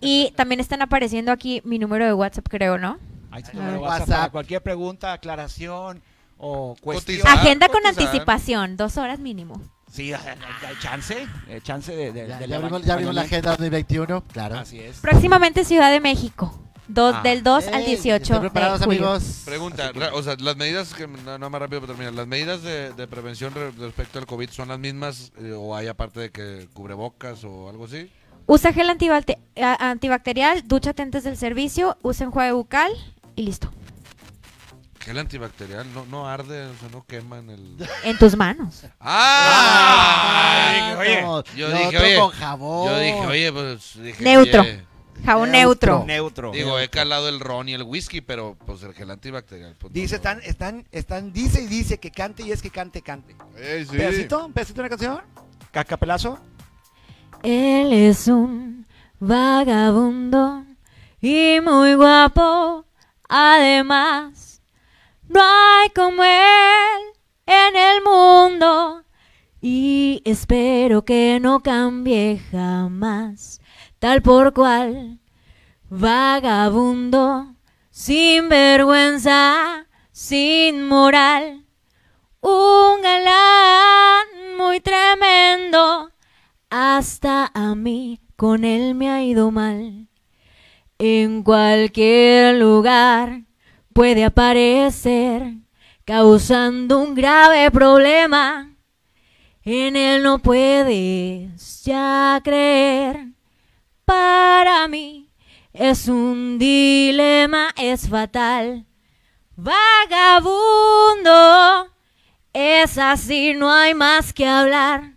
G: y también están apareciendo aquí mi número de WhatsApp, creo, ¿no?
A: Ahí está
G: Ah,
A: tu número de
E: WhatsApp.
A: WhatsApp para cualquier pregunta, aclaración o cuestión.
C: Cotizar.
G: Agenda con
C: cotizar.
G: anticipación, dos horas mínimo.
A: Sí, hay, hay- hay chance. eh, chance de. de-
E: Ya,
A: de
E: ya abrimos,
A: levantar-
E: ya abrimos la agenda 2021, claro.
A: Así es.
G: Próximamente Ciudad de México, dos,
A: Ah.
G: del 2
E: Ey,
G: al
E: ¿están
G: 18
E: preparados,
G: de julio.
E: amigos?
C: Pregunta, ra- o sea, las medidas, que, no, no, más rápido para terminar, las medidas de, de prevención re- respecto al COVID son las mismas eh, o hay aparte de que cubrebocas o algo así.
G: Usa gel antibacte- a- antibacterial, dúchate antes del servicio, usa enjuague bucal y listo.
C: Gel antibacterial, no, no arde, o sea, no quema en el...
G: En tus manos.
C: ¡Ah!
E: Ah,
A: oye,
E: no,
C: yo
E: lo
C: dije,
E: otro
C: oye,
E: con jabón.
C: Yo dije, oye, pues... dije,
G: Oh. Neutro.
C: oye,
G: Jabón
E: Neutro.
G: neutro.
A: Neutro.
C: digo, eh. he calado el ron y el whisky, pero pues el gel antibacterial. pues, no,
A: Dice,
C: no.
A: están, están, están, dice y dice que cante y es que cante, cante.
B: ¡Ey, sí!
A: ¿Pedacito? ¿Un pedacito de una canción? ¿Cacapelazo?
G: Él es un vagabundo y muy guapo. Además, no hay como él en el mundo. Y espero que no cambie jamás, tal por cual. Vagabundo, sin vergüenza, sin moral. Un galán muy tremendo. Hasta a mí con él me ha ido mal. En cualquier lugar puede aparecer, causando un grave problema. En él no puedes ya creer. Para mí es un dilema, es fatal. Vagabundo, es así, no hay más que hablar.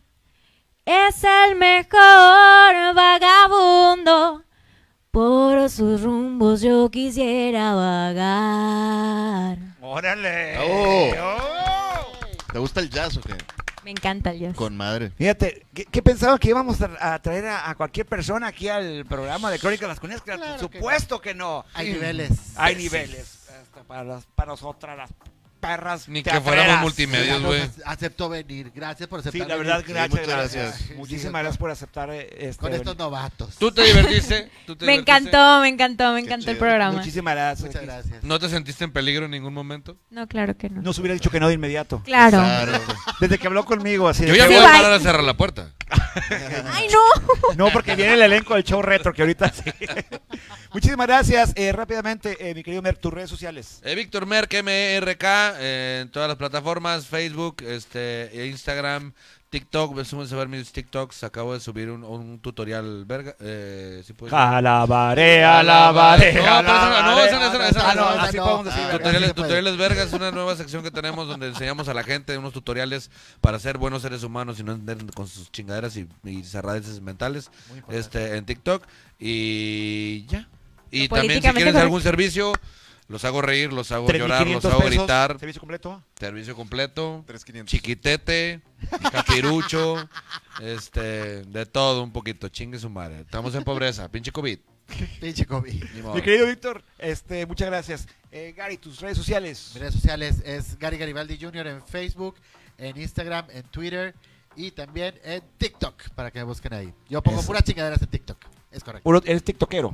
G: Es el mejor vagabundo. Por sus rumbos yo quisiera vagar.
A: ¡Órale! Oh.
B: ¡Bravo! ¿Te gusta el jazz o qué?
G: Me encanta el jazz.
B: Con madre.
A: Fíjate, ¿qué, qué pensaba que íbamos a, a traer a, a cualquier persona aquí al programa de Crónicas Vascuñas?
E: Claro
A: Por
E: que
A: supuesto que no.
E: Hay niveles.
A: Hay niveles. hasta para, las, para nosotras, las perras.
C: Ni que
A: teatreras.
C: fuéramos multimedios,
E: Nos
C: güey.
E: ac- Aceptó venir. Gracias por
A: Sí,
E: aceptar.
A: la verdad,
E: venir
B: Sí,
A: gracias.
B: muchas
A: gracias.
B: gracias.
A: Muchísimas gracias por aceptar eh, este.
E: Con estos novatos.
C: ¿Tú te divertiste? ¿Tú te
G: Me
C: divertiste?
G: encantó, me encantó, me
B: Qué
G: encantó el
B: chido.
G: programa.
A: Muchísimas gracias.
E: Muchas gracias.
C: ¿No te sentiste en peligro en ningún momento?
G: No, claro que no.
A: Nos hubiera dicho que no de inmediato.
G: Claro.
A: Desde que habló conmigo, así de
C: Yo ya
A: que-
C: voy
G: Sí,
C: a
G: bye.
C: parar a cerrar la puerta.
G: ¡Ay, no!
A: No, porque viene el elenco del show retro que ahorita sí. Muchísimas gracias. Eh, rápidamente, eh, mi querido Mer, tus redes sociales.
C: Eh, Víctor Merck, MRK, eh, en todas las plataformas, Facebook, este, e Instagram, TikTok, pues, súmense a ver mis TikToks, acabo de subir un, un tutorial verga, eh, si puedes-
A: Alabaré,
C: alabaré,
A: alabaré.
C: Eh, No, pero esa no, no, esa no, esa no, esa no.
A: Ah, no, así
E: No,
A: podemos decir. ¿verdad?
E: ah, total.
C: Tutoriales,
E: se puede.
C: tutoriales vergas, una nueva sección que tenemos donde enseñamos a la gente unos tutoriales para ser buenos seres humanos y no andar con sus chingaderas y, y cerradeces mentales este, en TikTok. Y ya. Y también si
G: Lo políticamente
C: quieren
G: correcto.
C: algún servicio, Los hago reír, los hago llorar, los
A: 3,500
C: hago
A: pesos,
C: gritar.
A: Servicio completo.
C: Servicio completo.
B: 3500.
C: Chiquitete, capirucho, este, de todo un poquito, chingue su madre. Estamos en pobreza, pinche COVID.
E: Pinche COVID.
C: Ni modo.
A: Mi querido Víctor, este, muchas gracias. Eh, Gary, tus redes sociales.
E: Mis redes sociales es Gary Garibaldi Jr. en Facebook, en Instagram, en Twitter y también en TikTok para que me busquen ahí. Yo pongo
H: Eso.
E: puras chingaderas en TikTok. Es correcto.
H: Puro- eres tiktokero.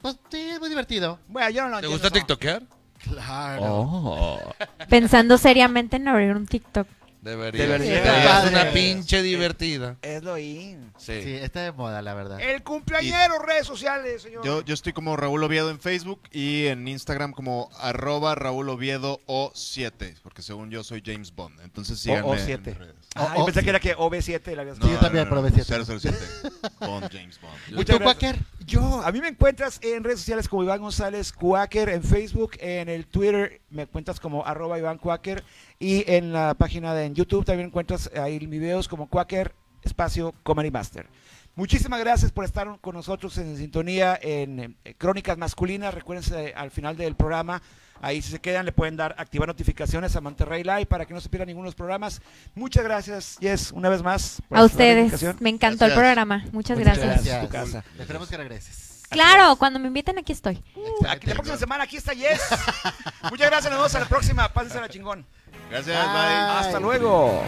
E: Pues sí, es muy divertido.
A: Bueno, yo no lo
C: ¿Te
A: entiendo
C: gusta
A: eso.
C: tiktokear?
E: Claro.
C: Oh.
G: Pensando seriamente en abrir un TikTok.
C: Debería.
H: Debería.
C: Debería. Es una
E: Padre.
C: pinche divertida.
A: Es lo in.
C: Sí.
E: Sí, está de moda, la verdad.
C: Ah.
A: El cumpleañero, redes sociales, señor.
B: Yo, yo estoy como Raúl Oviedo en Facebook y en Instagram como arroba Raúl Oviedo O7, porque según yo soy James Bond. Entonces síganme. en
A: O7.
B: redes.
A: Ah,
E: Oh,
A: yo
E: oh,
A: pensé
E: sí.
A: que era que OB7 la habías
E: Sí, yo también, pero B7.
B: 007. Bond, James Bond.
E: ¿Y
A: Muchas
E: tú,
A: gracias.
E: Quaker?
A: Yo, a mí me encuentras en redes sociales como Iván González Quaker, en Facebook, en el Twitter me encuentras como arroba Iván Quaker y en la página de en YouTube también encuentras ahí mis videos como Quaker espacio Comedy Master. Muchísimas gracias por estar con nosotros en sintonía en eh, Crónicas Masculinas. Recuérdense eh, al final del programa, ahí si se quedan le pueden dar activar notificaciones a Monterrey Live para que no se pierdan ninguno de los programas. Muchas gracias, Yes, una vez más. por aceptar
G: a
A: la
G: ustedes.
A: invitación.
G: Me encantó el
B: Gracias.
G: programa.
A: Muchas
G: Muchas gracias.
A: gracias. tu casa.
E: Esperemos que regreses.
G: Claro, cuando me inviten aquí estoy.
A: Aquí, la
E: Excelente.
A: próxima semana aquí está Yes. Muchas gracias, nos vemos a la próxima. Pásensela chingón.
B: Gracias, bye.
E: Bye.
A: Hasta luego.